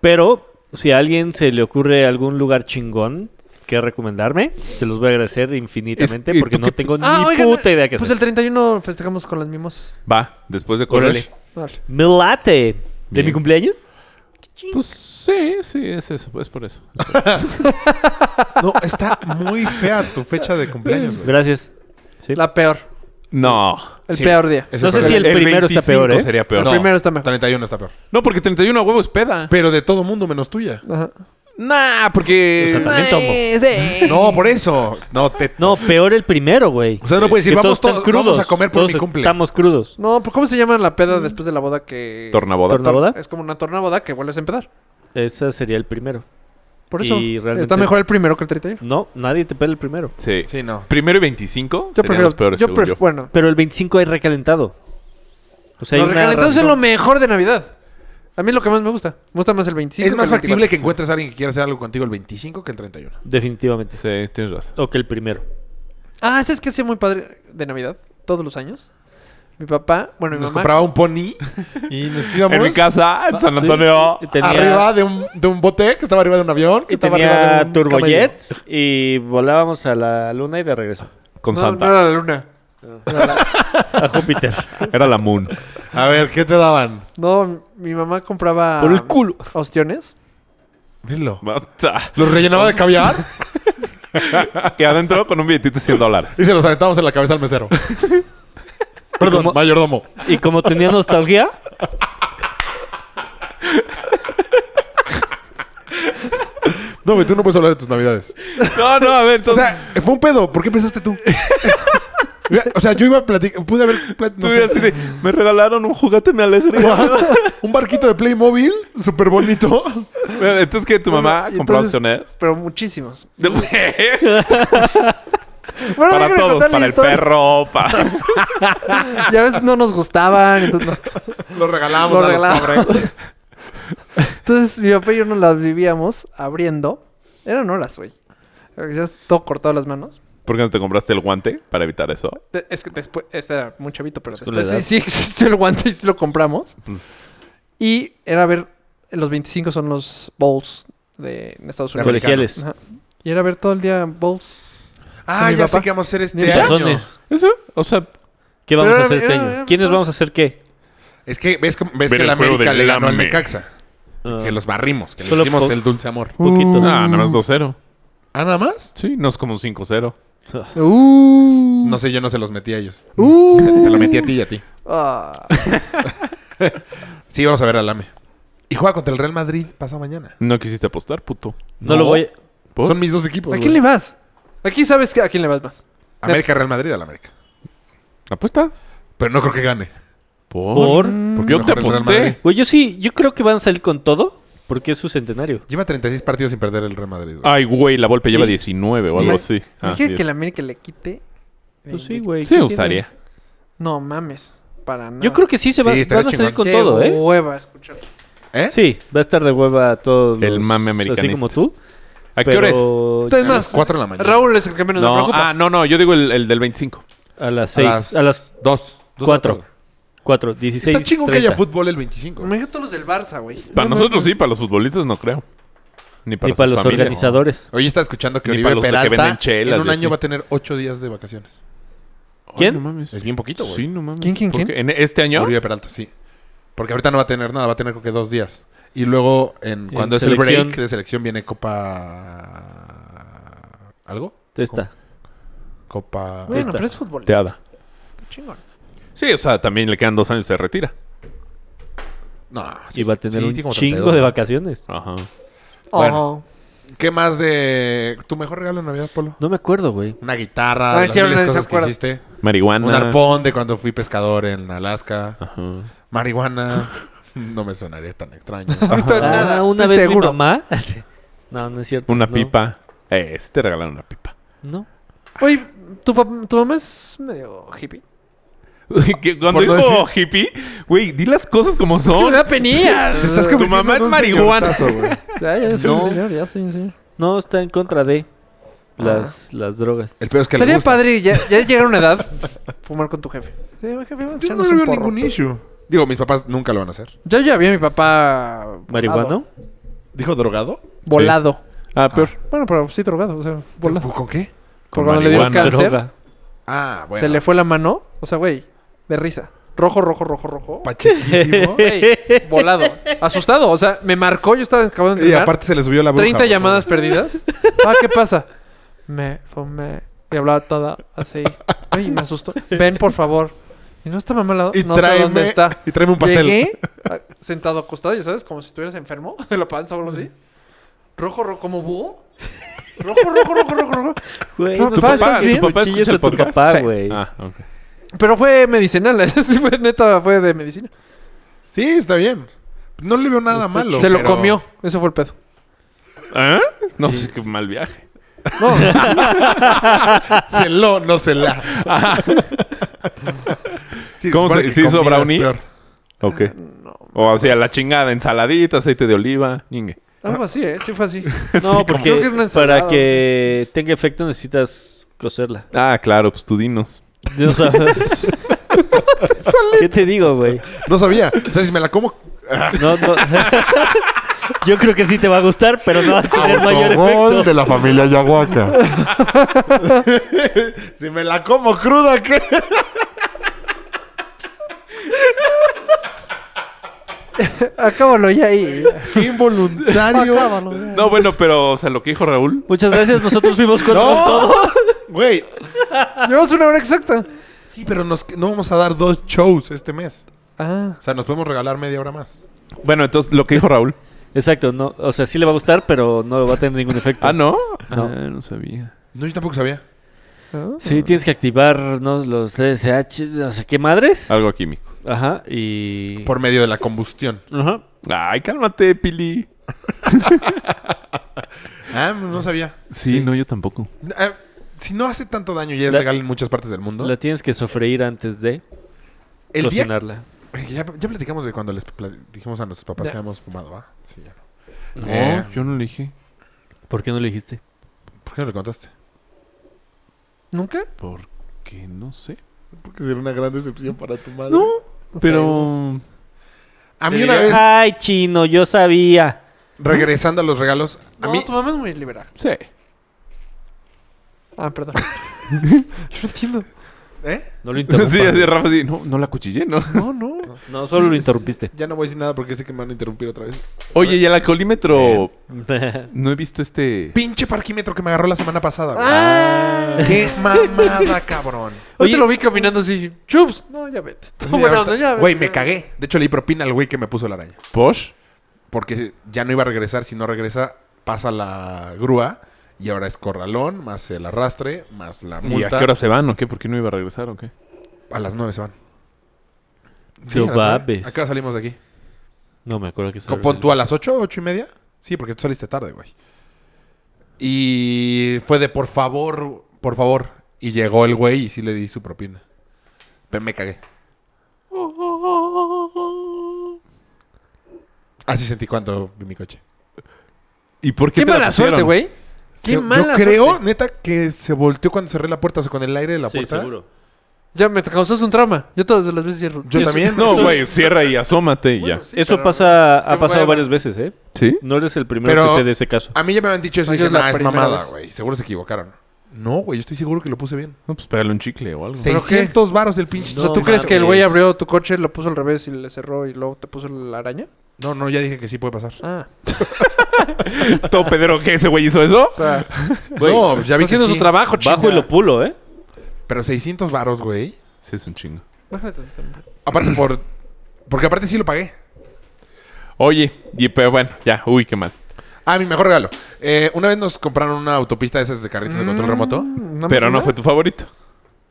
[SPEAKER 4] Pero si a alguien se le ocurre algún lugar chingón que recomendarme, se los voy a agradecer infinitamente
[SPEAKER 1] Es- ¿y
[SPEAKER 4] porque
[SPEAKER 1] tú
[SPEAKER 4] no
[SPEAKER 1] qué-
[SPEAKER 4] tengo
[SPEAKER 6] Ah,
[SPEAKER 4] ni
[SPEAKER 6] oigan,
[SPEAKER 4] puta idea que
[SPEAKER 6] Pues
[SPEAKER 4] hacer.
[SPEAKER 6] el 31 festejamos con las mimos.
[SPEAKER 1] Va, después de correr.
[SPEAKER 4] Órale.
[SPEAKER 6] Vale.
[SPEAKER 4] Me late. ¿De
[SPEAKER 1] Bien.
[SPEAKER 4] mi cumpleaños?
[SPEAKER 1] Pues sí, sí, es eso. Es por eso.
[SPEAKER 5] No, está muy fea tu fecha de cumpleaños, güey.
[SPEAKER 4] Gracias. Sí.
[SPEAKER 6] La peor.
[SPEAKER 1] No.
[SPEAKER 6] El
[SPEAKER 5] Sí.
[SPEAKER 6] peor día.
[SPEAKER 5] Es
[SPEAKER 4] No sé
[SPEAKER 5] peor.
[SPEAKER 4] si el primero está
[SPEAKER 1] 25
[SPEAKER 4] peor, ¿eh?
[SPEAKER 1] sería peor.
[SPEAKER 6] El
[SPEAKER 5] No.
[SPEAKER 1] No.
[SPEAKER 6] primero está mejor.
[SPEAKER 5] 31 está peor.
[SPEAKER 1] porque 31 a huevo es peda.
[SPEAKER 5] Pero de todo mundo menos tuya.
[SPEAKER 6] Ajá.
[SPEAKER 1] Nah, porque...
[SPEAKER 4] O sea, también tomo.
[SPEAKER 5] No, por eso. No, te...
[SPEAKER 4] No, peor el primero, güey.
[SPEAKER 5] O sea, no puedes decir,
[SPEAKER 4] Que
[SPEAKER 5] vamos,
[SPEAKER 4] están
[SPEAKER 5] todos- vamos a comer por
[SPEAKER 4] todos
[SPEAKER 5] mi cumple.
[SPEAKER 4] Estamos crudos.
[SPEAKER 6] No, ¿pero ¿cómo se llama la peda después de la boda que.
[SPEAKER 1] Tornaboda.
[SPEAKER 4] Torna- ¿Tornaboda?
[SPEAKER 6] Es como una tornaboda que vuelves a empezar.
[SPEAKER 4] Ese sería el primero.
[SPEAKER 6] Por eso.
[SPEAKER 4] Y realmente-
[SPEAKER 6] Está mejor el primero que el 31.
[SPEAKER 4] No, nadie te pela el primero.
[SPEAKER 1] Sí.
[SPEAKER 5] Sí, no.
[SPEAKER 1] Primero y 25
[SPEAKER 6] Yo
[SPEAKER 1] serían
[SPEAKER 6] prefiero.
[SPEAKER 1] los peores,
[SPEAKER 6] yo
[SPEAKER 1] según
[SPEAKER 6] prefiero. Bueno.
[SPEAKER 4] Pero el 25 hay recalentado. O sea, hay
[SPEAKER 6] los
[SPEAKER 4] una
[SPEAKER 6] recalentados es
[SPEAKER 4] razón.
[SPEAKER 6] lo mejor de Navidad. A mí es lo que más me gusta. Me gusta más el 25.
[SPEAKER 5] es más
[SPEAKER 6] el 24.
[SPEAKER 5] factible que encuentres a alguien que quiera hacer algo contigo el 25 que el 31.
[SPEAKER 4] Definitivamente.
[SPEAKER 1] Sí, tienes razón.
[SPEAKER 4] O que el primero.
[SPEAKER 6] Ah, ¿sabes qué hacía muy padre de Navidad? Todos los años. Mi papá, bueno, mi
[SPEAKER 5] Nos
[SPEAKER 6] mamá.
[SPEAKER 5] compraba un pony y nos íbamos
[SPEAKER 1] En mi casa, en San
[SPEAKER 4] Sí,
[SPEAKER 1] Antonio.
[SPEAKER 4] y tenía-
[SPEAKER 5] arriba de un, de un bote que estaba arriba de un avión.
[SPEAKER 4] Y
[SPEAKER 5] Que estaba arriba de
[SPEAKER 4] tenía
[SPEAKER 5] un
[SPEAKER 4] turbojets y volábamos a la luna y de regreso.
[SPEAKER 1] Con
[SPEAKER 6] no,
[SPEAKER 1] Santa.
[SPEAKER 6] no era la luna.
[SPEAKER 4] A Júpiter.
[SPEAKER 1] Era la Moon.
[SPEAKER 5] camello. A ver, ¿qué te daban?
[SPEAKER 6] No, mi mamá compraba.
[SPEAKER 4] Por el culo.
[SPEAKER 6] Ostiones.
[SPEAKER 5] Míralo.
[SPEAKER 1] Bata.
[SPEAKER 5] Los rellenaba de caviar
[SPEAKER 1] y adentro con un billetito de 100 dólares.
[SPEAKER 5] y se los aventábamos en la cabeza al mesero. Perdón,
[SPEAKER 4] ¿Cómo?
[SPEAKER 5] mayordomo.
[SPEAKER 4] Y como tenía nostalgia,
[SPEAKER 5] No, güey, tú no puedes hablar de tus navidades.
[SPEAKER 1] No, no, a ver,
[SPEAKER 5] O
[SPEAKER 1] entonces.
[SPEAKER 5] sea, fue un pedo. ¿Por qué pensaste tú? o sea, yo iba a platicar. Pude haber. plat-
[SPEAKER 1] tú
[SPEAKER 5] no sé,
[SPEAKER 1] así de, me regalaron un juguete, me alegría.
[SPEAKER 5] un barquito de Playmobil súper bonito.
[SPEAKER 1] Bueno, Entonces que tu mamá
[SPEAKER 6] y
[SPEAKER 1] compró
[SPEAKER 6] entonces-
[SPEAKER 1] opciones.
[SPEAKER 6] Pero muchísimos. Bueno,
[SPEAKER 1] para
[SPEAKER 6] déjame
[SPEAKER 1] todos,
[SPEAKER 6] contar la
[SPEAKER 1] para el
[SPEAKER 6] historia.
[SPEAKER 1] perro, para.
[SPEAKER 6] Ya ves, no nos gustaban. Entonces, no.
[SPEAKER 5] Lo regalamos.
[SPEAKER 6] Lo
[SPEAKER 5] a los
[SPEAKER 6] regalamos.
[SPEAKER 5] pobres.
[SPEAKER 6] Entonces, mi papá y yo nos las vivíamos abriendo. Eran horas, güey. Ya es todo cortado las manos.
[SPEAKER 1] ¿Por qué no te compraste el guante para evitar eso?
[SPEAKER 6] De- Es que después, este era muy chavito, pero
[SPEAKER 4] con la
[SPEAKER 6] después sí, sí existió el guante y sí lo compramos. Y era ver, los 25 son los bowls de en Estados Unidos.
[SPEAKER 5] Americano.
[SPEAKER 4] colegiales.
[SPEAKER 6] Ajá. Y era ver todo el día bowls.
[SPEAKER 5] Ah,
[SPEAKER 6] Mi
[SPEAKER 5] ya
[SPEAKER 6] papá.
[SPEAKER 5] sé qué vamos a hacer este
[SPEAKER 6] Mi
[SPEAKER 5] año.
[SPEAKER 4] Tazones.
[SPEAKER 1] ¿Eso? O sea,
[SPEAKER 4] ¿Qué vamos
[SPEAKER 6] Pero
[SPEAKER 4] a hacer
[SPEAKER 6] era-
[SPEAKER 4] este
[SPEAKER 5] eh,
[SPEAKER 6] era-
[SPEAKER 4] año?
[SPEAKER 6] era-
[SPEAKER 4] ¿Quiénes vamos a hacer qué?
[SPEAKER 5] Es que ves, que-
[SPEAKER 1] Ver
[SPEAKER 5] ves que
[SPEAKER 1] el
[SPEAKER 5] la
[SPEAKER 1] juego
[SPEAKER 5] América
[SPEAKER 1] del
[SPEAKER 5] le ganó al
[SPEAKER 1] Lame.
[SPEAKER 5] Necaxa.
[SPEAKER 4] Ah,
[SPEAKER 5] Que los Uh. barrimos, que le
[SPEAKER 4] Solo
[SPEAKER 5] hicimos
[SPEAKER 4] po-
[SPEAKER 5] el dulce amor.
[SPEAKER 1] mm.
[SPEAKER 4] poquito.
[SPEAKER 1] ah, nada más 2-0.
[SPEAKER 5] ¿Ah, nada más?
[SPEAKER 1] Sí, no es como un 5-0.
[SPEAKER 6] Uh.
[SPEAKER 5] No sé, yo no se los metí a ellos. Te,
[SPEAKER 6] ¡Uh!
[SPEAKER 5] te lo metí a ti y a ti.
[SPEAKER 6] Ah.
[SPEAKER 5] Sí, vamos a ver al AME. Y juega contra el Real Madrid pasado mañana.
[SPEAKER 1] No quisiste apostar, puto.
[SPEAKER 4] No, lo voy a...
[SPEAKER 1] ¿Por?
[SPEAKER 5] Son mis dos equipos.
[SPEAKER 6] ¿A quién
[SPEAKER 5] güey.
[SPEAKER 6] le vas? Aquí sabes que a quién le vas más.
[SPEAKER 5] América Real Madrid al América.
[SPEAKER 1] ¿Apuesta?
[SPEAKER 5] Pero no creo que gane.
[SPEAKER 1] ¿Por?
[SPEAKER 4] ¿Por?
[SPEAKER 5] Porque
[SPEAKER 1] Yo te
[SPEAKER 5] mejor el Real Madrid.
[SPEAKER 1] aposté.
[SPEAKER 4] Güey, yo sí, yo creo que van a salir con todo porque es su centenario.
[SPEAKER 5] Lleva 36 partidos sin perder el Real Madrid.
[SPEAKER 4] Ah,
[SPEAKER 5] güey.
[SPEAKER 1] Ay, güey, la Volpe lleva
[SPEAKER 4] Sí.
[SPEAKER 1] 19 o algo
[SPEAKER 6] Sí.
[SPEAKER 1] así. Ah,
[SPEAKER 6] Imagínate
[SPEAKER 1] sí.
[SPEAKER 6] que la América le quite.
[SPEAKER 4] Pues sí, güey.
[SPEAKER 1] Sí me gustaría.
[SPEAKER 6] No mames. Para nada.
[SPEAKER 4] Yo creo que sí se
[SPEAKER 5] Sí,
[SPEAKER 4] va,
[SPEAKER 5] estaría
[SPEAKER 4] van a salir
[SPEAKER 5] chingón.
[SPEAKER 4] con
[SPEAKER 6] Qué
[SPEAKER 4] todo, ¿eh?
[SPEAKER 6] hueva escuchar.
[SPEAKER 5] ¿Eh?
[SPEAKER 4] Sí, va a estar de hueva a todos
[SPEAKER 1] El
[SPEAKER 4] los-
[SPEAKER 1] mame
[SPEAKER 4] Así
[SPEAKER 1] americanista.
[SPEAKER 4] como tú.
[SPEAKER 1] ¿A qué
[SPEAKER 4] pero
[SPEAKER 1] hora es?
[SPEAKER 6] Entonces,
[SPEAKER 5] A
[SPEAKER 6] más,
[SPEAKER 5] las 4 de la mañana.
[SPEAKER 6] Raúl es el que menos me
[SPEAKER 1] No,
[SPEAKER 6] preocupa.
[SPEAKER 1] ah, no, no, yo digo el, el del 25.
[SPEAKER 4] A las 6, a las
[SPEAKER 5] 2.
[SPEAKER 4] 4. 4, 16.
[SPEAKER 5] Está chingón que haya fútbol el 25. güey.
[SPEAKER 6] Imagínate los del Barça, güey.
[SPEAKER 1] Para nosotros sí, para los futbolistas no creo. Ni para,
[SPEAKER 4] Y para
[SPEAKER 1] sus
[SPEAKER 4] los
[SPEAKER 1] familias.
[SPEAKER 4] organizadores.
[SPEAKER 5] Hoy está escuchando que
[SPEAKER 1] Ni
[SPEAKER 5] Oribe
[SPEAKER 1] para los que
[SPEAKER 5] Peralta
[SPEAKER 1] venden chelas
[SPEAKER 5] en un
[SPEAKER 1] y
[SPEAKER 5] año
[SPEAKER 1] así.
[SPEAKER 5] va a tener 8 días de vacaciones.
[SPEAKER 1] Ay,
[SPEAKER 4] ¿Quién?
[SPEAKER 1] no mames.
[SPEAKER 5] Es bien poquito, güey.
[SPEAKER 1] Sí, no mames.
[SPEAKER 6] ¿Quién, quién,
[SPEAKER 1] ¿Por
[SPEAKER 6] quién?
[SPEAKER 1] qué? ¿En este año?
[SPEAKER 5] Oribe Peralta, sí. Porque ahorita no va a tener nada, va a tener creo que dos días. Y luego, en, cuando es el
[SPEAKER 4] selección.
[SPEAKER 5] break de selección, viene Copa. ¿Algo?
[SPEAKER 4] Entonces está.
[SPEAKER 5] Copa.
[SPEAKER 6] Bueno,
[SPEAKER 4] está.
[SPEAKER 6] pero es futbolista.
[SPEAKER 1] Teada.
[SPEAKER 6] Chingón.
[SPEAKER 1] Sí, o sea, también le quedan dos años, se retira.
[SPEAKER 5] No,
[SPEAKER 4] Y va a tener
[SPEAKER 5] sí, tiene
[SPEAKER 4] un
[SPEAKER 5] como
[SPEAKER 4] chingo
[SPEAKER 5] 32,
[SPEAKER 4] de
[SPEAKER 5] ¿no?
[SPEAKER 4] vacaciones.
[SPEAKER 1] Ajá.
[SPEAKER 5] Bueno.
[SPEAKER 6] Ojo.
[SPEAKER 5] ¿Qué más de tu mejor regalo de Navidad, Polo?
[SPEAKER 4] No me acuerdo, güey.
[SPEAKER 5] Una guitarra,
[SPEAKER 6] Ay,
[SPEAKER 5] de las
[SPEAKER 6] sí,
[SPEAKER 5] miles
[SPEAKER 6] ahora
[SPEAKER 5] cosas
[SPEAKER 6] se
[SPEAKER 5] que
[SPEAKER 6] acuerda.
[SPEAKER 5] hiciste.
[SPEAKER 4] Ah,
[SPEAKER 1] Marihuana.
[SPEAKER 5] Un arpón de cuando fui pescador en Alaska.
[SPEAKER 1] Ajá.
[SPEAKER 5] Marihuana. no me sonaría tan extraño.
[SPEAKER 6] Ahorita
[SPEAKER 1] Ajá.
[SPEAKER 6] nada,
[SPEAKER 4] Ah, una
[SPEAKER 6] estoy
[SPEAKER 4] vez
[SPEAKER 6] seguro.
[SPEAKER 4] mi mamá. No, no es cierto.
[SPEAKER 1] Una
[SPEAKER 4] no.
[SPEAKER 1] pipa. Eh, sí te regalaron una pipa.
[SPEAKER 4] No.
[SPEAKER 6] Oye, ¿tu, pap- tu mamá es medio hippie.
[SPEAKER 1] Que Cuando
[SPEAKER 5] Por no
[SPEAKER 1] dijo hippie, güey, di las cosas como
[SPEAKER 6] Es que me
[SPEAKER 1] son.
[SPEAKER 6] da penilla.
[SPEAKER 5] Te estás
[SPEAKER 1] Tu mamá
[SPEAKER 5] convirtiendo en
[SPEAKER 1] es
[SPEAKER 5] un
[SPEAKER 1] marihuana.
[SPEAKER 5] señorzazo, güey.
[SPEAKER 6] Ya, ya soy
[SPEAKER 1] No.
[SPEAKER 6] un señor, ya soy un señor.
[SPEAKER 4] No, está en contra de las, las drogas.
[SPEAKER 5] El peor es que le
[SPEAKER 6] Sería
[SPEAKER 5] gusta.
[SPEAKER 6] padre ya, ya llegar a una edad fumar con tu jefe. Sí, jefe, vamos a
[SPEAKER 5] Yo no
[SPEAKER 6] echarnos
[SPEAKER 5] le
[SPEAKER 6] un
[SPEAKER 5] veo
[SPEAKER 6] porro.
[SPEAKER 5] ningún issue. Digo, mis papás nunca lo van a hacer.
[SPEAKER 6] Yo ya vi a mi papá
[SPEAKER 4] ¿Marihuano?
[SPEAKER 5] ¿Dijo drogado?
[SPEAKER 6] volado. Volado.
[SPEAKER 1] Ah, peor.
[SPEAKER 6] Bueno, pero sí drogado, o sea, volado.
[SPEAKER 5] ¿Con qué?
[SPEAKER 1] Con
[SPEAKER 6] Porque cuando le dieron
[SPEAKER 1] marihuana.
[SPEAKER 6] cáncer,
[SPEAKER 4] Droga.
[SPEAKER 5] Ah, bueno.
[SPEAKER 6] se le fue la mano. O sea, güey, de risa. Rojo, rojo, rojo, rojo.
[SPEAKER 5] Pachequísimo.
[SPEAKER 6] Güey, volado. Asustado. O sea, me marcó, yo estaba acabando de
[SPEAKER 5] y
[SPEAKER 6] entrenar.
[SPEAKER 5] aparte se le subió la bruja.
[SPEAKER 6] 30
[SPEAKER 5] o sea.
[SPEAKER 6] llamadas perdidas. Ah, ¿qué pasa? Me fumé. Y hablaba toda así. Ay, me asustó. Ven, por favor. Y no está mamá al lado.
[SPEAKER 5] Y
[SPEAKER 6] no
[SPEAKER 5] tráeme,
[SPEAKER 6] sé dónde está.
[SPEAKER 5] Y tráeme un pastel.
[SPEAKER 6] Llegué ah, sentado acostado, ya sabes, como si estuvieras enfermo de la panza o algo así. Rojo, rojo, como búho. Rojo, rojo, rojo, rojo, rojo.
[SPEAKER 4] Güey,
[SPEAKER 6] Claro,
[SPEAKER 4] no
[SPEAKER 6] tu
[SPEAKER 4] mames,
[SPEAKER 6] papá-
[SPEAKER 4] bien
[SPEAKER 1] tu papá
[SPEAKER 4] cuchillas
[SPEAKER 1] escucha
[SPEAKER 4] a
[SPEAKER 1] el
[SPEAKER 4] tu
[SPEAKER 1] podcast.
[SPEAKER 4] papá,
[SPEAKER 6] Sí.
[SPEAKER 4] güey.
[SPEAKER 1] Ah, ok.
[SPEAKER 6] Pero fue medicinal, sí, fue neta, fue de medicina.
[SPEAKER 5] Sí, está bien. No le veo nada malo.
[SPEAKER 6] Se lo
[SPEAKER 5] pero-
[SPEAKER 6] comió, eso fue el pedo.
[SPEAKER 1] ¿Ah? No sé, qué mal viaje.
[SPEAKER 6] No,
[SPEAKER 5] Se lo, no se la. Sí,
[SPEAKER 1] ¿Cómo
[SPEAKER 5] supone
[SPEAKER 1] se-
[SPEAKER 5] que
[SPEAKER 1] se hizo
[SPEAKER 5] comida es
[SPEAKER 1] brownie?
[SPEAKER 5] peor.
[SPEAKER 1] Ok. o así a la chingada, ensaladita, aceite de oliva, ñingue.
[SPEAKER 6] algo así, ¿eh? Sí fue así.
[SPEAKER 4] No, porque
[SPEAKER 6] Creo que era una ensalada,
[SPEAKER 4] para que tenga efecto necesitas coserla.
[SPEAKER 1] Ah, claro, pues tú dinos.
[SPEAKER 4] No sabes. ¿Qué te digo, güey?
[SPEAKER 5] No sabía. O sea, si me la como.
[SPEAKER 4] No, no. Yo creo que sí te va a gustar, pero no va a tener mayor efecto.
[SPEAKER 5] la familia Yaguaca. si me la como cruda, ¿qué?
[SPEAKER 6] Acábalo ya ahí.
[SPEAKER 5] Qué involuntario.
[SPEAKER 6] Acábalo ya.
[SPEAKER 1] No, bueno, pero, o sea, lo que dijo Raúl.
[SPEAKER 4] Muchas gracias, nosotros fuimos con
[SPEAKER 5] No.
[SPEAKER 4] con todo.
[SPEAKER 5] Güey.
[SPEAKER 6] Llevamos una hora exacta.
[SPEAKER 5] Sí, pero nos, no vamos a dar dos shows este mes.
[SPEAKER 6] Ah.
[SPEAKER 5] O sea, nos podemos regalar media hora más.
[SPEAKER 1] Bueno, entonces, lo que dijo Raúl.
[SPEAKER 4] Exacto, no, o sea, sí le va a gustar, pero no va a tener ningún efecto.
[SPEAKER 1] Ah, ¿no?
[SPEAKER 4] No.
[SPEAKER 1] Ah, no sabía.
[SPEAKER 5] No, yo tampoco sabía.
[SPEAKER 4] Sí, tienes que activar ¿no? los DSH, no sé qué madres.
[SPEAKER 1] Algo químico.
[SPEAKER 4] Ajá, y...
[SPEAKER 5] Por medio de la combustión.
[SPEAKER 4] Ajá.
[SPEAKER 1] Ay, cálmate, Pili.
[SPEAKER 5] Ah, no sabía.
[SPEAKER 1] Sí, no, yo tampoco.
[SPEAKER 5] Ah, si no hace tanto daño y es
[SPEAKER 4] La-
[SPEAKER 5] legal en muchas partes del mundo.
[SPEAKER 4] La tienes que sofreír antes de
[SPEAKER 5] el día
[SPEAKER 4] cocinarla.
[SPEAKER 5] Oye, Ya, ya platicamos de cuando les pla- dijimos a nuestros papás
[SPEAKER 6] Ya.
[SPEAKER 5] que habíamos fumado, ¿va? Sí, ya no.
[SPEAKER 1] No,
[SPEAKER 5] Eh.
[SPEAKER 1] yo no le dije.
[SPEAKER 4] ¿Por qué no lo dijiste?
[SPEAKER 5] ¿Por qué no le contaste?
[SPEAKER 6] ¿Nunca?
[SPEAKER 1] Porque no sé.
[SPEAKER 5] Porque sería una gran decepción para tu madre.
[SPEAKER 1] No, pero...
[SPEAKER 5] A mí
[SPEAKER 1] Te
[SPEAKER 5] una
[SPEAKER 1] diría-
[SPEAKER 5] vez,
[SPEAKER 6] Ah.
[SPEAKER 4] Ay, chino, yo sabía.
[SPEAKER 5] regresando a los regalos, a
[SPEAKER 6] No,
[SPEAKER 5] mí...
[SPEAKER 6] tu mamá es muy liberal.
[SPEAKER 1] Sí.
[SPEAKER 6] Ah, perdón. Yo no entiendo.
[SPEAKER 5] ¿Eh?
[SPEAKER 4] No lo
[SPEAKER 1] Sí,
[SPEAKER 4] interrumpas.
[SPEAKER 1] así, Rafa, sí. No, no la cuchillé, ¿no?
[SPEAKER 6] No, no. no.
[SPEAKER 4] No, solo lo interrumpiste.
[SPEAKER 5] Ya no voy a decir nada porque sé que me van a interrumpir otra vez.
[SPEAKER 1] Oye, y el alcoholímetro. No he visto este.
[SPEAKER 5] Pinche parquímetro que me agarró la semana pasada. güey.
[SPEAKER 6] ¡Ah!
[SPEAKER 5] ¡Qué mamada, cabrón!
[SPEAKER 6] Ahorita lo vi caminando así. Chups. No, ya vete.
[SPEAKER 5] Así
[SPEAKER 6] No,
[SPEAKER 5] de
[SPEAKER 6] bueno,
[SPEAKER 5] ahorita-
[SPEAKER 6] no, ya vete.
[SPEAKER 5] Güey, me cagué. De hecho, le di propina al güey que me puso la araña.
[SPEAKER 1] ¿Posh?
[SPEAKER 5] Porque ya no iba a regresar. Si no regresa, pasa la grúa. Y ahora es corralón, más el arrastre, más la
[SPEAKER 1] ¿Y
[SPEAKER 5] multa.
[SPEAKER 1] a qué hora se van o qué? ¿Por qué no iba a regresar o qué?
[SPEAKER 5] A las nueve se van.
[SPEAKER 4] No
[SPEAKER 5] a las nueve.
[SPEAKER 4] babes.
[SPEAKER 5] ¿A qué hora salimos de aquí?
[SPEAKER 4] No me acuerdo que
[SPEAKER 5] Co- Pon tú a las ocho, ocho y media. Sí, porque tú saliste tarde, güey. Y fue de por favor, por favor. Y llegó el güey y sí le di su propina. Pero me cagué.
[SPEAKER 1] Oh,
[SPEAKER 5] Así sentí cuando vi mi coche.
[SPEAKER 1] ¿Y por qué,
[SPEAKER 6] Qué
[SPEAKER 1] te la
[SPEAKER 6] mala suerte,
[SPEAKER 1] pusieron?
[SPEAKER 6] güey. Qué
[SPEAKER 5] Se- Yo
[SPEAKER 6] mala
[SPEAKER 5] creo,
[SPEAKER 6] suerte.
[SPEAKER 5] neta, que se volteó cuando cerré la puerta, o sea, con el aire de la
[SPEAKER 4] Sí,
[SPEAKER 5] puerta.
[SPEAKER 4] seguro.
[SPEAKER 6] Ya me causaste un trauma. Yo todas las veces cierro.
[SPEAKER 5] Yo también.
[SPEAKER 1] No, güey, cierra y asómate y
[SPEAKER 6] Bueno,
[SPEAKER 1] ya.
[SPEAKER 6] sí,
[SPEAKER 4] Eso
[SPEAKER 6] pero-
[SPEAKER 4] pasa, ha
[SPEAKER 6] Qué
[SPEAKER 4] pasado
[SPEAKER 6] hueva.
[SPEAKER 4] varias veces, ¿eh?
[SPEAKER 1] ¿Sí?
[SPEAKER 4] No eres el primero
[SPEAKER 5] Pero-
[SPEAKER 4] que sé de ese caso.
[SPEAKER 5] A mí ya me habían dicho eso y
[SPEAKER 6] Ay,
[SPEAKER 5] dije,
[SPEAKER 6] es la
[SPEAKER 5] "Nah, es
[SPEAKER 6] primera
[SPEAKER 5] mamada,
[SPEAKER 6] vez".
[SPEAKER 5] güey. Seguro se equivocaron. No, güey, yo estoy seguro que lo puse bien.
[SPEAKER 1] No, pues pégale un chicle o algo.
[SPEAKER 6] ¿Pero qué?
[SPEAKER 5] 600 varos el pinche.
[SPEAKER 4] No,
[SPEAKER 6] o sea, ¿tú
[SPEAKER 4] mames.
[SPEAKER 6] crees que el güey abrió tu coche, lo puso al revés y le cerró y luego te puso la araña?
[SPEAKER 5] No, no, ya dije que sí puede pasar.
[SPEAKER 6] Ah,
[SPEAKER 1] ¿Todo pedero que ese güey hizo eso?
[SPEAKER 6] o sea, pues
[SPEAKER 5] no, ya
[SPEAKER 6] está
[SPEAKER 5] vi que
[SPEAKER 6] haciendo
[SPEAKER 5] sí.
[SPEAKER 6] su trabajo, chinga.
[SPEAKER 4] Bajo y lo pulo, ¿eh?
[SPEAKER 5] Pero 600 varos, güey.
[SPEAKER 1] Sí, es un chingo.
[SPEAKER 6] Bájale tantito.
[SPEAKER 5] Aparte por... Porque aparte sí lo pagué.
[SPEAKER 1] Oye, y, pero bueno, ya, uy, qué mal.
[SPEAKER 5] Ah, mi mejor regalo. Eh, una vez nos compraron una autopista de esas de carritos de control remoto.
[SPEAKER 6] ¿Nada
[SPEAKER 1] Pero
[SPEAKER 6] más
[SPEAKER 1] no
[SPEAKER 6] una?
[SPEAKER 1] fue tu favorito.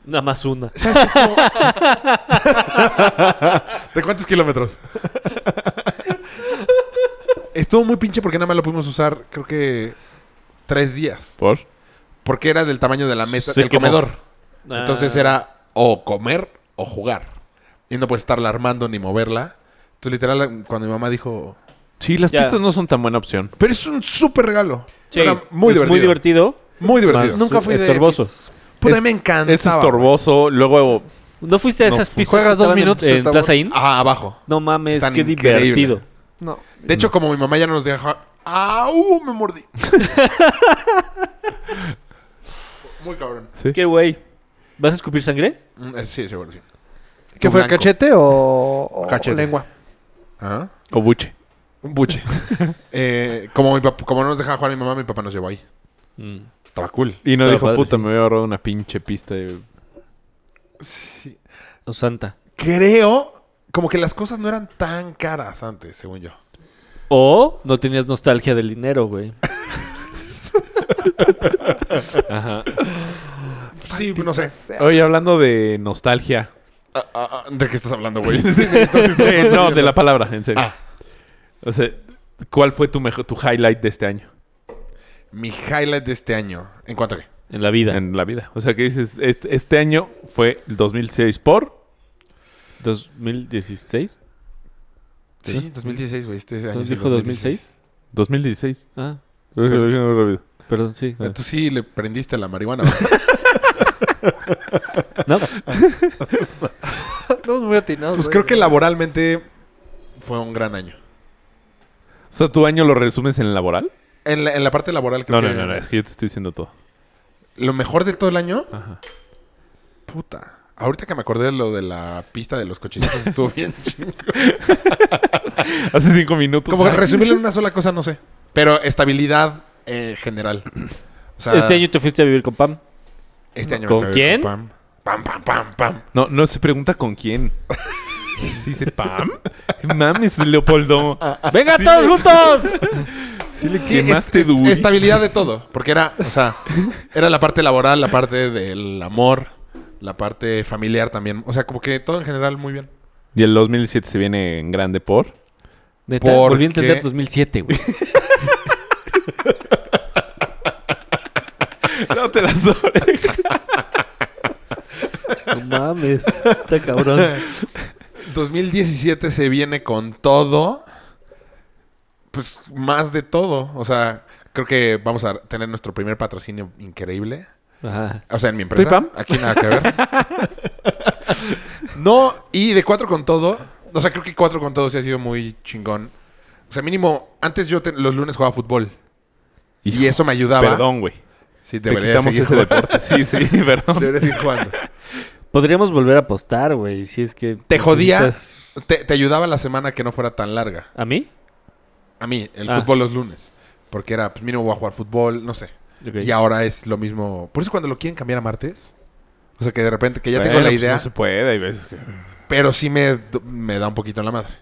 [SPEAKER 4] Nada más una.
[SPEAKER 5] ¿De cuántos kilómetros? Estuvo muy pinche porque nada más lo pudimos usar, creo que... Tres días.
[SPEAKER 1] ¿Por?
[SPEAKER 5] Porque era del tamaño de la mesa,
[SPEAKER 4] Se
[SPEAKER 5] del
[SPEAKER 4] quemó.
[SPEAKER 5] comedor.
[SPEAKER 4] Ah.
[SPEAKER 5] Entonces era o comer o jugar. Y no puedes estarla armando ni moverla. Entonces, literal, cuando mi mamá dijo...
[SPEAKER 1] Sí, las
[SPEAKER 4] Ya.
[SPEAKER 1] pistas no son tan buena opción.
[SPEAKER 5] Pero es un súper regalo.
[SPEAKER 4] Sí,
[SPEAKER 5] Era muy
[SPEAKER 4] es
[SPEAKER 5] divertido.
[SPEAKER 4] muy divertido.
[SPEAKER 5] Muy divertido.
[SPEAKER 4] Más-
[SPEAKER 5] Nunca...
[SPEAKER 6] Nunca fui de
[SPEAKER 4] Estorboso.
[SPEAKER 6] pits.
[SPEAKER 5] Puta,
[SPEAKER 1] Es-
[SPEAKER 5] me encantaba.
[SPEAKER 1] Es estorboso, luego...
[SPEAKER 4] ¿No fuiste a
[SPEAKER 1] No
[SPEAKER 4] esas
[SPEAKER 1] fui.
[SPEAKER 4] pistas
[SPEAKER 6] Juegas
[SPEAKER 4] que
[SPEAKER 6] dos
[SPEAKER 4] estaban en-
[SPEAKER 6] minutos,
[SPEAKER 4] en,
[SPEAKER 6] está
[SPEAKER 4] Plaza In?
[SPEAKER 5] Ah, abajo.
[SPEAKER 4] No mames,
[SPEAKER 5] Están
[SPEAKER 4] qué
[SPEAKER 5] increíble.
[SPEAKER 4] divertido.
[SPEAKER 6] No.
[SPEAKER 5] De hecho, como mi mamá ya no nos deja... ¡Au! Me mordí. Muy cabrón.
[SPEAKER 4] Qué güey. ¿Vas a escupir sangre?
[SPEAKER 5] Mm, eh, Sí, seguro, sí.
[SPEAKER 6] ¿Qué fue,
[SPEAKER 5] Blanco.
[SPEAKER 6] cachete o, o
[SPEAKER 5] Cachete.
[SPEAKER 6] lengua?
[SPEAKER 5] Ajá.
[SPEAKER 1] O buche.
[SPEAKER 5] Un buche. Eh, como, mi pap- como no nos dejaba jugar mi mamá, mi papá nos llevó ahí. Estaba cool.
[SPEAKER 1] Y no
[SPEAKER 4] Estaba
[SPEAKER 1] dijo,
[SPEAKER 4] padre,
[SPEAKER 1] puta,
[SPEAKER 4] sí.
[SPEAKER 1] me voy a ahorrar una pinche pista. de-
[SPEAKER 4] O santa.
[SPEAKER 5] Creo... Como que las cosas no eran tan caras antes, según yo.
[SPEAKER 4] O no tenías nostalgia del dinero, güey.
[SPEAKER 5] Sí, no sé.
[SPEAKER 1] Oye, hablando de nostalgia.
[SPEAKER 5] Ah, ah, ah, ¿De qué estás hablando, güey?
[SPEAKER 1] Eh, no, de la palabra, en serio.
[SPEAKER 5] Ah.
[SPEAKER 1] O sea, ¿cuál fue tu, mejor, tu highlight de este año?
[SPEAKER 5] Mi highlight de este año. ¿En cuanto a qué?
[SPEAKER 4] En la vida.
[SPEAKER 1] En la vida. O sea, que dices, este, este año fue el 2006 por...
[SPEAKER 4] 2016.
[SPEAKER 5] Sí, 2016, güey. Este año
[SPEAKER 4] ¿No
[SPEAKER 5] es el
[SPEAKER 4] dijo 2006?
[SPEAKER 1] 2016.
[SPEAKER 4] Ah,
[SPEAKER 1] Rápido.
[SPEAKER 4] perdón, sí.
[SPEAKER 5] Ah, Tú sí le prendiste la marihuana. güey.
[SPEAKER 4] No,
[SPEAKER 6] No, muy atinados.
[SPEAKER 5] pues
[SPEAKER 6] güey.
[SPEAKER 5] creo que laboralmente fue un gran año.
[SPEAKER 1] O sea, ¿tu año lo resumes en el laboral?
[SPEAKER 5] En la, en la parte laboral creo
[SPEAKER 1] No, no,
[SPEAKER 5] que
[SPEAKER 1] no, no, es que yo te estoy diciendo todo.
[SPEAKER 5] lo mejor de todo el año.
[SPEAKER 1] Ajá.
[SPEAKER 5] Puta. Ahorita que me acordé de lo de la pista de los cochecitos estuvo bien. chingón.
[SPEAKER 1] Hace cinco minutos.
[SPEAKER 5] Pues Como que
[SPEAKER 1] Ay.
[SPEAKER 5] resumirlo en una sola cosa, no sé. Pero estabilidad eh, general. O sea,
[SPEAKER 4] este año te fuiste a vivir con Pam.
[SPEAKER 5] este año
[SPEAKER 4] ¿Con
[SPEAKER 5] fue-
[SPEAKER 4] quién?
[SPEAKER 5] Pam, pam, pam, pam. pam.
[SPEAKER 1] No, no se pregunta con quién. Dice Pam. Mames, Leopoldo.
[SPEAKER 4] ¡Venga, todos juntos!
[SPEAKER 1] Sí le
[SPEAKER 5] Sí,
[SPEAKER 1] quemaste
[SPEAKER 5] est- est-
[SPEAKER 1] duro.
[SPEAKER 5] estabilidad de todo. Porque era, o sea, era la parte laboral, la parte del amor, la parte familiar también. O sea, como que todo en general muy bien.
[SPEAKER 1] Y el 2007 se viene en grande por.
[SPEAKER 4] Neta,
[SPEAKER 5] ¿Por
[SPEAKER 4] volví a entender
[SPEAKER 5] qué?
[SPEAKER 4] 2007, güey.
[SPEAKER 1] No te las
[SPEAKER 4] No mames, está cabrón.
[SPEAKER 5] 2017 se viene con todo. Pues más de todo. O sea, creo que vamos a tener nuestro primer patrocinio increíble.
[SPEAKER 4] Ajá.
[SPEAKER 5] O sea, en mi empresa.
[SPEAKER 1] Pam?
[SPEAKER 5] Aquí nada que ver. no, y de cuatro con todo. O sea, creo que cuatro con todo sí ha sido muy chingón. O sea, mínimo, antes yo te- los lunes jugaba fútbol. y eso me ayudaba.
[SPEAKER 1] Perdón, güey.
[SPEAKER 5] Sí,
[SPEAKER 1] Te
[SPEAKER 5] Ah, debería
[SPEAKER 1] quitamos
[SPEAKER 5] seguir
[SPEAKER 1] ese
[SPEAKER 5] jugando.
[SPEAKER 1] deporte. Sí, sí, perdón.
[SPEAKER 5] Debería seguir jugando.
[SPEAKER 4] Podríamos volver a apostar, güey, si es que...
[SPEAKER 5] Te jodía.
[SPEAKER 4] necesitas-
[SPEAKER 5] Te, te ayudaba la semana que no fuera tan larga.
[SPEAKER 4] ¿A mí?
[SPEAKER 5] A mí, el
[SPEAKER 4] Ah.
[SPEAKER 5] fútbol los lunes. Porque era, pues mínimo voy a jugar fútbol, no sé.
[SPEAKER 4] Ok.
[SPEAKER 5] Y ahora es lo mismo. Por eso cuando lo quieren cambiar a martes. O sea que de repente que ya
[SPEAKER 1] Bueno,
[SPEAKER 5] tengo la
[SPEAKER 1] pues
[SPEAKER 5] idea.
[SPEAKER 1] no se puede, hay veces que...
[SPEAKER 5] Pero sí me, me da un poquito en la madre.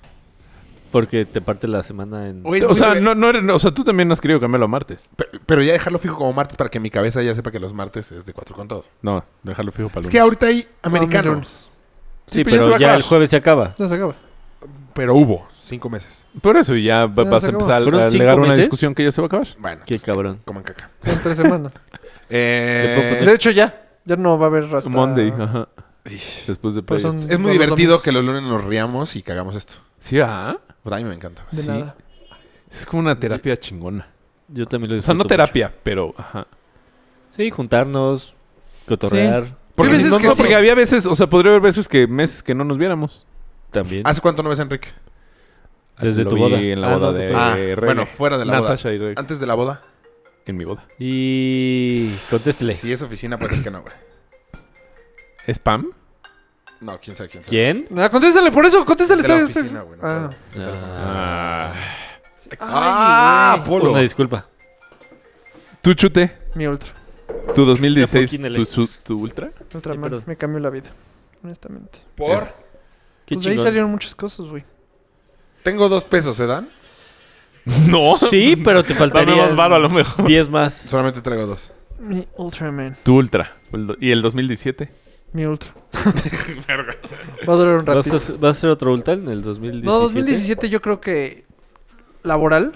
[SPEAKER 4] Porque te parte la semana en...
[SPEAKER 5] Güey, es
[SPEAKER 1] O
[SPEAKER 5] muy
[SPEAKER 1] sea,
[SPEAKER 5] rebe-
[SPEAKER 1] no, no eres- no, o sea, tú también has querido cambiarlo a martes.
[SPEAKER 5] Pe- Pero, ya dejarlo fijo como martes para que mi cabeza ya sepa que los martes es de cuatro con todo.
[SPEAKER 1] No, dejarlo fijo para
[SPEAKER 5] Es
[SPEAKER 1] lunes.
[SPEAKER 5] que ahorita hay
[SPEAKER 6] Americano.
[SPEAKER 5] americanos.
[SPEAKER 4] Sí,
[SPEAKER 1] pero pues, ya se va
[SPEAKER 4] pero
[SPEAKER 1] a
[SPEAKER 4] ya
[SPEAKER 1] acabar.
[SPEAKER 4] el jueves se acaba.
[SPEAKER 6] No se acaba.
[SPEAKER 5] Pero hubo cinco meses.
[SPEAKER 1] Por eso y ya va- vas
[SPEAKER 6] Ya se
[SPEAKER 1] a pues,
[SPEAKER 6] acabó.
[SPEAKER 1] empezar
[SPEAKER 4] ¿Fueron
[SPEAKER 1] a
[SPEAKER 4] cinco
[SPEAKER 1] alegar una
[SPEAKER 4] meses?
[SPEAKER 1] discusión que ya se va a acabar.
[SPEAKER 5] Bueno,
[SPEAKER 4] Qué
[SPEAKER 5] pues,
[SPEAKER 4] cabrón.
[SPEAKER 5] coman caca.
[SPEAKER 6] En tres semanas.
[SPEAKER 5] Eh,
[SPEAKER 6] De hecho, ya. Ya no va a haber hasta...
[SPEAKER 1] Monday, ajá.
[SPEAKER 5] ish.
[SPEAKER 1] Después de
[SPEAKER 6] Por
[SPEAKER 4] Pues
[SPEAKER 1] Players.
[SPEAKER 6] eso
[SPEAKER 5] es muy
[SPEAKER 6] todos los
[SPEAKER 5] divertido
[SPEAKER 6] domingos.
[SPEAKER 5] que los lunes nos riamos y cagamos esto. Pues,
[SPEAKER 1] Sí, ajá.
[SPEAKER 5] A mí me encanta. güey.
[SPEAKER 6] De
[SPEAKER 1] Sí.
[SPEAKER 6] nada.
[SPEAKER 1] Es como una terapia chingona.
[SPEAKER 4] Yo también lo
[SPEAKER 1] O sea,
[SPEAKER 4] disfruto
[SPEAKER 1] no
[SPEAKER 4] mucho.
[SPEAKER 1] terapia, pero ajá.
[SPEAKER 4] Sí, juntarnos, cotorrear
[SPEAKER 5] Porque
[SPEAKER 6] Hay
[SPEAKER 5] si
[SPEAKER 6] veces
[SPEAKER 5] no,
[SPEAKER 6] que
[SPEAKER 5] no,
[SPEAKER 1] No, porque
[SPEAKER 5] porque-
[SPEAKER 1] había veces, o sea, podría haber veces que meses que no nos viéramos.
[SPEAKER 4] también.
[SPEAKER 1] Ah.
[SPEAKER 5] ¿Hace cuánto no ves a Enrique?
[SPEAKER 4] Desde
[SPEAKER 1] Lo
[SPEAKER 4] tu
[SPEAKER 1] vi
[SPEAKER 4] boda.
[SPEAKER 1] en la
[SPEAKER 4] Ah,
[SPEAKER 1] boda
[SPEAKER 4] no,
[SPEAKER 1] de
[SPEAKER 4] fue-
[SPEAKER 5] Ah,
[SPEAKER 1] Rebe.
[SPEAKER 5] bueno, fuera de la
[SPEAKER 1] Eh, Natasha y Rebe.
[SPEAKER 5] boda. Ah. Antes de la boda.
[SPEAKER 1] En mi boda.
[SPEAKER 4] Y contéstele.
[SPEAKER 5] Si es oficina, puede ser que no, güey.
[SPEAKER 1] ¿Spam?
[SPEAKER 5] No, quién sabe, quién sabe.
[SPEAKER 4] ¿Quién?
[SPEAKER 6] Ah, contéstale por eso, contéstale.
[SPEAKER 5] De la pues.
[SPEAKER 6] está-
[SPEAKER 5] oficina, güey. no
[SPEAKER 6] Ah.
[SPEAKER 5] puedo.
[SPEAKER 1] Ah.
[SPEAKER 5] Ah, Polo.
[SPEAKER 4] Una disculpa.
[SPEAKER 1] ¿Tu chute?
[SPEAKER 6] Mi ultra.
[SPEAKER 1] ¿Tu 2016?
[SPEAKER 4] Chute por
[SPEAKER 1] ¿Tu, su- tu ultra?
[SPEAKER 6] Ultraman.
[SPEAKER 4] perdón.
[SPEAKER 6] me cambió la vida. Honestamente.
[SPEAKER 5] Por.
[SPEAKER 4] Qué
[SPEAKER 6] pues de ahí
[SPEAKER 4] chingón.
[SPEAKER 6] salieron muchas cosas, güey.
[SPEAKER 5] Tengo dos pesos, ¿se dan?
[SPEAKER 1] No.
[SPEAKER 4] Sí, pero te
[SPEAKER 1] Dame
[SPEAKER 4] faltaría
[SPEAKER 1] más varo a lo mejor.
[SPEAKER 4] 10 más.
[SPEAKER 5] Solamente traigo dos.
[SPEAKER 6] Mi Ultraman.
[SPEAKER 1] Tu ultra. El do- ¿Y el 2017?
[SPEAKER 6] Mi ultra. Va a durar un
[SPEAKER 4] ¿Vas
[SPEAKER 6] ratito.
[SPEAKER 4] a, hacer- vas a hacer otro ultra en el 2017?
[SPEAKER 6] No, 2017 yo creo que laboral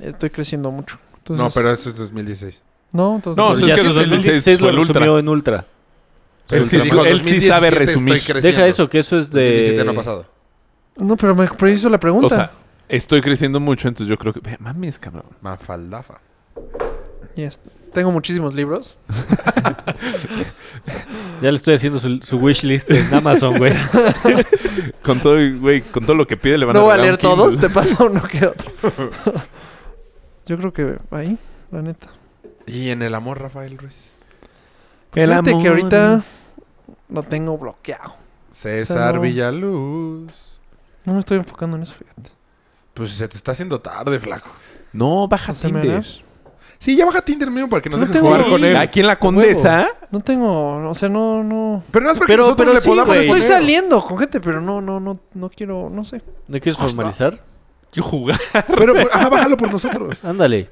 [SPEAKER 6] estoy creciendo mucho. Entonces-
[SPEAKER 5] No, pero eso es 2016.
[SPEAKER 6] No, entonces
[SPEAKER 1] No,
[SPEAKER 6] no,
[SPEAKER 1] o sea,
[SPEAKER 4] Ya
[SPEAKER 1] es que
[SPEAKER 4] su
[SPEAKER 1] 2016
[SPEAKER 4] lo
[SPEAKER 1] fue el ultra.
[SPEAKER 4] resumió en ultra.
[SPEAKER 1] Él sí,
[SPEAKER 5] Ultraman.
[SPEAKER 1] dijo, él sí sabe
[SPEAKER 5] 2017
[SPEAKER 1] resumir.
[SPEAKER 5] estoy creciendo.
[SPEAKER 4] Deja eso, que eso es de...
[SPEAKER 5] 2017 no ha pasado.
[SPEAKER 6] pero me pero hizo la pregunta.
[SPEAKER 1] O sea, estoy creciendo mucho, entonces yo creo que... Ve, Mames, cabrón.
[SPEAKER 5] Mafaldafa.
[SPEAKER 6] Yes. Tengo muchísimos libros.
[SPEAKER 4] Ya le estoy haciendo su, su wishlist en Amazon, güey.
[SPEAKER 1] Con todo, güey, con todo lo que pide le van a
[SPEAKER 6] No voy a
[SPEAKER 1] regalar
[SPEAKER 6] leer
[SPEAKER 1] un Kindle.
[SPEAKER 6] todos, te paso uno que otro. yo creo que ahí, la neta.
[SPEAKER 5] Y en el amor, Rafael Ruiz.
[SPEAKER 6] Pues
[SPEAKER 4] El
[SPEAKER 6] fíjate
[SPEAKER 4] amor
[SPEAKER 6] que ahorita
[SPEAKER 4] es-
[SPEAKER 6] lo tengo bloqueado.
[SPEAKER 5] César
[SPEAKER 6] no.
[SPEAKER 5] Villaluz.
[SPEAKER 6] No me estoy enfocando en eso, fíjate.
[SPEAKER 5] Pues se te está haciendo tarde, flaco.
[SPEAKER 1] No, baja
[SPEAKER 6] O sea, me
[SPEAKER 1] Tinder.
[SPEAKER 5] Sí, ya baja Tinder mismo para que nos
[SPEAKER 6] No
[SPEAKER 5] dejes
[SPEAKER 6] tengo-
[SPEAKER 5] jugar con él.
[SPEAKER 1] Aquí en la Condesa...
[SPEAKER 6] No tengo, o sea, no, no.
[SPEAKER 5] Pero no es para
[SPEAKER 4] Pero-
[SPEAKER 5] que nosotros
[SPEAKER 4] pero
[SPEAKER 5] le
[SPEAKER 4] sí,
[SPEAKER 5] podamos
[SPEAKER 4] güey.
[SPEAKER 6] Estoy
[SPEAKER 5] poner.
[SPEAKER 6] saliendo con gente, pero no, no, no, no quiero, no sé.
[SPEAKER 4] ¿No quieres formalizar?
[SPEAKER 1] Yo jugar.
[SPEAKER 5] Pero, pues, ajá, bájalo por nosotros.
[SPEAKER 4] Ándale.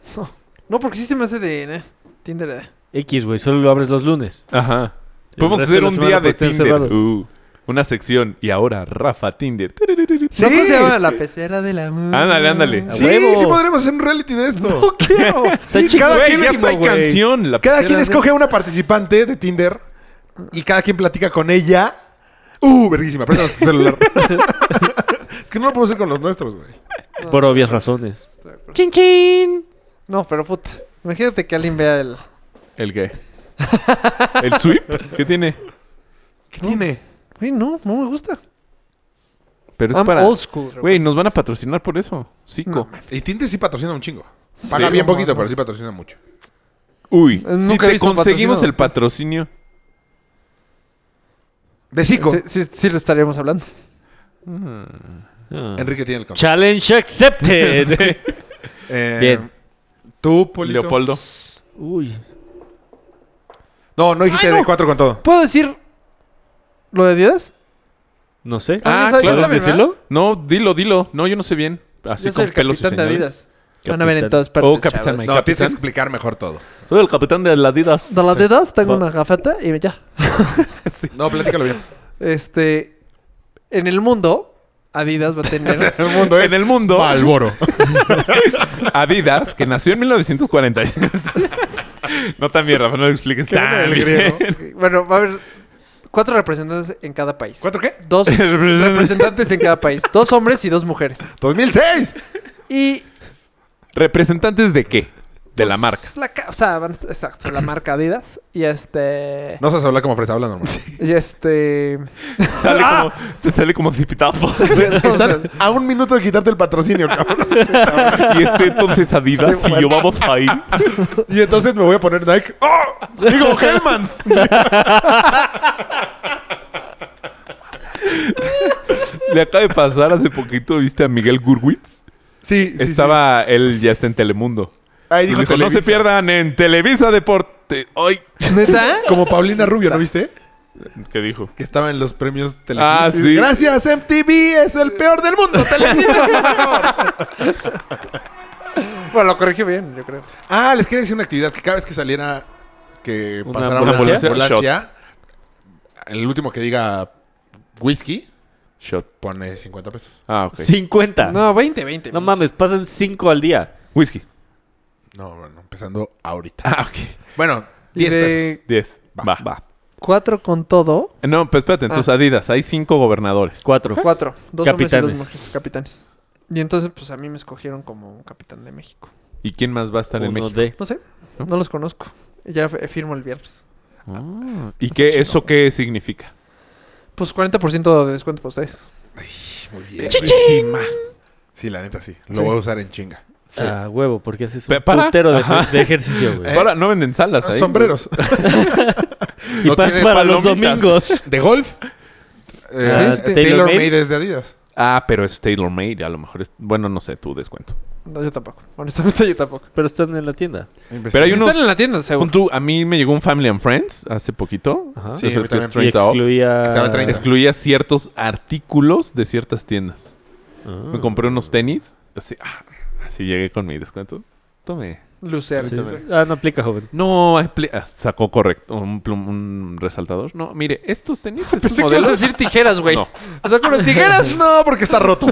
[SPEAKER 6] No, porque sí se me hace de eh, Tinder. eh.
[SPEAKER 4] X, güey. Solo lo abres los lunes.
[SPEAKER 1] Ajá.
[SPEAKER 4] El
[SPEAKER 1] Podemos
[SPEAKER 4] resto
[SPEAKER 1] hacer
[SPEAKER 4] de la
[SPEAKER 1] un
[SPEAKER 4] semana
[SPEAKER 1] día
[SPEAKER 6] pues,
[SPEAKER 4] puede
[SPEAKER 1] de
[SPEAKER 4] estar
[SPEAKER 1] Tinder.
[SPEAKER 4] cerrado.
[SPEAKER 1] Uh, una sección. Y ahora, Rafa Tinder.
[SPEAKER 6] No, ¿cómo se llama? La pecera del amor.
[SPEAKER 1] Ándale, ándale.
[SPEAKER 6] Ah,
[SPEAKER 4] A
[SPEAKER 5] Sí,
[SPEAKER 4] huevo.
[SPEAKER 5] sí podremos hacer un reality de esto.
[SPEAKER 6] No quiero.
[SPEAKER 4] Está
[SPEAKER 5] Sí,
[SPEAKER 4] chido.
[SPEAKER 5] cada
[SPEAKER 1] Güey,
[SPEAKER 5] quien
[SPEAKER 1] ya
[SPEAKER 5] elige,
[SPEAKER 1] está hay
[SPEAKER 5] güey.
[SPEAKER 1] canción. La
[SPEAKER 5] Cada
[SPEAKER 1] pecera
[SPEAKER 5] quien
[SPEAKER 1] de-
[SPEAKER 5] escoge a una participante de Tinder y cada quien platica con ella. Uh, verguísima, prenda su celular. es que no lo podemos hacer con los nuestros, güey.
[SPEAKER 4] Por obvias razones. ¡Chin, chin!
[SPEAKER 6] No, pero puta. Imagínate que alguien vea el.
[SPEAKER 1] ¿El qué? ¿El sweep? ¿Qué tiene?
[SPEAKER 5] ¿Qué tiene?
[SPEAKER 6] Güey, no, no me gusta.
[SPEAKER 1] Pero es
[SPEAKER 6] I'm
[SPEAKER 1] para...
[SPEAKER 6] old school.
[SPEAKER 1] Güey, nos van a patrocinar por eso. Cico.
[SPEAKER 6] No.
[SPEAKER 5] Y Tinder sí patrocina un chingo. Paga bien
[SPEAKER 6] no,
[SPEAKER 5] poquito,
[SPEAKER 6] no.
[SPEAKER 5] pero sí patrocina mucho.
[SPEAKER 1] Uy, si
[SPEAKER 6] Eh, Nunca he
[SPEAKER 1] te
[SPEAKER 6] visto un
[SPEAKER 1] conseguimos
[SPEAKER 6] patrocinio.
[SPEAKER 1] el patrocinio...
[SPEAKER 5] De Zico.
[SPEAKER 6] Sí, sí, sí lo estaríamos hablando.
[SPEAKER 4] Ah.
[SPEAKER 5] Enrique tiene el campo.
[SPEAKER 4] Challenge accepted.
[SPEAKER 5] Eh,
[SPEAKER 4] Bien.
[SPEAKER 5] Tú, Polito.
[SPEAKER 1] Leopoldo.
[SPEAKER 4] Uy.
[SPEAKER 5] No, no dijiste de cuatro con todo.
[SPEAKER 6] ¿Puedo decir lo de Adidas?
[SPEAKER 4] No sé.
[SPEAKER 6] Ah,
[SPEAKER 1] claro.
[SPEAKER 4] ¿Puedes
[SPEAKER 6] saben, ¿verdad?
[SPEAKER 4] decirlo?
[SPEAKER 1] No, dilo, dilo. No, yo no sé bien. Así
[SPEAKER 6] Yo
[SPEAKER 1] con
[SPEAKER 6] soy el
[SPEAKER 1] pelos y
[SPEAKER 6] capitán de
[SPEAKER 1] señales.
[SPEAKER 6] Adidas. Van a ver en
[SPEAKER 4] Capitán.
[SPEAKER 6] todas partes.
[SPEAKER 1] Oh, Capitán
[SPEAKER 6] chavos.
[SPEAKER 1] Mike.
[SPEAKER 5] No, tienes que
[SPEAKER 1] capitán.
[SPEAKER 5] explicar mejor todo.
[SPEAKER 1] Soy el capitán de la Adidas.
[SPEAKER 6] De las
[SPEAKER 1] Sí.
[SPEAKER 6] dedos tengo
[SPEAKER 1] Va.
[SPEAKER 6] una gafeta y ya.
[SPEAKER 5] No, platícalo bien.
[SPEAKER 6] Este. En el mundo, Adidas va a tener.
[SPEAKER 5] El mundo
[SPEAKER 1] En el mundo,
[SPEAKER 5] Malboro.
[SPEAKER 1] Adidas, que nació en 1940. no tan bien, Rafa, no lo expliques
[SPEAKER 5] Qué bueno
[SPEAKER 1] tan
[SPEAKER 5] el
[SPEAKER 1] bien.
[SPEAKER 5] griego.
[SPEAKER 6] bueno, va a haber cuatro representantes en cada país.
[SPEAKER 5] ¿Cuatro qué?
[SPEAKER 6] Dos representantes en cada país. Dos hombres y dos mujeres.
[SPEAKER 5] ¡2006!
[SPEAKER 6] Y
[SPEAKER 1] ¿Representantes de qué? de
[SPEAKER 6] Pues,
[SPEAKER 1] la marca.
[SPEAKER 6] la ca- o sea, van- exacto, la marca Adidas. Y este.
[SPEAKER 5] No sabes hablar como fresa, habla normal.
[SPEAKER 6] Y este.
[SPEAKER 1] Sale
[SPEAKER 5] Ah.
[SPEAKER 1] como, te sale como cipitapo.
[SPEAKER 5] Están a un minuto de quitarte el patrocinio, cabrón.
[SPEAKER 1] y este entonces Adidas y yo vamos a ir.
[SPEAKER 5] Y entonces me voy a poner Nike. ¡Oh! Digo, Hellmans.
[SPEAKER 1] Le acaba de pasar hace poquito, viste, a Miguel Gurwitz.
[SPEAKER 5] Sí, sí,
[SPEAKER 1] Estaba, él ya está en Telemundo.
[SPEAKER 5] sí. Ahí dijo,
[SPEAKER 1] Dijo, no se
[SPEAKER 5] Televisa".
[SPEAKER 1] pierdan en Televisa Deporte. Ay,
[SPEAKER 6] ¿Neta?
[SPEAKER 5] Como Paulina Rubio, ¿no viste?
[SPEAKER 1] ¿qué dijo?
[SPEAKER 5] Que estaba en los premios
[SPEAKER 1] Ah,
[SPEAKER 5] Televisa.
[SPEAKER 1] sí.
[SPEAKER 5] Gracias, MTV es el peor del mundo. Televisa es el mejor".
[SPEAKER 6] Bueno, lo corrige bien, yo creo.
[SPEAKER 5] Ah, les quería decir una actividad que cada vez que saliera que
[SPEAKER 4] Una
[SPEAKER 5] pasara
[SPEAKER 1] ambulancia.
[SPEAKER 5] una ambulancia, el último que diga whisky
[SPEAKER 1] Shot.
[SPEAKER 5] pone 50 pesos.
[SPEAKER 1] Ah, ok.
[SPEAKER 4] 50. No,
[SPEAKER 6] No, 20, 20.
[SPEAKER 4] mames, pasan 5 al día.
[SPEAKER 1] Whisky.
[SPEAKER 5] No, bueno, empezando ahorita.
[SPEAKER 1] Ah, ok.
[SPEAKER 5] Bueno,
[SPEAKER 6] Y
[SPEAKER 5] 10
[SPEAKER 6] de
[SPEAKER 5] pesos.
[SPEAKER 1] 10.
[SPEAKER 5] Va.
[SPEAKER 1] Va.
[SPEAKER 6] cuatro con todo.
[SPEAKER 1] No, pues espérate, entonces
[SPEAKER 6] Ah.
[SPEAKER 1] Adidas, hay cinco gobernadores.
[SPEAKER 4] 4.
[SPEAKER 6] Cuatro. Dos hombres y
[SPEAKER 4] Capitanes.
[SPEAKER 6] dos mujeres capitanes. Y entonces, pues a mí me escogieron como un capitán de México.
[SPEAKER 1] ¿Y quién más va a estar en México?
[SPEAKER 6] No sé, no, los conozco. Ya f- eh, firmo el viernes.
[SPEAKER 1] Ah, ¿Y qué, eso qué significa?
[SPEAKER 6] Pues 40% de descuento para ustedes.
[SPEAKER 5] Muy bien. Sí, la neta sí. Lo voy a usar en chinga.
[SPEAKER 4] Ah, huevo, porque haces
[SPEAKER 1] Pe-
[SPEAKER 4] un
[SPEAKER 1] para.
[SPEAKER 4] putero de,
[SPEAKER 1] Ajá. Eh,
[SPEAKER 4] de ejercicio,
[SPEAKER 6] Eh,
[SPEAKER 4] güey.
[SPEAKER 1] Ahora no venden salas ahí.
[SPEAKER 5] Sombreros.
[SPEAKER 4] Y
[SPEAKER 5] no
[SPEAKER 4] pan
[SPEAKER 5] tiene
[SPEAKER 4] para los
[SPEAKER 5] palomitas.
[SPEAKER 4] domingos.
[SPEAKER 5] ¿De golf? Eh,
[SPEAKER 4] Ah,
[SPEAKER 5] Taylor,
[SPEAKER 4] Taylor Made.
[SPEAKER 5] Made es de Adidas.
[SPEAKER 1] Ah, pero es tailor made, a lo mejor es. Bueno, no sé, tu descuento.
[SPEAKER 6] No, yo tampoco. Honestamente, yo tampoco.
[SPEAKER 4] Pero están en la tienda.
[SPEAKER 1] Pero hay
[SPEAKER 6] Sí
[SPEAKER 1] unos.
[SPEAKER 6] Están en la tienda, seguro.
[SPEAKER 1] Pon tú, a mí me llegó un Family and Friends hace poquito.
[SPEAKER 4] Ajá.
[SPEAKER 5] Sí,
[SPEAKER 1] Ya sabes
[SPEAKER 5] a mí
[SPEAKER 1] que es
[SPEAKER 4] Y
[SPEAKER 1] 30 off.
[SPEAKER 4] excluía...
[SPEAKER 5] Estaba 30.
[SPEAKER 1] Excluía ciertos artículos de ciertas tiendas.
[SPEAKER 4] Ah.
[SPEAKER 6] Mm.
[SPEAKER 1] Me compré unos tenis. Así, ah, así llegué con mi descuento. Tome.
[SPEAKER 6] Lucero.
[SPEAKER 4] Sí, sí. Ah, no aplica, joven.
[SPEAKER 1] No, apli- ah, sacó correcto. Un, plum- un resaltador. No, mire, estos tenis. estos
[SPEAKER 6] Pensé que ibas a
[SPEAKER 1] modelos-
[SPEAKER 6] decir tijeras, güey.
[SPEAKER 1] No.
[SPEAKER 6] O sea, con las tijeras, no.
[SPEAKER 5] No, porque está roto.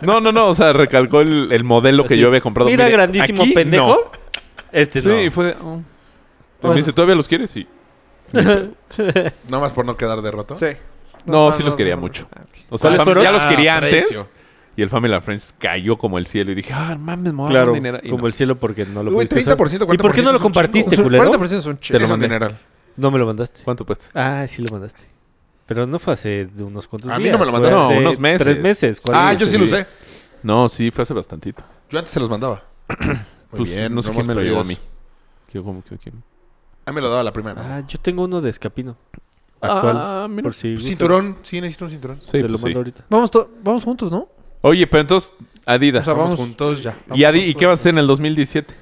[SPEAKER 1] No, no, no. O sea, recalcó el, el modelo que
[SPEAKER 4] Así,
[SPEAKER 1] yo había comprado.
[SPEAKER 4] Pues Mira,
[SPEAKER 1] Mire,
[SPEAKER 4] grandísimo
[SPEAKER 1] aquí,
[SPEAKER 4] pendejo.
[SPEAKER 1] no.
[SPEAKER 4] Este
[SPEAKER 1] Sí,
[SPEAKER 4] no.
[SPEAKER 1] y fue de. oh. Y Me
[SPEAKER 4] Bueno.
[SPEAKER 1] dice, ¿todavía los quieres? Sí.
[SPEAKER 5] Nada más por no quedar de roto.
[SPEAKER 6] Sí.
[SPEAKER 1] No, sí los quería mucho.
[SPEAKER 6] Ah, ok.
[SPEAKER 1] O sea,
[SPEAKER 4] ¿Cuáles
[SPEAKER 1] el fam-
[SPEAKER 4] fueron?
[SPEAKER 1] ya los
[SPEAKER 5] Ah,
[SPEAKER 1] quería
[SPEAKER 5] precio.
[SPEAKER 1] antes. Y el Family and Friends cayó como el cielo. Y dije, ah, mames, me voy a dar
[SPEAKER 4] Claro,
[SPEAKER 1] un dinero. Y
[SPEAKER 4] como
[SPEAKER 1] no.
[SPEAKER 4] el cielo porque no lo
[SPEAKER 5] Güey,
[SPEAKER 4] pudiste
[SPEAKER 5] 30%,
[SPEAKER 4] usar.
[SPEAKER 5] 40%.
[SPEAKER 4] ¿Y por qué no lo
[SPEAKER 5] es un
[SPEAKER 4] compartiste,
[SPEAKER 5] chingo.
[SPEAKER 4] culero?
[SPEAKER 6] 40% es
[SPEAKER 1] ¿Este
[SPEAKER 6] un
[SPEAKER 1] Te
[SPEAKER 6] chiste.
[SPEAKER 1] lo
[SPEAKER 5] Es un
[SPEAKER 1] mandé.
[SPEAKER 5] dineral.
[SPEAKER 4] No me lo mandaste.
[SPEAKER 1] ¿Cuánto cuesta?
[SPEAKER 4] Ah, sí lo mandaste. Pero no fue hace de unos cuantos
[SPEAKER 5] A
[SPEAKER 4] días.
[SPEAKER 5] mí no me lo
[SPEAKER 4] fue
[SPEAKER 5] mandaste.
[SPEAKER 1] No,
[SPEAKER 4] hace
[SPEAKER 1] unos meses.
[SPEAKER 4] Tres meses. cuatro
[SPEAKER 5] Ah,
[SPEAKER 1] Sí,
[SPEAKER 4] meses.
[SPEAKER 5] yo sí
[SPEAKER 1] sí.
[SPEAKER 5] lo usé.
[SPEAKER 1] No, sí, fue hace bastantito.
[SPEAKER 5] Yo antes se los mandaba. Muy
[SPEAKER 1] Pues, no sé quién
[SPEAKER 5] hemos
[SPEAKER 1] me lo llevó a
[SPEAKER 5] perdido
[SPEAKER 1] mí.
[SPEAKER 5] eso.
[SPEAKER 1] Que yo como que- que-
[SPEAKER 5] A mí me lo daba la primera.
[SPEAKER 4] Ah, yo tengo uno de escapino. Actual.
[SPEAKER 1] Ah, mira.
[SPEAKER 4] por si gustas.
[SPEAKER 5] Pues cinturón. Sí, necesito un cinturón.
[SPEAKER 1] Sí,
[SPEAKER 4] Te
[SPEAKER 1] pues
[SPEAKER 4] lo
[SPEAKER 1] sí.
[SPEAKER 4] mando ahorita.
[SPEAKER 6] Vamos, to- vamos juntos, ¿no?
[SPEAKER 1] Oye, pero entonces, Adidas.
[SPEAKER 6] O sea,
[SPEAKER 5] Vamos
[SPEAKER 6] vamos-
[SPEAKER 5] juntos ya.
[SPEAKER 1] ¿Y, Adi- ¿Y qué vas a hacer en el 2017?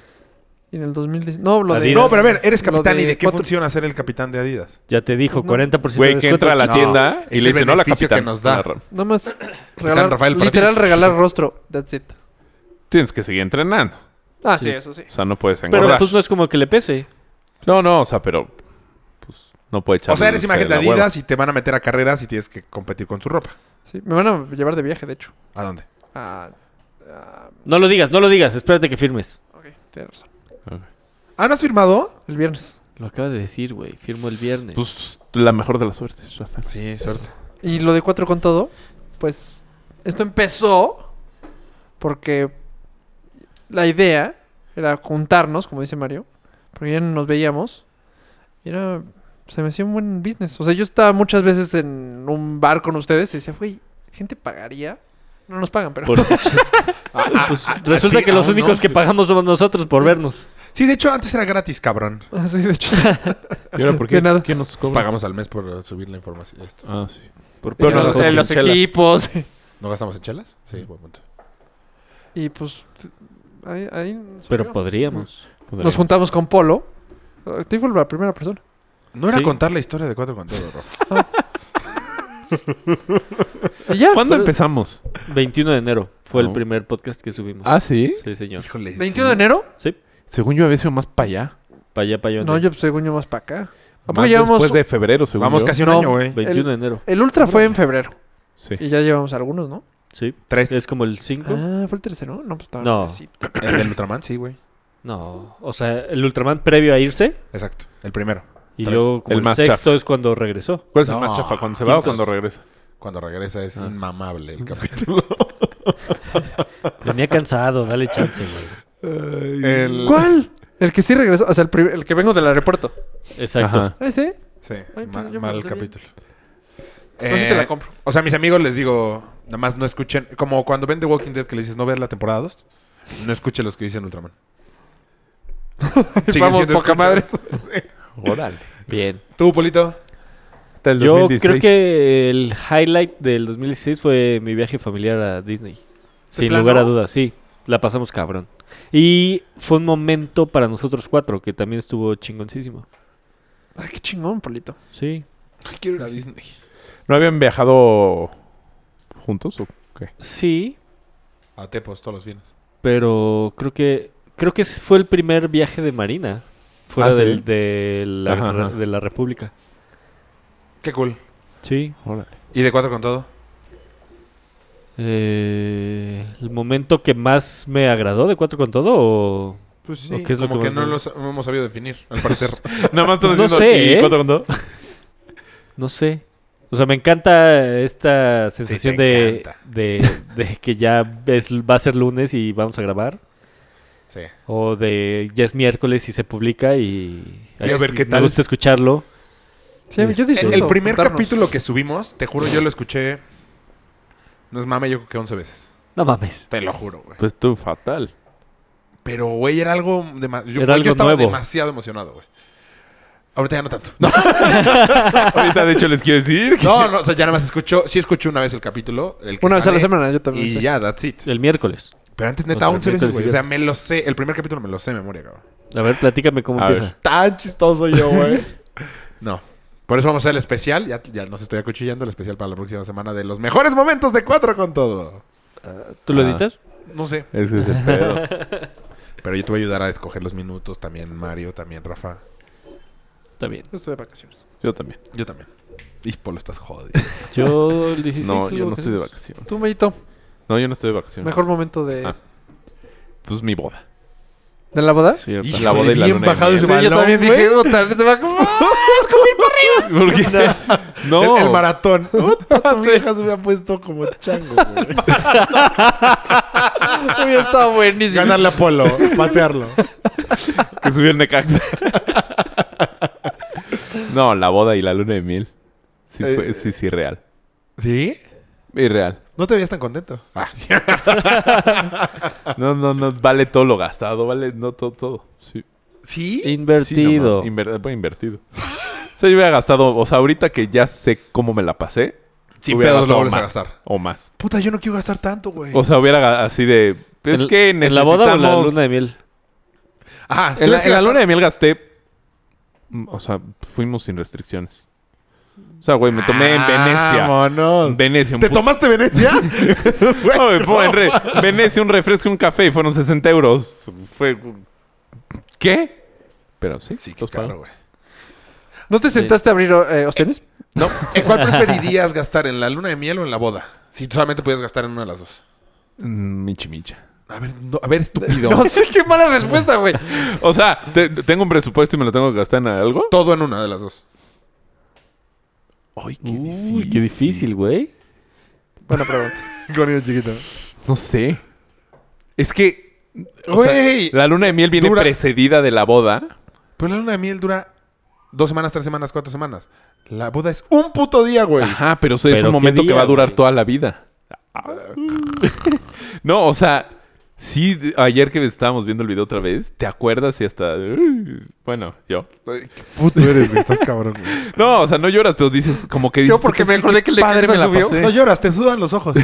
[SPEAKER 6] Y en el 2010. No, lo de.
[SPEAKER 4] Adidas.
[SPEAKER 5] No, pero a ver, eres
[SPEAKER 6] Lo
[SPEAKER 5] capitán. ¿Y de qué
[SPEAKER 6] cuatro-
[SPEAKER 5] funciona ser el capitán de Adidas?
[SPEAKER 4] Ya te dijo,
[SPEAKER 6] Pues no.
[SPEAKER 4] 40% de
[SPEAKER 1] Güey, que
[SPEAKER 4] descuento,
[SPEAKER 1] entra a la
[SPEAKER 5] No,
[SPEAKER 1] tienda y
[SPEAKER 5] es
[SPEAKER 1] le
[SPEAKER 5] el
[SPEAKER 1] dice, no, la
[SPEAKER 5] beneficio
[SPEAKER 1] capitán.
[SPEAKER 5] que nos da.
[SPEAKER 1] la ram-
[SPEAKER 6] Nada más. Regalar,
[SPEAKER 5] Rafael para ti.
[SPEAKER 6] literal, regalar rostro. That's it.
[SPEAKER 1] Tienes que seguir entrenando.
[SPEAKER 6] Ah, sí,
[SPEAKER 4] Sí.
[SPEAKER 6] eso sí.
[SPEAKER 1] O sea, no puedes
[SPEAKER 4] Pero
[SPEAKER 1] engordar.
[SPEAKER 4] pues no es como que le pese.
[SPEAKER 1] No, no, o sea, pero... Pues, no puede echar...
[SPEAKER 5] O sea, eres imagen de Adidas y te van a meter a carreras y tienes que competir con su ropa.
[SPEAKER 6] Sí, me van a llevar de viaje, de hecho.
[SPEAKER 5] ¿A dónde?
[SPEAKER 6] Ah,
[SPEAKER 4] No lo digas, no lo digas. Espérate que firmes.
[SPEAKER 6] ok, tienes razón.
[SPEAKER 5] ¿Ah, no has firmado?
[SPEAKER 6] El viernes.
[SPEAKER 4] Lo acaba de decir, güey. Firmo el viernes.
[SPEAKER 1] Pues, la mejor de las suertes. ya está.
[SPEAKER 5] Sí, suerte.
[SPEAKER 6] Y lo de cuatro con todo, pues esto empezó porque la idea era juntarnos, como dice Mario, porque ya no nos veíamos. Y era, se me hacía un buen business. O sea, yo estaba muchas veces en un bar con ustedes y decía, güey, gente pagaría. No nos pagan, pero...
[SPEAKER 4] Por- Pues, resulta
[SPEAKER 5] Ah, sí,
[SPEAKER 4] que los
[SPEAKER 5] aún no.
[SPEAKER 4] únicos que pagamos somos nosotros por vernos.
[SPEAKER 5] Sí, de hecho, antes era gratis, cabrón.
[SPEAKER 6] Ah, sí, de hecho, sí.
[SPEAKER 1] ¿Y ahora por qué?
[SPEAKER 6] De nada.
[SPEAKER 1] ¿Quién nos cobra?
[SPEAKER 5] Pagamos al mes por eh, subir la información. Esto.
[SPEAKER 1] Ah, sí. Por peor
[SPEAKER 6] Pero
[SPEAKER 1] no
[SPEAKER 6] los,
[SPEAKER 1] gastamos
[SPEAKER 6] en los
[SPEAKER 1] en chelas.
[SPEAKER 6] equipos.
[SPEAKER 5] ¿No gastamos en chelas? Sí, buen punto.
[SPEAKER 6] Y pues... Ahí, ahí
[SPEAKER 4] Pero
[SPEAKER 6] surgió.
[SPEAKER 4] podríamos.
[SPEAKER 6] Nos juntamos con Polo. Eh, Te fue la primera persona.
[SPEAKER 5] No era
[SPEAKER 4] Sí.
[SPEAKER 5] contar la historia de cuatro con todo, Rafa.
[SPEAKER 6] Y ya.
[SPEAKER 1] ¿Cuándo
[SPEAKER 6] pero-
[SPEAKER 1] empezamos?
[SPEAKER 4] 21 de enero fue
[SPEAKER 1] No.
[SPEAKER 4] el primer podcast que subimos.
[SPEAKER 1] Ah, ¿sí?
[SPEAKER 4] Sí, señor.
[SPEAKER 5] Híjole.
[SPEAKER 6] 21 de enero.
[SPEAKER 4] Sí.
[SPEAKER 1] Según yo había sido más para allá.
[SPEAKER 4] Para allá, para allá.
[SPEAKER 6] No, yo según yo más para acá. ¿A poco
[SPEAKER 1] Más
[SPEAKER 6] llevamos-
[SPEAKER 1] Después de febrero, según
[SPEAKER 5] Vamos
[SPEAKER 1] yo.
[SPEAKER 5] casi un
[SPEAKER 6] No.
[SPEAKER 5] año, güey.
[SPEAKER 4] 21 de enero.
[SPEAKER 6] El Ultra fue en febrero.
[SPEAKER 1] Sí.
[SPEAKER 6] Y ya llevamos algunos, ¿no?
[SPEAKER 4] Sí.
[SPEAKER 5] Tres.
[SPEAKER 4] Es como el 5.
[SPEAKER 6] Ah, fue el tercero. No, pues estaba
[SPEAKER 4] No.
[SPEAKER 6] así.
[SPEAKER 5] El del Ultraman, sí, güey.
[SPEAKER 4] No. O sea, el Ultraman previo a irse.
[SPEAKER 5] Exacto. El primero.
[SPEAKER 4] Y
[SPEAKER 5] Tres.
[SPEAKER 4] luego como
[SPEAKER 1] El
[SPEAKER 4] el,
[SPEAKER 1] más
[SPEAKER 4] sexto es cuando regresó.
[SPEAKER 1] ¿Cuál es el
[SPEAKER 5] No.
[SPEAKER 1] más chafa? ¿Cuándo se va o cuando regresa?
[SPEAKER 5] Cuando regresa
[SPEAKER 6] Ah.
[SPEAKER 5] es inmamable el capítulo.
[SPEAKER 4] Venía cansado, dale chance, güey.
[SPEAKER 5] El-
[SPEAKER 6] ¿Cuál? El que sí regresó, o sea, el, prim- el que vengo del aeropuerto.
[SPEAKER 4] Exacto.
[SPEAKER 1] Ajá.
[SPEAKER 6] ¿Ah, sí?
[SPEAKER 5] Sí,
[SPEAKER 6] Ay, pues,
[SPEAKER 5] ma-
[SPEAKER 6] yo me
[SPEAKER 5] mal
[SPEAKER 6] lo sabía.
[SPEAKER 5] capítulo. Eh,
[SPEAKER 6] No, sí te la compro.
[SPEAKER 5] O sea, mis amigos les digo, nada más no escuchen. Como cuando ven The Walking Dead que les dices no veas la temporada 2, no escuchen los que dicen Ultraman. Siguen
[SPEAKER 6] Vamos,
[SPEAKER 5] siendo
[SPEAKER 6] poca madre.
[SPEAKER 5] escuchas.
[SPEAKER 1] Órale.
[SPEAKER 4] Bien.
[SPEAKER 5] Tú, Polito.
[SPEAKER 1] Hasta el
[SPEAKER 4] Yo
[SPEAKER 1] 2016.
[SPEAKER 4] creo que el highlight del 2016 fue mi viaje familiar a Disney. Sin
[SPEAKER 6] plano?
[SPEAKER 4] lugar a dudas, sí. La pasamos cabrón. Y fue un momento para nosotros cuatro que también estuvo chingoncísimo.
[SPEAKER 6] Ay, qué chingón, Polito.
[SPEAKER 4] Sí.
[SPEAKER 5] Ay, quiero ir a Disney.
[SPEAKER 1] ¿No habían viajado juntos? o qué?
[SPEAKER 4] Sí,
[SPEAKER 5] A Tepos todos los fines.
[SPEAKER 4] pero creo que creo que ese fue el primer viaje de Marina fuera
[SPEAKER 1] Ah, ¿sí?
[SPEAKER 4] del- de, la,
[SPEAKER 1] Ajá, ajá.
[SPEAKER 4] de la República.
[SPEAKER 5] Qué cool.
[SPEAKER 4] Sí.
[SPEAKER 1] Órale.
[SPEAKER 5] ¿Y de cuatro con todo?
[SPEAKER 4] Eh, el momento que más me agradó de Cuatro con Todo o
[SPEAKER 5] Pues
[SPEAKER 4] sí. ¿O qué es lo
[SPEAKER 5] como
[SPEAKER 4] que
[SPEAKER 5] que,
[SPEAKER 4] más
[SPEAKER 5] no
[SPEAKER 4] me-
[SPEAKER 5] lo sa- no hemos sabido definir, al parecer.
[SPEAKER 1] Nada más
[SPEAKER 4] No sé, ¿eh? no sé. O sea, me encanta esta sensación de,
[SPEAKER 5] encanta.
[SPEAKER 4] de, de que ya es- va a ser lunes y vamos a grabar.
[SPEAKER 5] sí.
[SPEAKER 4] O de ya es miércoles y se publica y...
[SPEAKER 5] Y a ver qué
[SPEAKER 4] Me
[SPEAKER 5] tal.
[SPEAKER 4] gusta escucharlo.
[SPEAKER 6] Sí, a mí- yo
[SPEAKER 4] Este,
[SPEAKER 5] El,
[SPEAKER 6] disfruto.
[SPEAKER 5] el primer
[SPEAKER 6] juntarnos.
[SPEAKER 5] capítulo que subimos, te juro, yo lo escuché. No es mame, yo creo que 11 veces.
[SPEAKER 4] No mames.
[SPEAKER 5] Te lo juro, güey.
[SPEAKER 1] Pues tú, fatal.
[SPEAKER 5] Pero, güey, era algo dema- Yo,
[SPEAKER 4] Era
[SPEAKER 5] yo
[SPEAKER 4] algo
[SPEAKER 5] estaba
[SPEAKER 4] nuevo.
[SPEAKER 5] demasiado emocionado, güey. Ahorita ya no tanto. No,
[SPEAKER 1] Ahorita, de hecho, les quiero decir. que-
[SPEAKER 5] no, no, o sea, ya nada más escucho. Sí escucho una vez el capítulo. el que
[SPEAKER 6] Una vez a la
[SPEAKER 5] sale,
[SPEAKER 6] semana, yo también.
[SPEAKER 5] Y
[SPEAKER 6] sí.
[SPEAKER 5] ya, that's it.
[SPEAKER 4] El miércoles.
[SPEAKER 5] Pero antes, neta,
[SPEAKER 4] O sea,
[SPEAKER 5] 11 veces,
[SPEAKER 4] miércoles y
[SPEAKER 5] güey. O sea, me lo sé. El primer capítulo me lo sé de memoria, cabrón.
[SPEAKER 4] A ver, platícame cómo
[SPEAKER 1] A
[SPEAKER 4] empieza.
[SPEAKER 5] Tan chistoso yo, güey. no. Por eso vamos a hacer el especial. Ya, ya nos estoy acuchillando el especial para la próxima semana de los mejores momentos de Cuatro con todo.
[SPEAKER 4] ¿Tú lo
[SPEAKER 1] Ah.
[SPEAKER 4] editas?
[SPEAKER 5] No sé.
[SPEAKER 1] Ese es el pedo.
[SPEAKER 5] Pero yo te voy a ayudar a escoger los minutos también, Mario, también, Rafa.
[SPEAKER 4] Está bien.
[SPEAKER 6] Yo estoy de vacaciones.
[SPEAKER 1] Yo también.
[SPEAKER 5] Yo también. Y Polo, estás jodido.
[SPEAKER 4] Yo el 16
[SPEAKER 1] No,
[SPEAKER 4] sí
[SPEAKER 1] yo
[SPEAKER 4] lo
[SPEAKER 1] no estoy de
[SPEAKER 4] tenemos.
[SPEAKER 1] vacaciones.
[SPEAKER 6] Tú, Mayito,
[SPEAKER 1] No, yo no estoy de vacaciones.
[SPEAKER 6] mejor momento de,
[SPEAKER 1] Ah. Pues mi boda.
[SPEAKER 6] de la boda.
[SPEAKER 1] Cierto.
[SPEAKER 5] Híjole,
[SPEAKER 1] La boda y la
[SPEAKER 5] bien
[SPEAKER 1] luna de
[SPEAKER 5] bajado
[SPEAKER 1] miel.
[SPEAKER 5] ese balón, güey.
[SPEAKER 6] puta, se va como...
[SPEAKER 1] ¿Por qué? No.
[SPEAKER 5] El, el maratón. Puta, tu vieja se me ha puesto como chango, güey.
[SPEAKER 6] Hubiera estado buenísimo.
[SPEAKER 5] Ganarle a Polo, patearlo.
[SPEAKER 1] que subió el Necaxa. no, la boda y la luna de miel. Sí,
[SPEAKER 5] Eh,
[SPEAKER 1] fue, sí, sí, real.
[SPEAKER 5] ¿Sí? Ah,
[SPEAKER 1] Irreal.
[SPEAKER 5] No te veías tan contento.
[SPEAKER 1] No, no, no. Vale todo lo gastado. Vale no todo, todo. Sí. Sí,
[SPEAKER 5] ¿Sí?
[SPEAKER 1] no,
[SPEAKER 4] Invertido.
[SPEAKER 1] ma- inver- fue invertido. o sea, yo hubiera gastado... O sea, ahorita que ya sé cómo me la pasé...
[SPEAKER 5] Sin
[SPEAKER 1] hubiera
[SPEAKER 5] pedos lo
[SPEAKER 1] gastado
[SPEAKER 5] vuelves a
[SPEAKER 1] más,
[SPEAKER 5] gastar.
[SPEAKER 1] O más.
[SPEAKER 5] Puta, yo no quiero gastar tanto, güey.
[SPEAKER 1] O sea, hubiera ga- así de... "Pues Es
[SPEAKER 4] ¿En-
[SPEAKER 1] que
[SPEAKER 4] ¿En la
[SPEAKER 1] necesitamos...
[SPEAKER 4] boda o en la luna de miel?
[SPEAKER 5] ah,
[SPEAKER 1] En la, en la luna
[SPEAKER 5] de...
[SPEAKER 1] de miel gasté. mm, O sea, fuimos sin restricciones. O sea, güey, me tomé en Venecia.
[SPEAKER 5] Vámonos.
[SPEAKER 1] Venecia, un
[SPEAKER 5] Ah, ¿Te
[SPEAKER 1] pu-
[SPEAKER 5] tomaste Venecia? Güey,
[SPEAKER 1] No, me
[SPEAKER 5] no.
[SPEAKER 1] pongo en re- Venecia, un refresco y un café y fueron 60 euros. Fue. ¿Qué? Pero sí,
[SPEAKER 5] Sí, qué
[SPEAKER 1] los pago.
[SPEAKER 5] caro, güey.
[SPEAKER 6] ¿No te sentaste a abrir eh, ostiones?
[SPEAKER 5] No, ¿en cuál preferirías gastar? ¿En la luna de miel o en la boda? Si solamente pudieras gastar en una de las dos.
[SPEAKER 1] Mm, Michi micha.
[SPEAKER 5] A ver, no- a ver, estúpido.
[SPEAKER 6] No sé, qué mala respuesta, güey.
[SPEAKER 1] O sea, te- tengo un presupuesto y me lo tengo que gastar en algo.
[SPEAKER 5] Todo en una de las dos.
[SPEAKER 1] Ay, qué
[SPEAKER 4] Uy, qué difícil, güey.
[SPEAKER 6] Buena pregunta.
[SPEAKER 5] chiquito.
[SPEAKER 1] No sé. Es que. o sea,
[SPEAKER 5] Güey.
[SPEAKER 1] la luna de miel viene
[SPEAKER 5] Dura-
[SPEAKER 1] precedida de la boda.
[SPEAKER 5] Pero la luna de miel dura dos semanas, tres semanas, cuatro semanas. La boda es un puto día, güey.
[SPEAKER 1] Ajá, pero eso es
[SPEAKER 4] Pero
[SPEAKER 1] un
[SPEAKER 4] qué
[SPEAKER 1] momento que
[SPEAKER 4] día,
[SPEAKER 1] va a durar
[SPEAKER 4] güey.
[SPEAKER 1] toda la vida. no, o sea, sí, de- ayer que estábamos viendo el video otra vez, ¿te acuerdas y hasta... "Uy", Bueno, yo.
[SPEAKER 5] Ay, Qué puto eres, güey. Estás cabrón, güey.
[SPEAKER 1] No, o sea, no lloras, pero dices como que... Dices,
[SPEAKER 6] Yo porque
[SPEAKER 1] "Puta,
[SPEAKER 6] me
[SPEAKER 1] sí,
[SPEAKER 6] acordé
[SPEAKER 1] qué
[SPEAKER 6] que el de
[SPEAKER 1] padre
[SPEAKER 6] Kenza
[SPEAKER 1] me la
[SPEAKER 6] subió".
[SPEAKER 1] pasé".
[SPEAKER 5] No lloras, te sudan los ojos.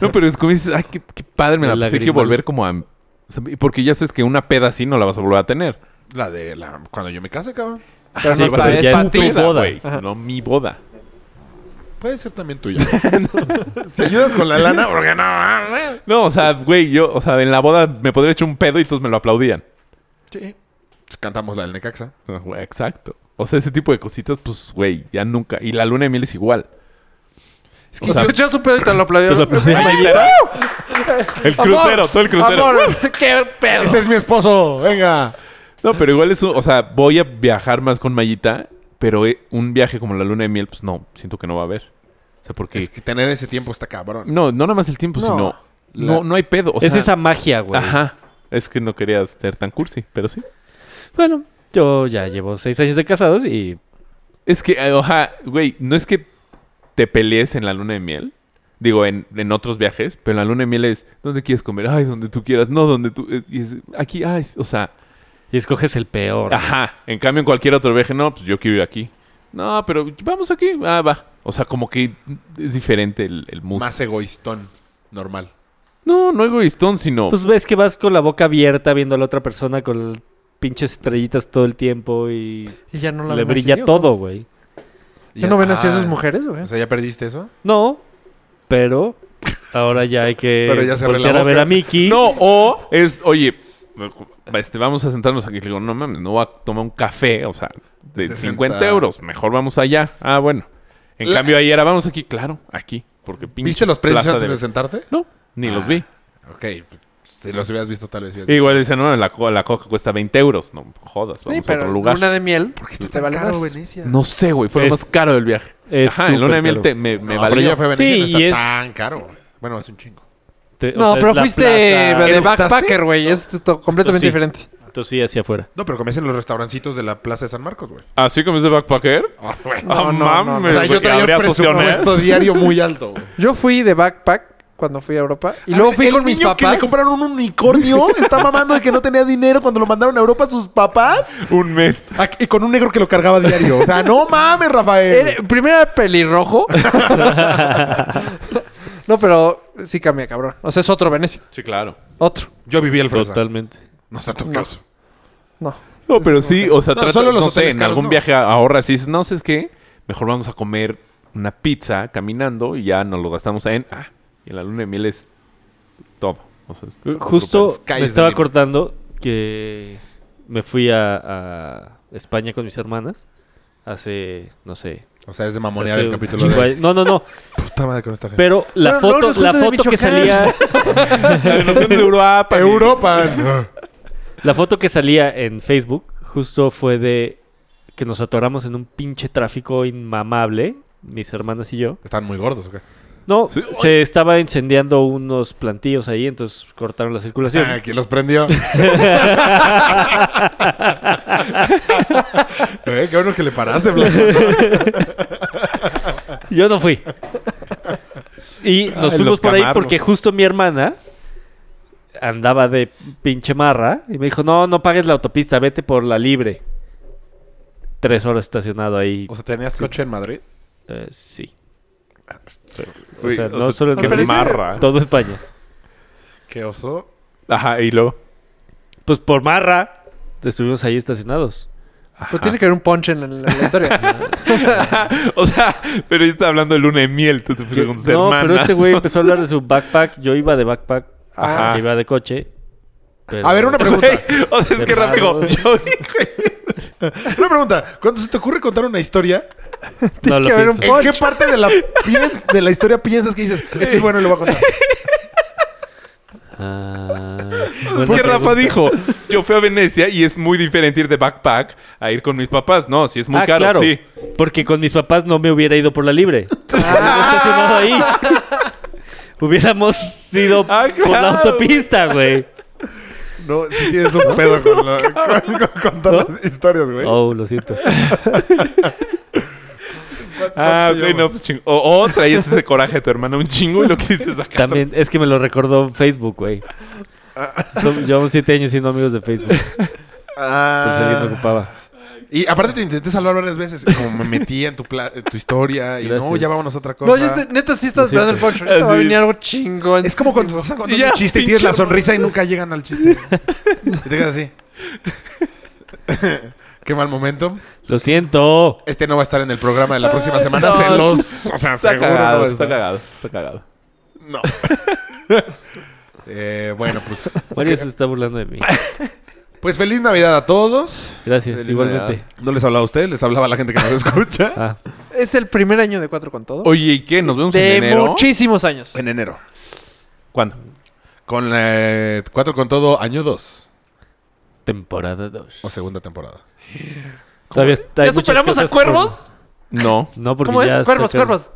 [SPEAKER 1] No, pero es como dices, ay, qué, qué padre me la
[SPEAKER 4] El
[SPEAKER 1] pasé. Quiero
[SPEAKER 4] lagrimal.
[SPEAKER 1] volver como a... o sea, porque ya sabes que una peda así no la vas a volver a tener.
[SPEAKER 5] La de la... cuando yo me case, cabrón.
[SPEAKER 6] Pero
[SPEAKER 4] Sí,
[SPEAKER 6] no,
[SPEAKER 4] va a
[SPEAKER 6] para-
[SPEAKER 4] ser
[SPEAKER 6] es
[SPEAKER 4] ya
[SPEAKER 6] para
[SPEAKER 4] tu
[SPEAKER 6] ti.
[SPEAKER 4] boda.
[SPEAKER 1] güey.
[SPEAKER 6] Ajá.
[SPEAKER 1] No mi boda.
[SPEAKER 5] Puede ser también tuya. Si ayudas con la lana, porque no.
[SPEAKER 1] No, o sea, güey, yo... O sea, en la boda me podría echar un pedo y todos me lo aplaudían.
[SPEAKER 5] Sí. Pues Cantamos la del Necaxa.
[SPEAKER 1] Ah, güey, Exacto. O sea, ese tipo de cositas, pues, güey, ya nunca. Y la luna de miel es igual.
[SPEAKER 5] Es
[SPEAKER 1] O sea,
[SPEAKER 6] Escuchó su pedo y te lo
[SPEAKER 4] Te Pues lo
[SPEAKER 6] aplaudió.
[SPEAKER 4] aplaudí.
[SPEAKER 1] El crucero, todo el crucero.
[SPEAKER 6] Amor, qué pedo.
[SPEAKER 5] Ese es mi esposo, venga.
[SPEAKER 1] No, pero igual es un- O sea, voy a viajar más con Mayita, pero eh, un viaje como la luna de miel, pues no, siento que no va a haber. O sea, porque.
[SPEAKER 5] Es que tener ese tiempo está cabrón.
[SPEAKER 1] No, no nada más el tiempo, sino.
[SPEAKER 5] La-
[SPEAKER 1] No, no hay pedo. O sea,
[SPEAKER 4] es esa magia, güey.
[SPEAKER 1] Ajá. Es que no quería ser tan cursi, pero sí.
[SPEAKER 4] Bueno, yo ya llevo seis años de casados y
[SPEAKER 1] Es que, eh, oja, güey, no es que te pelees en la luna de miel. Digo, en, en otros viajes, pero en la luna de miel es donde quieres comer, ay, donde tú quieras, no, donde tú. eh, y es, aquí, ay, o sea,
[SPEAKER 4] y escoges el peor. ¿no?
[SPEAKER 1] ajá. En cambio, en cualquier otro viaje, no, pues yo quiero ir aquí. No, pero vamos aquí, ah, va. O sea, como que es diferente el, el mood.
[SPEAKER 5] Más egoístón. Normal.
[SPEAKER 1] No, no egoístón, sino.
[SPEAKER 4] Pues ves que vas con la boca abierta viendo a la otra persona con el- pinches estrellitas todo el tiempo y
[SPEAKER 6] Y ya no la
[SPEAKER 4] le
[SPEAKER 6] ven así,
[SPEAKER 4] brilla
[SPEAKER 6] ¿o qué?
[SPEAKER 4] todo, güey.
[SPEAKER 6] ¿Ya no ven así a
[SPEAKER 5] Ah,
[SPEAKER 6] sus mujeres, güey?
[SPEAKER 5] O sea, ¿ya perdiste eso?
[SPEAKER 4] No, pero ahora ya hay que
[SPEAKER 5] Pero ya cerré la
[SPEAKER 4] voltear a ver
[SPEAKER 5] boca.
[SPEAKER 4] a Mickey.
[SPEAKER 1] No, o es, oye, este, vamos a sentarnos aquí. Le digo, no mames, no voy a tomar un café, o sea, de
[SPEAKER 5] 60.
[SPEAKER 1] 50 euros. Mejor vamos allá. Ah, bueno. En
[SPEAKER 5] La-
[SPEAKER 1] cambio, ahí era, vamos aquí, claro, aquí. Porque pinche
[SPEAKER 5] ¿Viste los precios
[SPEAKER 1] plaza
[SPEAKER 5] antes de Ah,
[SPEAKER 1] de-
[SPEAKER 5] sentarte?
[SPEAKER 1] No, ni los vi.
[SPEAKER 5] Ok. Si los hubieras visto, tal vez. hubieras dicho,
[SPEAKER 1] Igual dicen, no, la, co- la coca cuesta 20 euros. No jodas,
[SPEAKER 6] Sí,
[SPEAKER 1] vamos a
[SPEAKER 6] pero
[SPEAKER 1] otro lugar.
[SPEAKER 6] luna de miel
[SPEAKER 5] ¿Por qué
[SPEAKER 6] te,
[SPEAKER 5] está tan
[SPEAKER 6] vale
[SPEAKER 5] caro
[SPEAKER 6] más.
[SPEAKER 5] Venecia?
[SPEAKER 1] No sé, güey, fue
[SPEAKER 4] Es-
[SPEAKER 1] lo más caro del viaje.
[SPEAKER 4] es
[SPEAKER 1] Ajá, en
[SPEAKER 4] súper
[SPEAKER 1] Luna de Miel
[SPEAKER 4] caro.
[SPEAKER 1] te- me, me
[SPEAKER 5] No, pero
[SPEAKER 1] valió.
[SPEAKER 5] ya fue a Venecia,
[SPEAKER 4] Sí,
[SPEAKER 5] no está
[SPEAKER 4] y es-
[SPEAKER 5] tan caro. Bueno, es un chingo.
[SPEAKER 4] Te- o
[SPEAKER 6] No,
[SPEAKER 4] sea, es
[SPEAKER 6] pero
[SPEAKER 4] la
[SPEAKER 6] fuiste
[SPEAKER 4] plaza.
[SPEAKER 6] de
[SPEAKER 5] ¿Eructaste?
[SPEAKER 6] backpacker, güey. Es t- to- completamente
[SPEAKER 4] Entonces,
[SPEAKER 6] diferente.
[SPEAKER 4] Entonces sí, hacia afuera.
[SPEAKER 5] No, pero comés en los restaurancitos de la Plaza de San Marcos, güey.
[SPEAKER 1] ¿Así como es de backpacker?
[SPEAKER 5] Ah, güey.
[SPEAKER 1] No,
[SPEAKER 5] O sea, yo traía un presupuesto diario muy alto, güey.
[SPEAKER 6] Yo fui de backpack cuando fui a Europa. Y
[SPEAKER 5] A
[SPEAKER 6] luego
[SPEAKER 5] ver,
[SPEAKER 6] fui
[SPEAKER 5] Ah, el
[SPEAKER 6] con mis
[SPEAKER 5] niño que
[SPEAKER 6] papás.
[SPEAKER 5] le compraron un unicornio está mamando de que no tenía dinero cuando lo mandaron a Europa sus papás
[SPEAKER 1] Un mes.
[SPEAKER 5] Ah, y con un negro que lo cargaba diario. O sea, no mames, Rafael.
[SPEAKER 6] Era- Eh, primero era pelirrojo. no, pero sí cambia, cabrón. O sea, es otro Venecia.
[SPEAKER 1] Sí, claro.
[SPEAKER 6] Otro.
[SPEAKER 5] Yo viví el fresa.
[SPEAKER 4] Totalmente.
[SPEAKER 5] No se tu caso.
[SPEAKER 6] No.
[SPEAKER 1] No, pero sí, o sea,
[SPEAKER 5] No,
[SPEAKER 1] trata-
[SPEAKER 5] solo los
[SPEAKER 1] no sé,
[SPEAKER 5] hoteles
[SPEAKER 1] en
[SPEAKER 5] caros
[SPEAKER 1] algún
[SPEAKER 5] no.
[SPEAKER 1] viaje ahorras y dices, no, ¿sabes qué? Mejor vamos a comer una pizza caminando y ya nos lo gastamos en... Ah, y en la luna de miel es todo. O sea, es-
[SPEAKER 4] Justo
[SPEAKER 5] calles
[SPEAKER 4] me
[SPEAKER 5] de
[SPEAKER 4] estaba
[SPEAKER 5] Lima.
[SPEAKER 4] cortando que me fui a, a España con mis hermanas hace, no sé.
[SPEAKER 5] O sea, es de mamonear
[SPEAKER 4] hace
[SPEAKER 5] el
[SPEAKER 4] un
[SPEAKER 5] capítulo
[SPEAKER 4] chingo
[SPEAKER 5] de...
[SPEAKER 4] de- No, no, no.
[SPEAKER 5] Puta madre con esta gente.
[SPEAKER 4] Pero la
[SPEAKER 6] Pero luego
[SPEAKER 4] foto,
[SPEAKER 6] nos
[SPEAKER 4] la
[SPEAKER 6] cuentas de
[SPEAKER 4] foto que
[SPEAKER 6] Michoacán.
[SPEAKER 4] salía...
[SPEAKER 1] Europa.
[SPEAKER 5] Europa.
[SPEAKER 4] La foto que salía en Facebook justo fue de que nos atoramos en un pinche tráfico inmamable, mis hermanas y yo.
[SPEAKER 5] Están muy gordos, ¿o qué?
[SPEAKER 4] No,
[SPEAKER 1] Sí,
[SPEAKER 4] se estaba incendiando unos plantillos ahí, entonces cortaron la circulación.
[SPEAKER 5] Ah, ¿Quién los prendió? Ah, Eh, qué bueno que le paraste, Blanco.
[SPEAKER 4] Yo no fui. Y nos
[SPEAKER 1] Ay, los
[SPEAKER 4] fuimos por ahí
[SPEAKER 1] Camargos.
[SPEAKER 4] porque justo mi hermana andaba de pinche marra y me dijo, no, no pagues la autopista, vete por la libre. Tres horas estacionado ahí.
[SPEAKER 5] O sea, ¿tenías coche en Madrid?
[SPEAKER 4] eh, sí. O
[SPEAKER 1] Güey,
[SPEAKER 4] sea,
[SPEAKER 1] o
[SPEAKER 4] no
[SPEAKER 1] sea,
[SPEAKER 4] solo en
[SPEAKER 1] qué
[SPEAKER 4] Madrid,
[SPEAKER 1] marra.
[SPEAKER 4] Todo España.
[SPEAKER 5] Qué oso.
[SPEAKER 1] Ajá, y luego...
[SPEAKER 4] Pues por marra estuvimos ahí estacionados.
[SPEAKER 6] Pero tiene que haber un punch en la, en la historia.
[SPEAKER 1] O sea, pero yo estaba hablando de luna de miel. Tú te fuiste Pues con tus
[SPEAKER 4] no,
[SPEAKER 1] hermanas.
[SPEAKER 4] pero este güey empezó a hablar de su backpack. Yo iba de backpack,
[SPEAKER 1] Ajá.
[SPEAKER 4] que iba de coche. pero-
[SPEAKER 5] A ver, una pregunta.
[SPEAKER 1] Güey, o sea, es que rápido.
[SPEAKER 4] Hermanos.
[SPEAKER 1] Yo, güey,
[SPEAKER 5] Una pregunta. Cuando se te ocurre contar una historia,
[SPEAKER 4] No lo
[SPEAKER 6] que haber un
[SPEAKER 4] pienso.
[SPEAKER 5] ¿en qué parte de la, pi- de la historia piensas que dices, esto es bueno y lo voy a contar?
[SPEAKER 4] Ah,
[SPEAKER 1] es
[SPEAKER 4] buena
[SPEAKER 1] que Rafa
[SPEAKER 4] pregunta.
[SPEAKER 1] dijo, yo fui a Venecia y es muy diferente ir de backpack a ir con mis papás. No, sí es muy
[SPEAKER 4] Ah,
[SPEAKER 1] caro,
[SPEAKER 4] claro,
[SPEAKER 1] sí.
[SPEAKER 4] Porque con mis papás no me hubiera ido por la libre. Hubiera estacionado ahí. Hubiéramos sido
[SPEAKER 1] Ah,
[SPEAKER 4] por la
[SPEAKER 1] claro.
[SPEAKER 4] autopista, güey.
[SPEAKER 5] No, si tienes un pedo con, la- con- con contar
[SPEAKER 4] ¿No?
[SPEAKER 5] las historias, güey.
[SPEAKER 4] Oh, lo siento.
[SPEAKER 5] ¿Cuánto
[SPEAKER 1] Ah,
[SPEAKER 5] te
[SPEAKER 1] güey, no,
[SPEAKER 5] llevas?
[SPEAKER 1] pues chingo. O, o traías ese coraje de tu hermana un chingo y lo quisiste sacar.
[SPEAKER 4] También es que me lo recordó Facebook, güey. Som- Llevamos siete años siendo amigos de Facebook. Por
[SPEAKER 5] Pues
[SPEAKER 4] si alguien me
[SPEAKER 5] Ah.
[SPEAKER 4] ocupaba.
[SPEAKER 5] Y aparte te intenté salvar varias veces. Como me metía en tu, pla- en tu historia y no,
[SPEAKER 4] Gracias.
[SPEAKER 5] ya vámonos a otra cosa.
[SPEAKER 6] no, yo este- neta sí estaba
[SPEAKER 4] Lo siento.
[SPEAKER 6] esperando el punch. Ahorita va a
[SPEAKER 1] Así.
[SPEAKER 6] venir algo chingón.
[SPEAKER 5] Es como cuando están contando
[SPEAKER 1] Ya,
[SPEAKER 5] un chiste y
[SPEAKER 1] pinche
[SPEAKER 5] tienes la sonrisa y nunca llegan al chiste. y te quedas así. Qué mal momento.
[SPEAKER 4] Lo siento.
[SPEAKER 5] Este no va a estar en el programa de la próxima semana.
[SPEAKER 1] No,
[SPEAKER 5] se los. O sea,
[SPEAKER 1] Está
[SPEAKER 5] seguro no
[SPEAKER 1] cagado,
[SPEAKER 5] va a
[SPEAKER 1] está
[SPEAKER 5] estar.
[SPEAKER 1] cagado, está cagado.
[SPEAKER 5] No. Eh, bueno, pues.
[SPEAKER 4] Mario se está burlando de mí.
[SPEAKER 5] Pues feliz Navidad a todos.
[SPEAKER 4] Gracias,
[SPEAKER 1] Feliz
[SPEAKER 4] igualmente.
[SPEAKER 1] Navidad.
[SPEAKER 5] No les hablaba a ustedes, les hablaba a la gente que nos escucha.
[SPEAKER 4] Ah,
[SPEAKER 6] Es el primer año de Cuatro con Todo.
[SPEAKER 1] Oye, ¿y qué? ¿Nos vemos
[SPEAKER 6] de
[SPEAKER 1] en enero?
[SPEAKER 6] muchísimos años.
[SPEAKER 5] En enero.
[SPEAKER 1] ¿Cuándo?
[SPEAKER 5] Con eh, Cuatro con todo, año 2.
[SPEAKER 4] temporada 2.
[SPEAKER 5] O segunda temporada.
[SPEAKER 4] Todavía está- hay
[SPEAKER 6] ¿Ya
[SPEAKER 4] muchas
[SPEAKER 6] superamos a
[SPEAKER 4] cosas por-
[SPEAKER 6] Cuervos?
[SPEAKER 1] No.
[SPEAKER 4] No, porque
[SPEAKER 6] ¿Cómo
[SPEAKER 4] ya
[SPEAKER 6] es? Cuervos,
[SPEAKER 4] sacaron-
[SPEAKER 6] cuervos.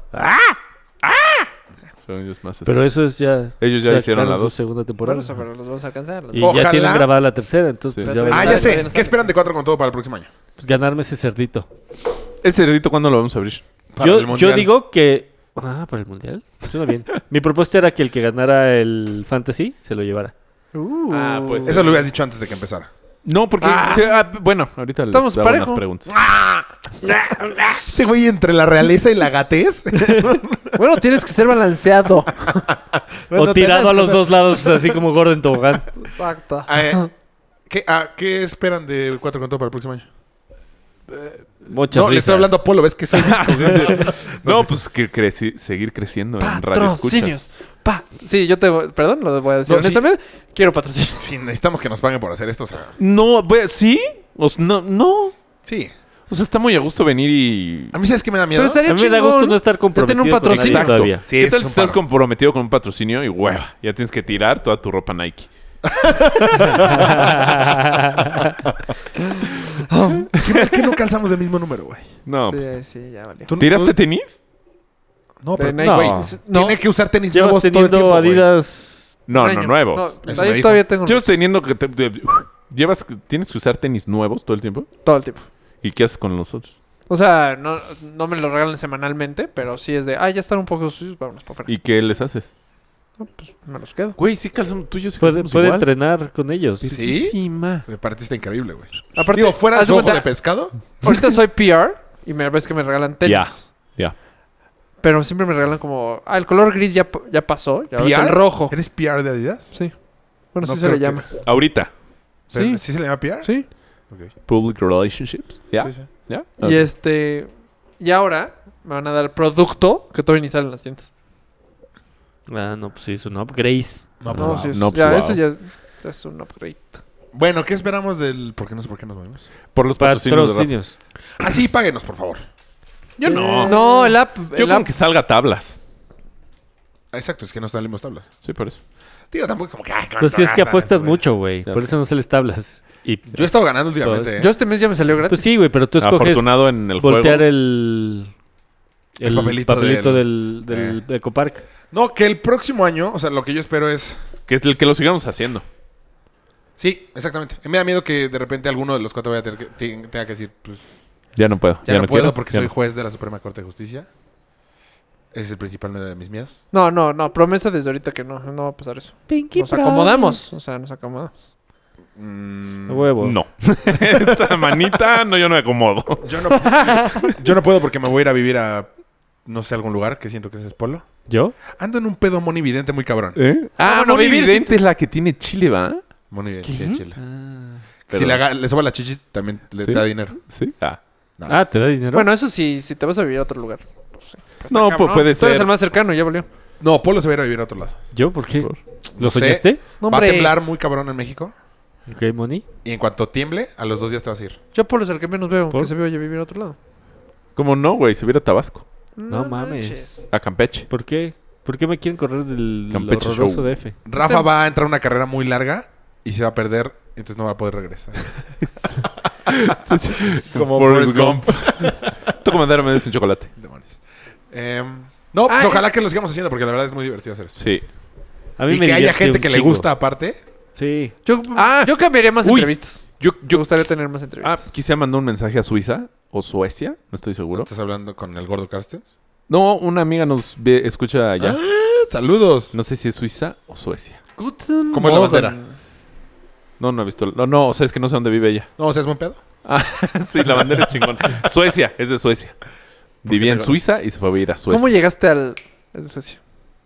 [SPEAKER 1] Según yo es más
[SPEAKER 4] Pero
[SPEAKER 1] así.
[SPEAKER 4] eso es ya.
[SPEAKER 1] Ellos ya hicieron
[SPEAKER 4] sacaron
[SPEAKER 1] la
[SPEAKER 4] su
[SPEAKER 1] dos.
[SPEAKER 4] segunda
[SPEAKER 6] Por
[SPEAKER 4] temporada.
[SPEAKER 6] eso, pero los vamos a alcanzar. los
[SPEAKER 4] Y
[SPEAKER 6] vamos-
[SPEAKER 5] Ojalá.
[SPEAKER 4] ya tienen grabada la tercera, entonces
[SPEAKER 1] Sí.
[SPEAKER 4] pues, ya
[SPEAKER 5] Ah,
[SPEAKER 4] verán.
[SPEAKER 5] ya
[SPEAKER 6] Todavía
[SPEAKER 5] sé.
[SPEAKER 6] no
[SPEAKER 5] ¿Qué
[SPEAKER 6] sale.
[SPEAKER 5] esperan de cuatro con todo para el próximo año?
[SPEAKER 4] Pues, ganarme ese cerdito.
[SPEAKER 1] ¿Ese cerdito cuándo lo vamos a abrir?
[SPEAKER 5] Para el
[SPEAKER 4] Yo, yo
[SPEAKER 5] Mundial.
[SPEAKER 4] digo que. Ah, para el mundial. Suena bien. Mi propuesta era que el que ganara el fantasy se lo llevara.
[SPEAKER 6] Uh.
[SPEAKER 1] Ah, pues,
[SPEAKER 5] Eso lo hubieras dicho antes de que empezara.
[SPEAKER 1] No, porque... sí, ah, bueno, ahorita les
[SPEAKER 6] Estamos
[SPEAKER 1] hago unas
[SPEAKER 6] parejo.
[SPEAKER 1] preguntas.
[SPEAKER 5] Este güey entre la realeza y la gatez.
[SPEAKER 6] Bueno, tienes que ser balanceado.
[SPEAKER 4] o tirado a los dos lados, así como gordo en tobogán.
[SPEAKER 6] Exacto.
[SPEAKER 5] Eh, ¿qué, ah, ¿Qué esperan de cuatro con todo para el próximo año?
[SPEAKER 4] Muchas
[SPEAKER 5] no, le estoy
[SPEAKER 4] risas.
[SPEAKER 5] hablando a Polo, ves que soy listo.
[SPEAKER 1] No, pues que creci- seguir creciendo en Ah, radio
[SPEAKER 6] Patrocinios.
[SPEAKER 1] escuchas.
[SPEAKER 6] Pa. Sí, yo te voy- perdón, lo voy a decir.
[SPEAKER 5] No, sí.
[SPEAKER 6] Honestamente, quiero patrocinio.
[SPEAKER 5] Si necesitamos que nos paguen por hacer esto, o sea,
[SPEAKER 1] No, pues, ¿sí? O sea, no, no.
[SPEAKER 5] sí.
[SPEAKER 1] O sea, está muy a gusto venir y...
[SPEAKER 5] A mí sabes que me da miedo.
[SPEAKER 6] Pero estaría
[SPEAKER 4] A mí me da
[SPEAKER 6] chingón
[SPEAKER 4] gusto no estar
[SPEAKER 6] ya tener
[SPEAKER 4] comprometido con
[SPEAKER 6] un
[SPEAKER 4] nadie
[SPEAKER 6] patrocinio.
[SPEAKER 1] Exacto.
[SPEAKER 4] todavía.
[SPEAKER 5] Sí,
[SPEAKER 1] ¿Qué
[SPEAKER 5] eso
[SPEAKER 1] tal
[SPEAKER 5] es
[SPEAKER 1] si
[SPEAKER 5] un
[SPEAKER 1] estás
[SPEAKER 5] paro.
[SPEAKER 1] comprometido con un patrocinio y hueva? Ya tienes que tirar toda tu ropa Nike.
[SPEAKER 5] Ah. ¿Qué mal que no calzamos del mismo número, güey?
[SPEAKER 1] No,
[SPEAKER 6] Sí,
[SPEAKER 1] pues...
[SPEAKER 6] sí, ya valió.
[SPEAKER 5] Tú-
[SPEAKER 1] ¿Tiraste
[SPEAKER 5] tú-
[SPEAKER 1] tenis?
[SPEAKER 5] No, pero
[SPEAKER 6] Nike.
[SPEAKER 5] güey,
[SPEAKER 4] No.
[SPEAKER 5] Este tiene que usar tenis
[SPEAKER 4] Llevas
[SPEAKER 5] nuevos todo el
[SPEAKER 4] teniendo
[SPEAKER 5] tiempo, güey.
[SPEAKER 4] Adidas.
[SPEAKER 1] No,
[SPEAKER 6] Un
[SPEAKER 1] no,
[SPEAKER 6] año.
[SPEAKER 1] nuevos.
[SPEAKER 6] No,
[SPEAKER 5] Eso me
[SPEAKER 6] ahí
[SPEAKER 5] dijo.
[SPEAKER 6] todavía tengo
[SPEAKER 1] Llevas teniendo que... te- te- llevas... Tienes que usar tenis nuevos todo el tiempo.
[SPEAKER 6] todo el tiempo.
[SPEAKER 1] ¿Y qué haces con los otros?
[SPEAKER 6] O sea, no, no me lo regalan semanalmente, pero sí es de, ah, ya están un poco sucios, vámonos para afuera.
[SPEAKER 1] ¿Y qué les haces?
[SPEAKER 6] No, pues me los quedo.
[SPEAKER 1] Güey, sí calzamos tuyos y
[SPEAKER 4] Puede,
[SPEAKER 1] calzamos
[SPEAKER 4] puede
[SPEAKER 1] igual.
[SPEAKER 4] entrenar con ellos.
[SPEAKER 5] Sí.
[SPEAKER 1] Riquísima.
[SPEAKER 5] Me partiste increíble, güey.
[SPEAKER 6] Aparte,
[SPEAKER 5] Digo, fuera
[SPEAKER 6] haz
[SPEAKER 5] su
[SPEAKER 6] de
[SPEAKER 5] ojo
[SPEAKER 6] cuenta,
[SPEAKER 5] de pescado.
[SPEAKER 6] ahorita soy PR y me ves que me regalan tenis.
[SPEAKER 1] Ya.
[SPEAKER 6] Pero siempre me regalan como, ah, el color gris ya, pa- ya pasó, ya ahora es el
[SPEAKER 5] PR?
[SPEAKER 6] rojo.
[SPEAKER 5] ¿Eres PR de Adidas?
[SPEAKER 6] Sí. Bueno,
[SPEAKER 5] No
[SPEAKER 6] sí se le
[SPEAKER 5] creo que-
[SPEAKER 6] llama.
[SPEAKER 1] Ahorita.
[SPEAKER 5] ¿Sí?
[SPEAKER 6] Sí.
[SPEAKER 5] ¿Sí se le llama PR?
[SPEAKER 6] Sí.
[SPEAKER 5] Ok.
[SPEAKER 1] Public relationships. Ya.
[SPEAKER 5] Sí, sí.
[SPEAKER 1] Ya.
[SPEAKER 6] Y este, y ahora me van a dar producto que todavía ni sale en las tiendas.
[SPEAKER 4] Ah, no, pues sí, es un upgrade.
[SPEAKER 5] No, pues,
[SPEAKER 6] No,
[SPEAKER 5] wow.
[SPEAKER 6] sí, es-
[SPEAKER 1] no, pues,
[SPEAKER 6] ya,
[SPEAKER 1] wow.
[SPEAKER 6] eso ya es, es un upgrade.
[SPEAKER 5] Bueno, ¿qué esperamos del...? Porque no sé por qué nos movimos.
[SPEAKER 1] Por los patrocinios. de Rafa.
[SPEAKER 4] Patrocinios.
[SPEAKER 5] Ah, sí, páguenos, por favor.
[SPEAKER 1] Yo no.
[SPEAKER 6] No, el app,
[SPEAKER 1] Yo
[SPEAKER 6] el
[SPEAKER 1] como
[SPEAKER 6] app
[SPEAKER 1] que salga tablas.
[SPEAKER 5] Exacto, es que no salimos tablas.
[SPEAKER 1] Sí, por eso.
[SPEAKER 5] Digo, tampoco es como que... Pero
[SPEAKER 4] Pues sí, es que apuestas mucho, güey. Por eso no se les tablas. Y,
[SPEAKER 5] Yo he estado ganando últimamente. ¿eh?
[SPEAKER 6] Yo este mes ya me salió gratis.
[SPEAKER 4] pues sí, güey, pero tú escoges
[SPEAKER 1] Afortunado en el
[SPEAKER 4] voltear
[SPEAKER 1] juego.
[SPEAKER 4] el...
[SPEAKER 5] El papelito Eh.
[SPEAKER 4] del, del Ecopark.
[SPEAKER 5] No, que el próximo año, o sea, lo que yo espero es...
[SPEAKER 1] Que es el que lo sigamos haciendo.
[SPEAKER 5] Sí, exactamente. Me da miedo que de repente alguno de los cuatro vaya a tener que, te- tenga que decir, pues,
[SPEAKER 1] Ya no puedo.
[SPEAKER 5] ya, no, puedo
[SPEAKER 1] quiero,
[SPEAKER 5] porque
[SPEAKER 1] ya
[SPEAKER 5] soy
[SPEAKER 1] no.
[SPEAKER 5] juez de la Suprema Corte de Justicia. Ese es el principal de mis mías.
[SPEAKER 6] No, no, no, promesa desde ahorita que no, no va a pasar eso. Nos acomodamos, o sea, nos acomodamos.
[SPEAKER 5] Mm,
[SPEAKER 4] Huevo.
[SPEAKER 1] No. Esta manita, no, yo no me acomodo.
[SPEAKER 5] yo, no, yo no puedo porque me voy a ir a vivir a, no sé, algún lugar que siento que ese es polo.
[SPEAKER 4] ¿Yo?
[SPEAKER 5] Ando en un pedo monividente muy cabrón.
[SPEAKER 1] ¿Eh? Ah,
[SPEAKER 6] bueno,
[SPEAKER 1] no,
[SPEAKER 6] vivir sin-
[SPEAKER 1] Vidente es la que tiene Chile, ¿va?
[SPEAKER 5] Monividente de Chile. Si
[SPEAKER 4] Ah.
[SPEAKER 1] Pero-
[SPEAKER 5] le, haga- le soba las chichis, también le
[SPEAKER 1] ¿Sí?
[SPEAKER 5] da dinero.
[SPEAKER 1] Sí. Ah.
[SPEAKER 5] No,
[SPEAKER 4] Ah, ¿te da dinero?
[SPEAKER 6] Bueno, eso sí, si te vas a vivir a otro lugar.
[SPEAKER 1] No, pues
[SPEAKER 6] Cabrón,
[SPEAKER 1] puede
[SPEAKER 6] Tú eres
[SPEAKER 1] ser.
[SPEAKER 6] el más cercano, ya volvió.
[SPEAKER 5] no, Polo se va a ir a vivir a otro lado.
[SPEAKER 4] ¿Yo? ¿Por qué?
[SPEAKER 1] Por-
[SPEAKER 4] ¿Lo
[SPEAKER 5] sé.
[SPEAKER 4] soñaste?
[SPEAKER 6] No,
[SPEAKER 5] Va a
[SPEAKER 6] hombre.
[SPEAKER 5] temblar muy cabrón en México.
[SPEAKER 4] Ok, Moni.
[SPEAKER 5] Y en cuanto tiemble, a los dos días te vas a ir.
[SPEAKER 6] Yo por los al que menos veo,
[SPEAKER 4] ¿Por?
[SPEAKER 6] que se vio yo vivir a otro lado.
[SPEAKER 1] ¿Cómo no, güey? Se viera a Tabasco.
[SPEAKER 6] No,
[SPEAKER 4] mames.
[SPEAKER 6] manches.
[SPEAKER 1] A Campeche.
[SPEAKER 4] ¿Por qué? ¿Por qué me quieren correr del
[SPEAKER 1] Campeche
[SPEAKER 4] horroroso
[SPEAKER 1] Show.
[SPEAKER 4] DF?
[SPEAKER 5] Rafa va a entrar a una carrera muy larga y se va a perder, entonces no va a poder regresar.
[SPEAKER 1] Como
[SPEAKER 5] Forrest
[SPEAKER 1] Forrest Gump. Tú comandarme un chocolate.
[SPEAKER 5] Demonios. Em, no, pues
[SPEAKER 6] Ay.
[SPEAKER 5] ojalá que lo sigamos haciendo porque la verdad es muy divertido hacer esto.
[SPEAKER 1] Sí.
[SPEAKER 4] A
[SPEAKER 5] Y que haya
[SPEAKER 4] divierte
[SPEAKER 5] gente
[SPEAKER 4] un
[SPEAKER 5] que le
[SPEAKER 4] chingo.
[SPEAKER 5] gusta aparte.
[SPEAKER 4] Sí.
[SPEAKER 6] Yo, yo cambiaría más
[SPEAKER 1] Uy.
[SPEAKER 6] entrevistas.
[SPEAKER 1] Yo,
[SPEAKER 6] Me
[SPEAKER 1] yo
[SPEAKER 6] gustaría tener más
[SPEAKER 1] Ah,
[SPEAKER 6] entrevistas.
[SPEAKER 1] quisiera mandar un mensaje a Suiza o Suecia, no estoy seguro.
[SPEAKER 5] Estás hablando con el gordo Carstens.
[SPEAKER 1] No, una amiga nos ve- escucha allá.
[SPEAKER 5] Eh, Saludos.
[SPEAKER 1] No sé si es Suiza o Suecia.
[SPEAKER 6] Guten
[SPEAKER 5] ¿Cómo es la
[SPEAKER 6] Morgen.
[SPEAKER 5] bandera?
[SPEAKER 1] No, no he visto. No, no, o sea, es que no sé dónde vive ella.
[SPEAKER 5] No, o sea, es buen pedo.
[SPEAKER 1] Ah, sí, la bandera es chingón. Suecia, es de Suecia. Vivía en
[SPEAKER 5] te-
[SPEAKER 1] Suiza y se fue a vivir a Suecia.
[SPEAKER 6] ¿Cómo llegaste al al socio?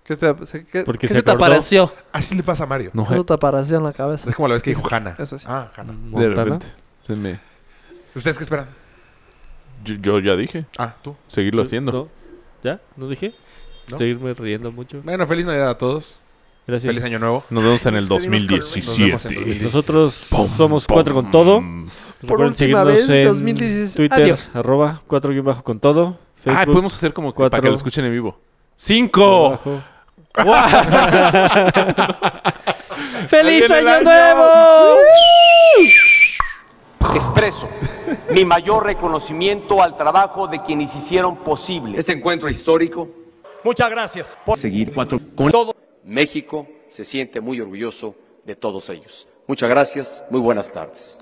[SPEAKER 6] ¿Qué te, qué-
[SPEAKER 4] Porque
[SPEAKER 6] qué
[SPEAKER 4] se
[SPEAKER 6] se te
[SPEAKER 4] acordó.
[SPEAKER 6] apareció?
[SPEAKER 5] Así le pasa a Mario.
[SPEAKER 1] No,
[SPEAKER 6] ¿Qué se te apareció en la cabeza?
[SPEAKER 5] Es como la vez que dijo Hanna.
[SPEAKER 6] Eso sí.
[SPEAKER 5] Ah, Hanna.
[SPEAKER 1] de
[SPEAKER 4] Montana.
[SPEAKER 1] repente. se me-
[SPEAKER 5] ¿Ustedes qué esperan?
[SPEAKER 1] Yo, yo ya dije,
[SPEAKER 5] Ah, tú.
[SPEAKER 1] seguirlo
[SPEAKER 4] Yo-
[SPEAKER 1] haciendo.
[SPEAKER 4] no. ¿Ya? ¿No dije?
[SPEAKER 5] No.
[SPEAKER 4] Seguirme riendo mucho.
[SPEAKER 5] Bueno, feliz Navidad a todos.
[SPEAKER 4] Gracias.
[SPEAKER 5] Feliz Año Nuevo.
[SPEAKER 1] Nos vemos en el
[SPEAKER 6] Nos vemos con-
[SPEAKER 5] Nos vemos en
[SPEAKER 1] 2017.
[SPEAKER 5] 2017.
[SPEAKER 4] Nosotros
[SPEAKER 1] Pum,
[SPEAKER 4] somos
[SPEAKER 1] pum.
[SPEAKER 4] Cuatro con Todo.
[SPEAKER 1] Ah,
[SPEAKER 6] Por
[SPEAKER 4] Recuerden
[SPEAKER 6] última
[SPEAKER 4] seguirnos
[SPEAKER 6] vez,
[SPEAKER 4] en
[SPEAKER 6] 2016.
[SPEAKER 4] Twitter,
[SPEAKER 6] Adiós.
[SPEAKER 4] arroba 4 guión bajo con todo.
[SPEAKER 1] Ah,
[SPEAKER 4] Facebook,
[SPEAKER 1] podemos hacer como que para
[SPEAKER 4] Cuatro.
[SPEAKER 1] que lo escuchen en vivo. ¡Cinco!
[SPEAKER 4] bajo.
[SPEAKER 1] ¡Feliz Año
[SPEAKER 4] nuevo!
[SPEAKER 7] Expreso mi mayor reconocimiento al trabajo de quienes hicieron posible
[SPEAKER 8] Este encuentro histórico Muchas gracias. Por
[SPEAKER 7] Seguir cuatro con todo. México se siente muy orgulloso de todos ellos. Muchas gracias, muy buenas tardes.